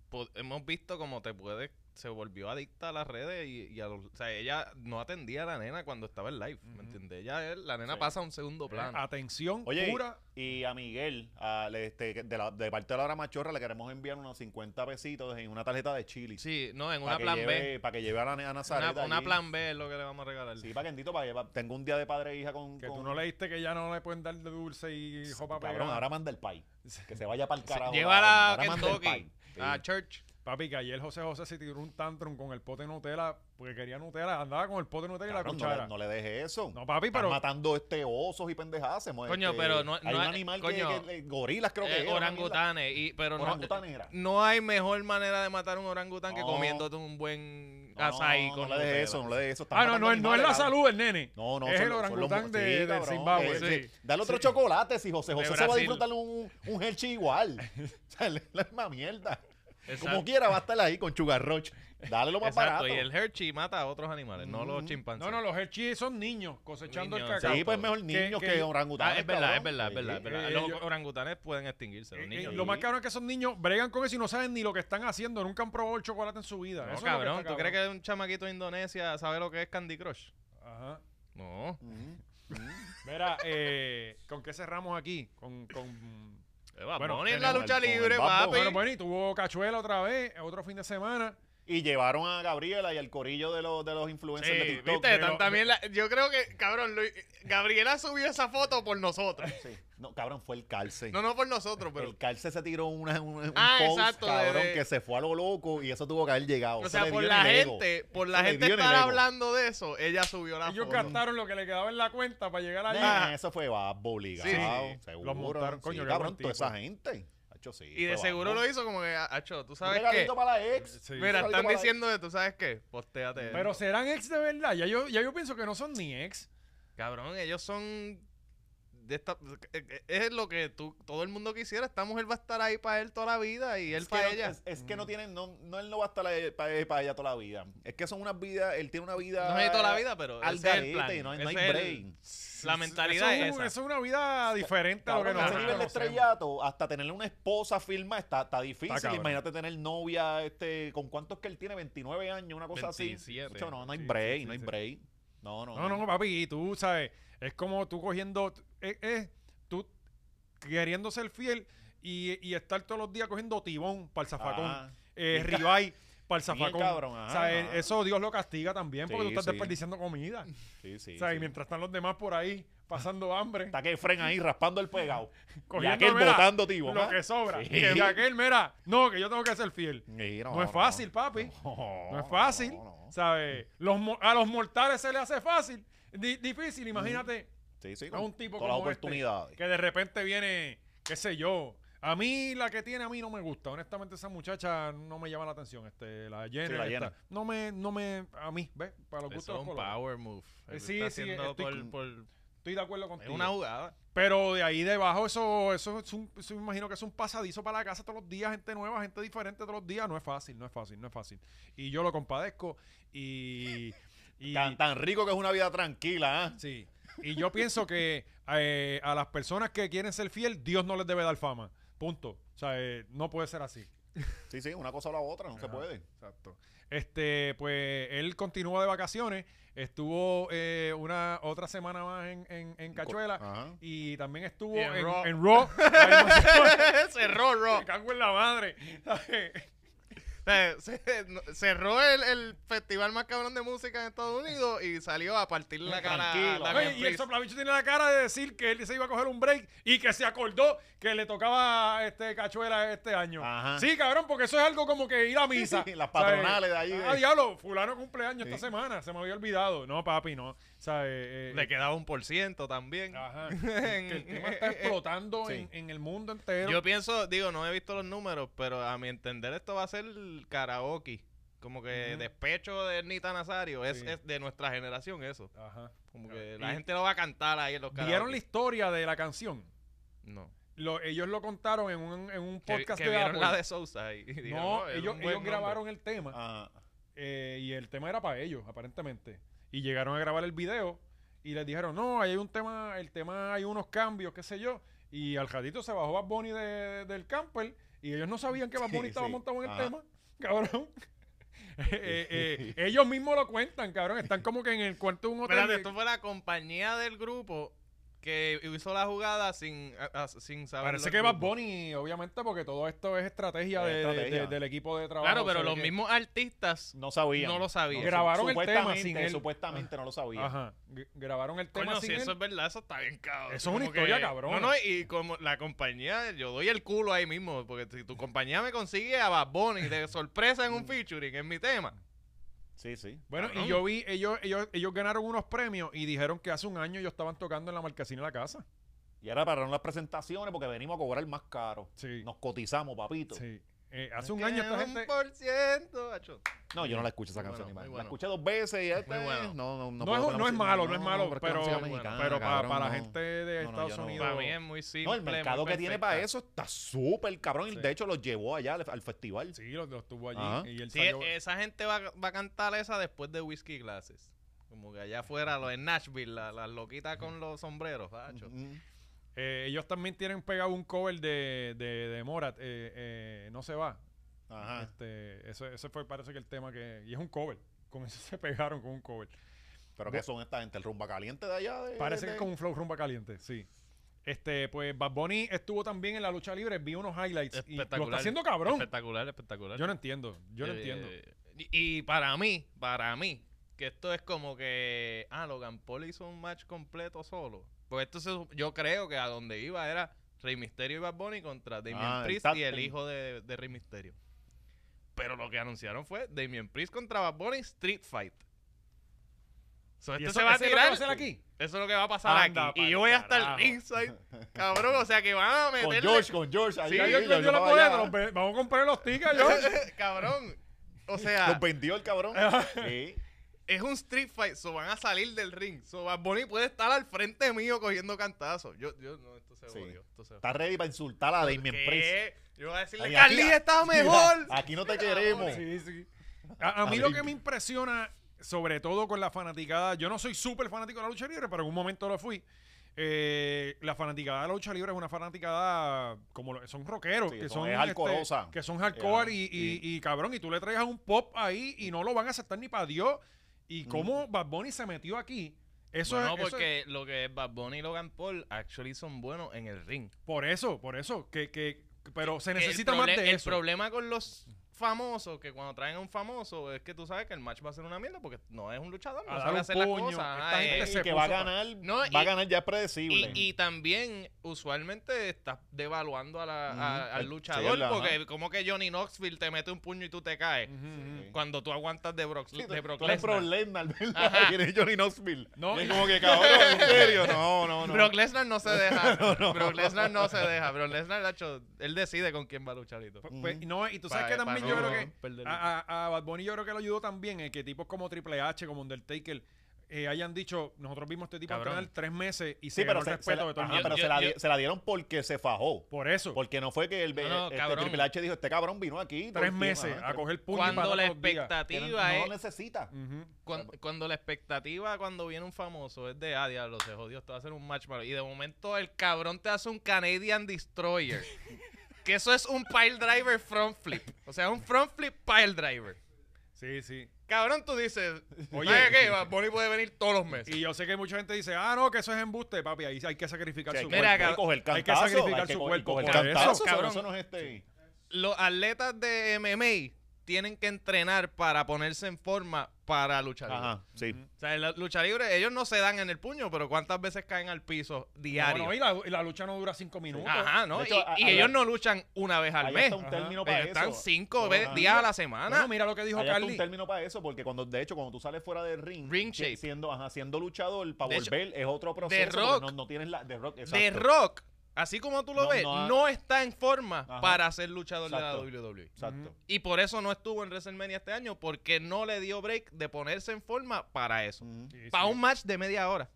S4: po- hemos visto como te puede se volvió adicta a las redes y, y a los- o sea, ella no atendía a la nena cuando estaba en live,
S2: Ujú. Eh, ah,
S4: ¿me entiendes? Ella, la nena
S3: Sí.
S4: pasa a un segundo plano.
S2: Atención
S3: Oye, y-
S2: pura.
S3: Y a Miguel, a- le- este, que de, la- de parte de la hora machorra, le queremos enviar unos 50 pesitos en una tarjeta de chili.
S4: sí, no, en
S3: para
S4: una
S3: que
S4: plan B.
S3: lleve- Para que lleve a, la- a
S4: Una,
S3: Nazaret
S4: una
S3: allí.
S4: plan B es lo que le vamos a regalar.
S3: Sí, para quendito, para llevar. Tengo un día de padre e hija con.
S2: Que
S3: con-
S2: tú no leíste que ya no le pueden dar de dulce y jopa
S3: Cabrón,
S2: pegada.
S3: ahora manda el pay. Que se vaya para el
S4: Sí,
S3: carajo.
S4: Llévala
S3: ahora
S4: a
S3: manda el
S4: Kentucky, Ah,
S3: pay. Sí.
S4: a Church.
S2: Papi, que ayer José José se tiró un tantrum con el pote de Nutella porque quería Nutella. Andaba con el pote de Nutella
S3: Cabrón,
S2: y la
S3: no,
S2: cuchara.
S3: le, no le deje eso.
S2: No, papi,
S3: Están
S2: pero-
S3: matando este osos y pendejadas. se mueve,
S4: Coño,
S3: este,
S4: pero no-
S3: Hay
S4: no
S3: un
S4: hay-
S3: animal que-
S4: coño,
S3: que, Gorilas, creo que.
S4: Eh,
S3: era, una mierda.
S4: orangutanes, y, pero no,
S3: Orangután era.
S4: no hay mejor manera de matar un orangután que
S3: No.
S4: comiéndote un buen
S3: No,
S4: azaí
S3: no,
S4: con
S3: no le deje
S4: Nutella.
S3: eso, no le deje eso. Están
S2: Ah, no,
S3: matando
S2: no, es- no es
S3: animales,
S2: la
S3: cabrón.
S2: salud el nene.
S3: No, no,
S2: es
S3: son
S2: el
S3: los- son los
S2: orangután
S3: mo-
S2: de,
S3: sí,
S2: de
S3: cabrón,
S2: Zimbabue.
S3: eh,
S2: sí.
S3: sí. Dale otro chocolate, si José José se va a
S4: Brasil.
S3: disfrutar un, un Hershey igual. O sea, es la misma mierda.
S4: Exacto.
S3: Como quiera, va a estar ahí con chugarroche. Dale lo más
S4: Exacto,
S3: barato.
S4: y el Hershey mata a otros animales, no los
S3: Ujú.
S4: chimpancés. Ah,
S2: No, no, los Hershey son niños cosechando
S4: Niños,
S2: el cacao.
S3: Sí, pues mejor niños que,
S2: que-
S3: orangutanes.
S4: Ah, es verdad,
S3: cabrón.
S4: es verdad, es
S3: Sí.
S4: verdad, es verdad.
S2: Eh,
S4: Los
S2: yo-
S4: orangutanes pueden extinguirse, los
S2: Eh,
S4: niños.
S2: eh, lo más cabrón es que esos niños bregan con eso y no saben ni lo que están haciendo. Nunca han probado el chocolate en su vida.
S4: No,
S2: Eso es lo que
S4: cabrón,
S2: está
S4: ¿tú crees que un chamaquito de Indonesia sabe lo que es Candy Crush?
S2: Ajá.
S4: No.
S3: Ujú.
S2: Mira, eh, ¿con qué cerramos aquí? Con, con... Bueno,
S4: bueno, en la
S3: tenemos
S4: lucha
S3: el- con el
S4: libre,
S3: Bad
S4: papi.
S3: Bunny.
S2: Bueno, bueno, y tuvo Cachuela otra vez, otro fin de semana.
S3: Y llevaron a Gabriela y al corillo de los, de los influencers de
S4: Sí,
S3: TikTok.
S4: viste,
S3: de
S4: tan-
S3: los-
S4: también la- yo creo que, cabrón, Luis- Gabriela subió esa foto por nosotros.
S3: Sí. No, cabrón, fue el calce.
S4: No, no por nosotros, pero...
S3: El calce se tiró una, un- un
S4: Ah,
S3: post,
S4: exacto, de-
S3: cabrón,
S4: de-
S3: que se fue a lo loco y eso tuvo que haber llegado.
S4: O
S3: Eso
S4: sea,
S3: le
S4: por
S3: dio
S4: la
S3: en el ego.
S4: gente, por la
S3: Eso le
S4: gente
S3: dio en el
S4: estar
S3: ego.
S4: hablando de eso, ella subió la
S2: Ellos
S4: foto.
S2: gastaron lo que le quedaba en la cuenta para llegar allí.
S3: Nah, eso fue Babbo obligado.
S4: Sí, sí.
S3: seguro.
S2: Los montaron,
S3: Sí,
S2: coño, qué
S3: cabrón,
S2: buen
S3: toda
S2: tipo.
S3: esa gente. Hacho, sí,
S4: Y de seguro lo hizo como que, "Ah, acho, tú
S3: ¿Sabes Un
S4: sabes qué.
S3: regalito para la ex.
S2: Sí.
S4: Mira,
S3: Regalito
S4: están
S3: para la
S4: diciendo de, tú sabes qué, postéate. esto.
S2: Pero serán ex de verdad. Ya yo, ya yo pienso que no son ni ex.
S4: Cabrón, ellos son. De esta, es lo que tú, todo el mundo quisiera. Esta mujer va a estar ahí para él toda la vida y
S3: Es
S4: él
S3: que
S4: para
S3: no-
S4: ella. Mm.
S3: Es, es que no tienen, no, no él no va a estar ahí para, él- para ella toda la vida. Es que son unas vidas, él tiene una vida.
S4: no es de toda la vida, pero
S3: al
S4: ese es el
S3: garete,
S4: plan.
S3: no hay- no
S4: Ese
S3: hay
S4: es
S3: brain.
S4: el- la mentalidad
S2: eso
S4: es
S2: es, un-
S4: esa.
S2: eso es una vida diferente a lo que
S3: Cabrón,
S2: nos
S3: ese nivel de estrellato, hasta tenerle una esposa firma está, está difícil.
S2: Está cabrón.
S3: Imagínate tener novia, este, con cuántos que él tiene, 29 años, una cosa así.
S4: 27.
S3: Ocho, no, no hay
S2: Sí,
S3: break,
S2: sí, sí,
S3: no hay
S2: sí.
S3: break. No, no.
S2: No, no, papi, y tú sabes, es como tú cogiendo, es, es tú queriendo ser fiel y, y estar todos los días cogiendo tibón para el zafacón,
S3: Ajá.
S2: eh,
S3: Ah. Bien ca-
S2: ribay para el zafacón.
S3: cabrón, ajá,
S2: O sea, eh,
S3: ajá.
S2: Eso Dios lo castiga también porque
S3: Sí,
S2: tú estás
S3: sí.
S2: desperdiciando comida.
S3: Sí, sí,
S2: o sea,
S3: sí.
S2: y mientras están los demás por ahí pasando hambre,
S3: Está que fren ahí raspando el pegado. y
S2: cogiendo
S3: aquel
S2: mira,
S3: botando tibo.
S2: lo
S3: ¿ah?
S2: que sobra.
S3: Sí.
S2: Y aquel, mira, no, que yo tengo que ser fiel.
S3: Sí,
S2: No es fácil, papi.
S3: No,
S2: No es fácil,
S3: no, no.
S2: ¿sabes? Los, mo- a los mortales se le hace fácil, di- difícil, imagínate.
S3: Sí, sí,
S2: a un tipo
S3: todas las
S2: como este,
S3: oportunidades.
S2: que de repente viene, qué sé yo. A mí la que tiene a mí no me gusta, honestamente esa muchacha no me llama la atención, este la Jenner,
S3: la
S2: esta,
S3: Jenner.
S2: no me no me a mí, ¿ves? Para los
S4: Eso
S2: gustos
S4: es
S2: los
S4: un
S2: colores.
S4: power move.
S2: Eh,
S4: Él
S2: sí,
S4: está
S2: sí,
S4: haciendo
S2: estoy
S4: por-
S2: con-
S4: por-
S2: Estoy de acuerdo
S4: es
S2: contigo.
S4: una jugada.
S2: Pero de ahí debajo eso eso es un eso me imagino que es un pasadizo para la casa todos los días, gente nueva, gente diferente todos los días, no es fácil, no es fácil, no es fácil. Y yo lo compadezco y y
S3: Tan, tan rico que es una vida tranquila, ¿ah?
S2: Sí. Y yo pienso que eh, a las personas que quieren ser fiel, Dios no les debe dar fama. Punto. O sea, eh, no puede ser así.
S3: Sí, sí, una cosa o la otra, no se puede.
S2: Exacto. Este, pues él continúa de vacaciones. Estuvo eh, una otra semana más en, en, en Cachuela.
S3: Ajá.
S2: Y también estuvo
S4: Y en
S2: en, en Raw.
S4: Raw.
S2: Ay, no sé,
S4: Cerró, Raw.
S2: me cago en la madre.
S4: Eh, se- no- cerró el, el festival más cabrón de música en Estados Unidos y salió a partir la cara a
S3: Tranquilo.
S4: Damian
S2: Oye, y el
S4: Priest.
S2: soplabicho tiene la cara de decir que él se iba a coger un break y que se acordó que le tocaba este cachuela este año.
S3: Ajá.
S2: Sí, cabrón, porque eso es algo como que ir a misa. ¿sabes?
S3: Las patronales de ahí,
S4: eh.
S2: Ah,
S3: de-
S2: diablo, fulano cumpleaños esta
S3: Sí.
S2: semana, se me había olvidado. No, papi, no. ¿Sabes? Eh,
S4: Le quedaba un por ciento también.
S2: Ajá.
S4: En-
S2: Que Ah, el tema está explotando
S3: Sí.
S2: en, en el mundo entero.
S4: Yo pienso, digo, no he visto los números, pero a mi entender esto va a ser karaoke. Como que
S2: Ujú.
S4: despecho de Nita Nazario. Es,
S2: Sí.
S4: es de nuestra generación eso.
S2: Ajá.
S4: Como que la
S2: Y-
S4: gente lo va a cantar ahí en los karaoke.
S2: ¿Vieron la historia de la canción?
S4: No.
S2: Lo- ellos lo contaron en un, en un
S4: Que-
S2: podcast
S4: que
S2: de
S4: vieron
S2: Apple.
S4: la de Sousa y- y dijeron,
S2: No,
S4: es
S2: ellos,
S4: un buen
S2: ellos
S4: nombre".
S2: grabaron el tema.
S3: Ah,
S2: Eh, y el tema era para ellos, aparentemente. Y llegaron a grabar el video y les dijeron, no, ahí hay un tema, el tema hay unos cambios, qué sé yo. Y al ratito se bajó Bad Bunny de- del camper y ellos no sabían que Bad
S3: Sí,
S2: Bunny estaba
S3: sí.
S2: montado en el
S3: Ajá.
S2: tema, cabrón. Eh, eh, eh, ellos mismos lo cuentan, cabrón. Están como que en el cuarto de un hotel.
S4: Espérate, esto fue la compañía del grupo que hizo la jugada sin, a- a- sin saber.
S2: Parece
S4: los
S2: que Bad
S4: grupos.
S2: Bunny, obviamente, porque todo esto es estrategia,
S3: Es
S2: de- de-
S3: estrategia.
S2: de- del equipo de trabajo.
S4: Claro, pero
S2: o sea
S4: los
S2: que-
S4: mismos artistas
S3: no sabía.
S4: no lo sabían.
S2: Graba- Grabaron el tema
S3: Supuestamente-
S2: sin él.
S3: Supuestamente no lo sabía.
S2: Ajá. g- Grabaron el tema
S4: Coño,
S2: sin
S4: si eso
S2: él.
S4: es verdad, eso está bien cabrón.
S2: Eso es una
S4: Como
S2: historia cabrona.
S4: No, no, y como la compañía, yo doy el culo ahí mismo, porque si tu compañía me consigue a Bad Bunny de sorpresa
S2: Mm.
S4: en un featuring, es mi tema.
S3: Sí, sí.
S2: Bueno, y
S4: Cabrón.
S2: yo vi, ellos, ellos, ellos ganaron unos premios y dijeron que hace un año ellos estaban tocando en la marquesina de la casa.
S3: Y ahora pararon las presentaciones porque venimos a cobrar más caro.
S2: Sí.
S3: Nos cotizamos, papito.
S2: Sí. Eh, hace un año esta
S4: un
S2: gente.
S4: por ciento, acho.
S3: No, yo no la escuché esa
S4: Muy
S3: canción ni
S4: bueno, muy
S3: mal. La
S4: bueno.
S3: escuché dos veces y ya está.
S4: bueno.
S3: No, no,
S2: No
S3: puedo
S2: es-
S3: con la
S2: no es
S3: música-
S2: malo, no es malo,
S3: porque es
S2: pero-
S3: música mexicana,
S2: pero para,
S3: cabrón,
S2: para la
S3: no.
S2: gente de
S3: No, no,
S2: Estados
S3: yo no.
S2: Unidos.
S4: Para mí es muy simple.
S3: No, el mercado
S4: muy
S3: que tiene
S4: perfecta.
S3: para eso está súper cabrón. Y
S2: Sí.
S3: de hecho los llevó allá al, al festival.
S2: Sí, los los tuvo allí.
S3: Ajá.
S2: Y él
S4: Sí, e, eh.
S2: salió-
S4: esa gente va, va a cantar esa después de Whiskey Glasses. Como que allá afuera, lo en Nashville, la- las loquitas con los sombreros, ah, acho.
S3: Mm.
S2: Eh, ellos también tienen pegado un cover de, de, de Morat. eh, eh, no se va.
S3: Ajá.
S2: Este, ese, ese fue, parece que el tema que. Y es un cover. Con eso se pegaron con un cover.
S3: Pero que son esta gente, el rumba caliente de allá. de-
S2: Parece que
S3: de-
S2: es con un flow rumba caliente, sí. Este, pues Bad Bunny estuvo también en la lucha libre, vi unos highlights y lo
S4: Espectacular.
S2: está haciendo cabrón.
S4: Espectacular, espectacular.
S2: Yo no entiendo, yo no
S4: Eh,
S2: entiendo.
S4: Y, y para mí, para mí, que esto es como que, ah, Logan Paul hizo un match completo solo. Pues esto se- yo creo que a donde iba era Rey Misterio y Bad Bunny contra Damien
S3: Ah, el
S4: Priest
S3: tag
S4: y el
S3: team.
S4: hijo de, de Rey Misterio. Pero lo que anunciaron fue Damien Priest contra Bad Bunny Street Fight. So,
S2: ¿Y
S4: esto
S2: eso-
S4: se va a
S2: eso es lo que
S4: tirar.
S2: va a hacer aquí?
S4: Eso es lo que va a pasar
S2: Anda
S4: aquí.
S2: pa'l
S4: Y yo voy a
S2: carajo.
S4: estar ringside, cabrón. O sea que van a
S3: Con
S4: meterle...
S3: George, con George. ahí,
S2: Ya
S3: ahí,
S2: yo
S3: ahí,
S2: entendió la
S3: lo
S2: polla,
S3: llevaba
S2: pero
S3: allá.
S2: ve- vamos a comprar los tickets yo.
S4: cabrón. O sea...
S3: Los vendió el cabrón. Sí.
S4: es un street fight, so van a salir del ring. So Bad Bunny puede estar al frente mío cogiendo cantazos. Yo, yo, no, esto se
S3: Sí.
S4: odio. Esto se
S3: Está ready para insultar a Damien Priest.
S4: ¿Qué? Yo voy a decirle,
S3: Ahí,
S4: Carly
S3: aquí-
S4: está
S3: mira,
S4: mejor.
S2: ah,
S3: Aquí no te queremos.
S2: Sí, sí. A, a mí lo que me impresiona, sobre todo con la fanaticada, yo no soy súper fanático de la lucha libre, pero en un momento lo fui. Eh, la fanaticada de la lucha libre es una fanaticada como lo- son rockeros
S3: Sí,
S2: que
S3: son-
S2: son
S3: es
S2: este,
S3: hardcoreosa.
S2: que son hardcore
S3: Ya,
S2: y, y-
S3: sí.
S2: y, cabrón y tú le traigas un pop ahí y no lo van a aceptar ni para Dios
S3: Mm.
S2: y cómo Bad Bunny se metió aquí eso
S4: Bueno,
S2: es eso es-
S4: porque lo que es Bad Bunny y Logan Paul actually son buenos en el ring.
S2: por eso por eso que, que pero se necesita
S4: el
S2: más
S4: proble-
S2: de
S4: El
S2: eso
S4: problema con los famosos, que cuando traen a un famoso, es que tú sabes que el match va a ser una mierda porque no es un luchador,
S2: A
S4: no
S2: dar
S4: sabe
S2: un
S4: hacer
S2: puño,
S4: las cosas.
S2: esta
S4: ajá,
S2: gente
S4: es-
S3: Y
S2: se
S3: que va a
S2: puso pa-
S3: ganar,
S4: No,
S3: va a
S4: y-
S3: ganar ya es
S4: Y,
S3: predecible.
S4: y también, usualmente estás devaluando a la- a-
S3: Ujú,
S4: al
S3: el-
S4: luchador,
S3: sí, el-
S4: porque
S3: ajá.
S4: como que Johnny Knoxville te mete un puño y tú te caes.
S2: Ujú, ujú.
S4: Cuando tú aguantas de Brock,
S3: Sí,
S4: de Brock
S3: tú eres
S4: Lesnar.
S3: Brock Lesnar, ¿verdad? Viene Johnny Knoxville.
S2: No,
S3: No,
S2: y-
S3: es como que cabrón, en serio. No, no, no.
S4: Brock Lesnar no se deja. Brock Lesnar no se deja. Brock Lesnar, Nacho, él decide con quién va a luchar y todo.
S2: Pues- pues,
S3: Ujú.
S2: no, y tú sabes
S4: Pa-
S2: que
S4: pa
S2: también
S4: no
S2: yo creo que
S4: perder el-
S3: Ah,
S2: a, a- a Bad Bunny yo creo que lo ayudó también el que tipos como Triple H, como Undertaker, eh, hayan dicho, nosotros vimos a este tipo
S4: Cabrón.
S2: entrenar tres meses y
S3: Sí,
S2: se
S3: pero
S2: ganó el
S3: se, se
S2: respeto
S3: la,
S2: de todo el
S3: ajá,
S2: mundo.
S3: pero
S4: Yo-
S3: se, la,
S4: yo-
S3: di- se la dieron porque se fajó.
S2: Por eso,
S3: Porque no fue que el,
S4: No, no,
S3: este
S4: cabrón.
S3: Triple H dijo, este cabrón vino aquí. todo el
S2: tres
S3: tiempo,
S2: meses
S3: ajá,
S2: a
S3: que-
S2: coger puño y
S4: Cuando
S2: patada
S4: la
S2: todos los días.
S3: que no,
S4: expectativa
S3: no lo
S4: es.
S3: necesita.
S2: Ujú.
S3: Pues,
S4: cuan- Cuando, la expectativa cuando viene un famoso es de, ah, diablo, se jodió, esto va a ser un match malo. Y de momento el cabrón te hace un Canadian Destroyer. que eso es un pile driver front flip. O sea, un front flip pile driver.
S2: Sí, sí.
S4: Cabrón, tú dices,
S2: Oye.
S4: oye, ¿qué? Bad Bunny puede venir todos los meses.
S2: Y yo sé que mucha gente dice, ah, no, que eso es embuste, papi. Ahí hay que sacrificar su
S4: mira,
S2: cuerpo.
S4: cab-
S3: coger
S2: hay que
S3: cantazo,
S2: sacrificar
S3: que
S2: su
S3: co-
S2: cuerpo
S3: coger
S2: por eso,
S3: cantazo, eso,
S4: cabrón.
S3: eso no es este.
S4: Los atletas de MMA tienen que entrenar para ponerse en forma para luchar.
S3: Ajá, sí.
S4: O sea, en la lucha libre, ellos no se dan en el puño, pero ¿cuántas veces caen al piso
S2: No,
S4: diario?
S2: no, y la, y la lucha no dura cinco minutos.
S4: Ajá, ¿no?
S3: De hecho,
S4: y
S3: a-
S4: y
S3: a-
S4: ellos no luchan una vez al
S3: Allá
S4: mes.
S3: está un
S2: Ajá.
S3: término
S4: Pero
S3: para eso.
S4: están cinco
S3: Ajá.
S4: ve- días a la semana.
S2: Bueno, mira lo que dijo
S3: Allá está
S2: Carly.
S3: un término para eso, porque cuando, de hecho, cuando tú sales fuera del ring,
S4: Ring
S3: si-
S4: shape.
S3: siendo, ajá, siendo luchador, para
S4: De hecho,
S3: volver es otro proceso. porque
S4: Rock.
S3: No, no tienes la. De rock,
S4: de
S3: exacto.
S4: Rock, así como tú lo
S3: No,
S4: ves,
S3: no ha-
S4: no, está en forma
S3: Ajá.
S4: para ser luchador
S3: Exacto.
S4: de la WWE.
S3: Exacto.
S4: Y por eso no estuvo en WrestleMania este año, porque no le dio break de ponerse en forma para eso.
S3: Ujú.
S2: Sí, sí.
S4: Para un match de media hora.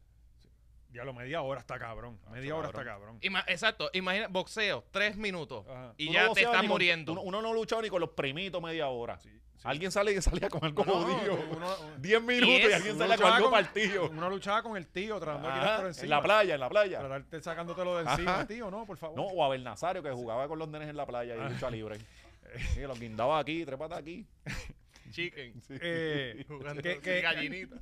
S2: Diablo, media hora está cabrón. Media hora está cabrón.
S4: Ima- exacto, imagina, boxeo, tres minutos.
S2: Ajá.
S4: Y
S3: Tú
S4: ya
S3: no
S4: te
S3: boceas
S4: estás
S3: ni con-
S4: muriendo.
S3: Uno, uno no luchó ni con los primitos media hora.
S2: Sí, sí.
S3: Alguien sale y salía con algo
S2: No, no,
S3: jodido.
S2: uno-
S3: 10 minutos y,
S4: es-
S3: alguien
S2: uno
S3: sale con
S2: luchaba
S3: algo
S2: con-
S3: partido.
S2: Uno luchaba con el tío tratando de
S3: Ajá,
S2: quitar por
S3: en
S2: encima.
S3: la playa, en la playa.
S2: Tratarte sacándotelo de encima,
S3: Ajá.
S2: tío, no, por favor.
S3: No, o Abel Nazario que jugaba con los nenes en la playa y
S2: Ah.
S3: lucha libre. Sí, los guindaba aquí, tres patas aquí.
S4: Chicken.
S2: Eh,
S4: Jugando
S2: que-
S4: con
S2: que-
S4: gallinita.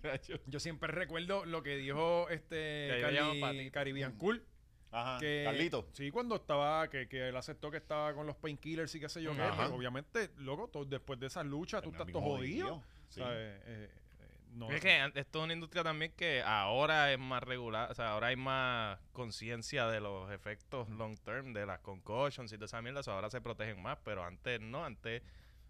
S2: yo siempre recuerdo lo que dijo este
S4: Que yo llamo
S2: Cali,
S4: patito.
S2: Caribbean Cool.
S3: Ajá.
S2: que,
S3: Carlito.
S2: Sí, cuando estaba, que, que él aceptó que estaba con los painkillers y qué sé yo qué.
S3: Ajá.
S2: pero Obviamente, loco, tú- después de esa lucha, tú estás
S3: Bien
S2: todo jodido.
S3: Sí.
S2: ¿sabes? Eh, eh, no,
S4: Es que an- esto es una industria también que ahora es más regular, o sea, ahora hay más conciencia de los efectos long term de las concussions y de esa mierda, o sea, ahora se protegen más, pero antes no, antes...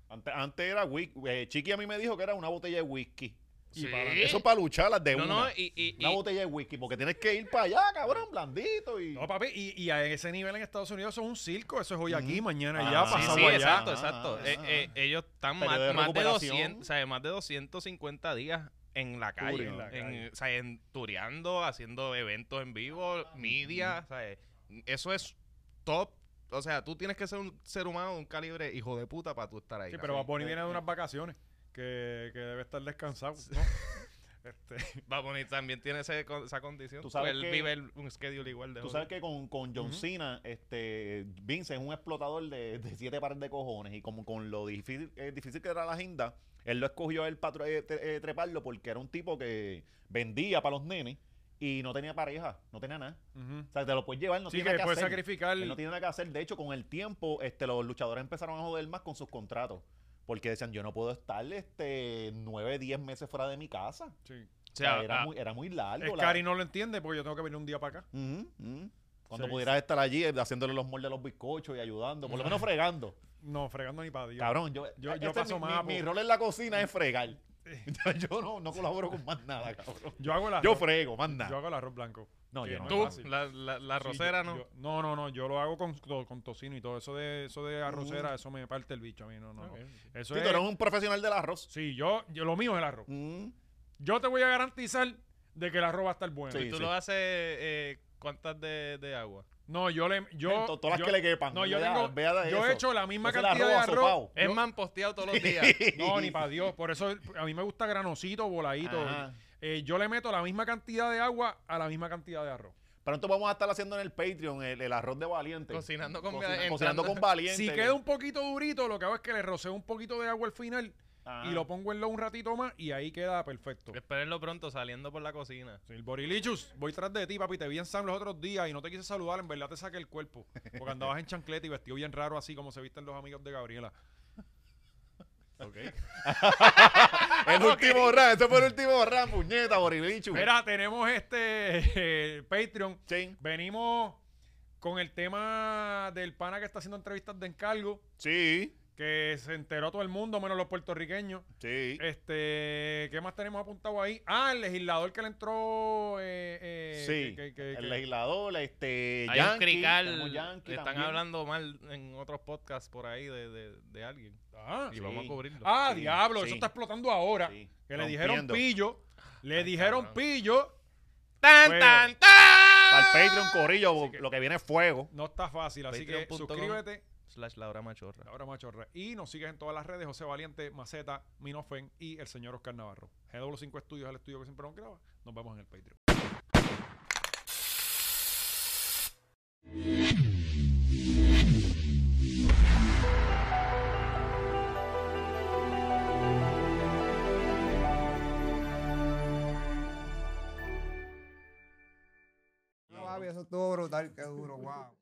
S3: Antes, antes era whisky. eh, Chiqui a mí me dijo que era una botella de whisky.
S4: Sí.
S3: Eso es para luchar las de
S4: no,
S3: una.
S4: no, y, y-
S3: una
S4: y-
S3: botella de whisky, porque tienes que ir para allá, cabrón, blandito y.
S2: No, papi, y, y a ese nivel en Estados Unidos eso es un circo. Eso es hoy aquí,
S3: Ujú.
S2: mañana
S3: Ah,
S2: allá,
S4: sí,
S2: pasado
S4: sí,
S2: allá.
S4: exacto,
S3: Ah,
S4: exacto.
S3: ah,
S4: Eh,
S3: ah.
S4: eh, ellos están
S3: Periodo
S4: más
S3: de
S4: de, más, de
S3: recuperación.
S4: 200, o sea, más de 250 días en la calle,
S3: Turio.
S4: en- o sea, en- tureando, haciendo eventos en vivo, media, o sea, eh, eso es top. O sea, tú tienes que ser un ser humano de un calibre hijo de puta para tú estar ahí.
S2: Sí, pero Bad
S4: Así.
S2: Bunny viene de unas vacaciones que, que debe estar descansado, ¿no? Este,
S4: Bad Bunny también tiene ese con- esa condición.
S3: Tú sabes
S4: él
S3: que-
S4: vive el- un schedule igual de
S3: Tú
S4: jodido.
S3: sabes que con, con John Cena, este, Vince es un explotador de, de siete pares de cojones. Y como con lo difícil, eh, difícil que era la agenda, él lo escogió a él para eh, treparlo porque era un tipo que vendía para los nenes y no tenía pareja, no tenía nada.
S2: ujú.
S3: O sea, te lo puedes llevar, no
S2: sí,
S3: tiene
S2: que
S3: nada que
S2: puede
S3: hacer.
S2: sacrificar.
S3: Él no tiene nada que hacer. De hecho, con el tiempo, este, los luchadores empezaron a joder más con sus contratos. Porque decían, yo no puedo estar este, nueve, diez meses fuera de mi casa.
S2: Sí.
S4: O
S3: O sea,
S4: sea,
S3: era,
S4: ah,
S3: muy, era muy largo.
S2: Es
S3: la-
S2: Cari no lo entiende porque yo tengo que venir un día para acá.
S3: Ujú, ujú. Cuando
S2: Sí.
S3: pudieras estar allí eh, haciéndole los moldes a los bizcochos y ayudando, por lo menos fregando.
S2: No, fregando ni para Dios.
S3: Cabrón, yo,
S2: yo- yo
S3: este es
S2: paso
S3: mi- mi,
S2: más,
S3: mi
S2: po.
S3: rol en la cocina es fregar. Yo, yo no, no colaboro con más nada, cabrón.
S2: Ah, Yo hago el arroz.
S3: Yo frego, más
S2: yo
S3: nada.
S2: hago el arroz blanco.
S3: No, yo
S2: que
S3: no.
S2: es
S4: tú,
S2: fácil.
S4: la, la, la
S2: Sí, yo-
S4: rosera, ¿no?
S2: yo- no, no, no. Yo lo hago con, to- con tocino y todo. Eso de, eso
S4: Mm.
S2: de arrocera, eso me parte el bicho a mí. No, no, no. Eso
S3: Sí,
S2: es-
S3: tú eres un profesional del arroz.
S2: Sí, yo, yo- lo mío es el arroz.
S3: Mm,
S2: Yo te voy a garantizar de que el arroz va a estar bueno.
S3: Sí.
S4: Tú lo haces eh, cuántas de, de agua.
S2: No, yo le. Yo,
S3: to- todas las
S2: yo-
S3: que le quepan.
S2: No, yo
S3: Vea-
S2: tengo.
S3: vea
S2: yo
S3: eso.
S2: he hecho la misma
S3: Ese es el
S2: cantidad de arroz.
S3: asopao.
S4: Es
S2: Yo-
S4: manposteado todos los días.
S2: No, ni para Dios. Por eso a mí me gusta granosito, voladito.
S3: Ajá.
S2: Eh, yo le meto la misma cantidad de agua a la misma cantidad de arroz.
S3: Pronto vamos a estar haciendo en el Patreon el, el arroz de valiente.
S4: Cocinando con-
S3: Cocina-
S4: entrando-
S3: cocinando con valiente.
S2: Si queda un poquito durito, lo que hago es que le roceo un poquito de agua al final
S3: Ajá.
S2: y lo pongo en lo un ratito más y ahí queda perfecto.
S4: Espérenlo pronto, saliendo por la cocina.
S2: Sí, el Borilichus, voy tras de ti, papi. Te vi en Sam los otros días y no te quise saludar. En verdad te saqué el cuerpo. Porque andabas en chancleta y vestido bien raro, así como se visten los amigos de Gabriela.
S3: El último round, ese fue el último round, puñeta, borilichu.
S2: Mira, tenemos este eh, Patreon.
S3: Sí,
S2: Venimos con el tema del pana que está haciendo entrevistas de encargo,
S3: sí,
S2: que se enteró todo el mundo, menos los puertorriqueños.
S3: sí.
S2: Eh, Este, ¿qué más tenemos apuntado ahí? Ah, el legislador que le entró. eh, eh,
S3: Sí,
S2: que- que- que-
S3: el
S2: que-
S3: legislador, este,
S4: Hay un
S3: Yankee,
S4: crical.
S3: tenemos Yankee
S4: están
S3: también.
S4: hablando mal en otros podcasts por ahí de, de- de alguien.
S2: Ah,
S4: Y
S3: Sí.
S4: vamos a cubrirlo.
S2: Ah,
S3: Sí,
S2: diablo,
S3: sí.
S2: eso está explotando ahora.
S3: Sí,
S2: Que le dijeron
S3: rompiendo.
S2: pillo. Le
S4: Ay,
S2: dijeron
S4: cabrón.
S2: pillo.
S4: ¡Tan,
S2: Bueno.
S4: tan, tan!
S3: Para el Patreon, Corillo, lo que viene es fuego.
S2: No está fácil, así que
S4: Patreon.com.
S2: suscríbete.
S4: Slash Laura Machorra.
S2: Ahora machorra. Y nos sigues en todas las redes, José Valiente, Maceta, Minofen y el señor Oscar Navarro. GW5 Estudios es el estudio que siempre nos graba. Nos vemos en el Patreon.
S4: Estuvo brutal, qué duro, wow.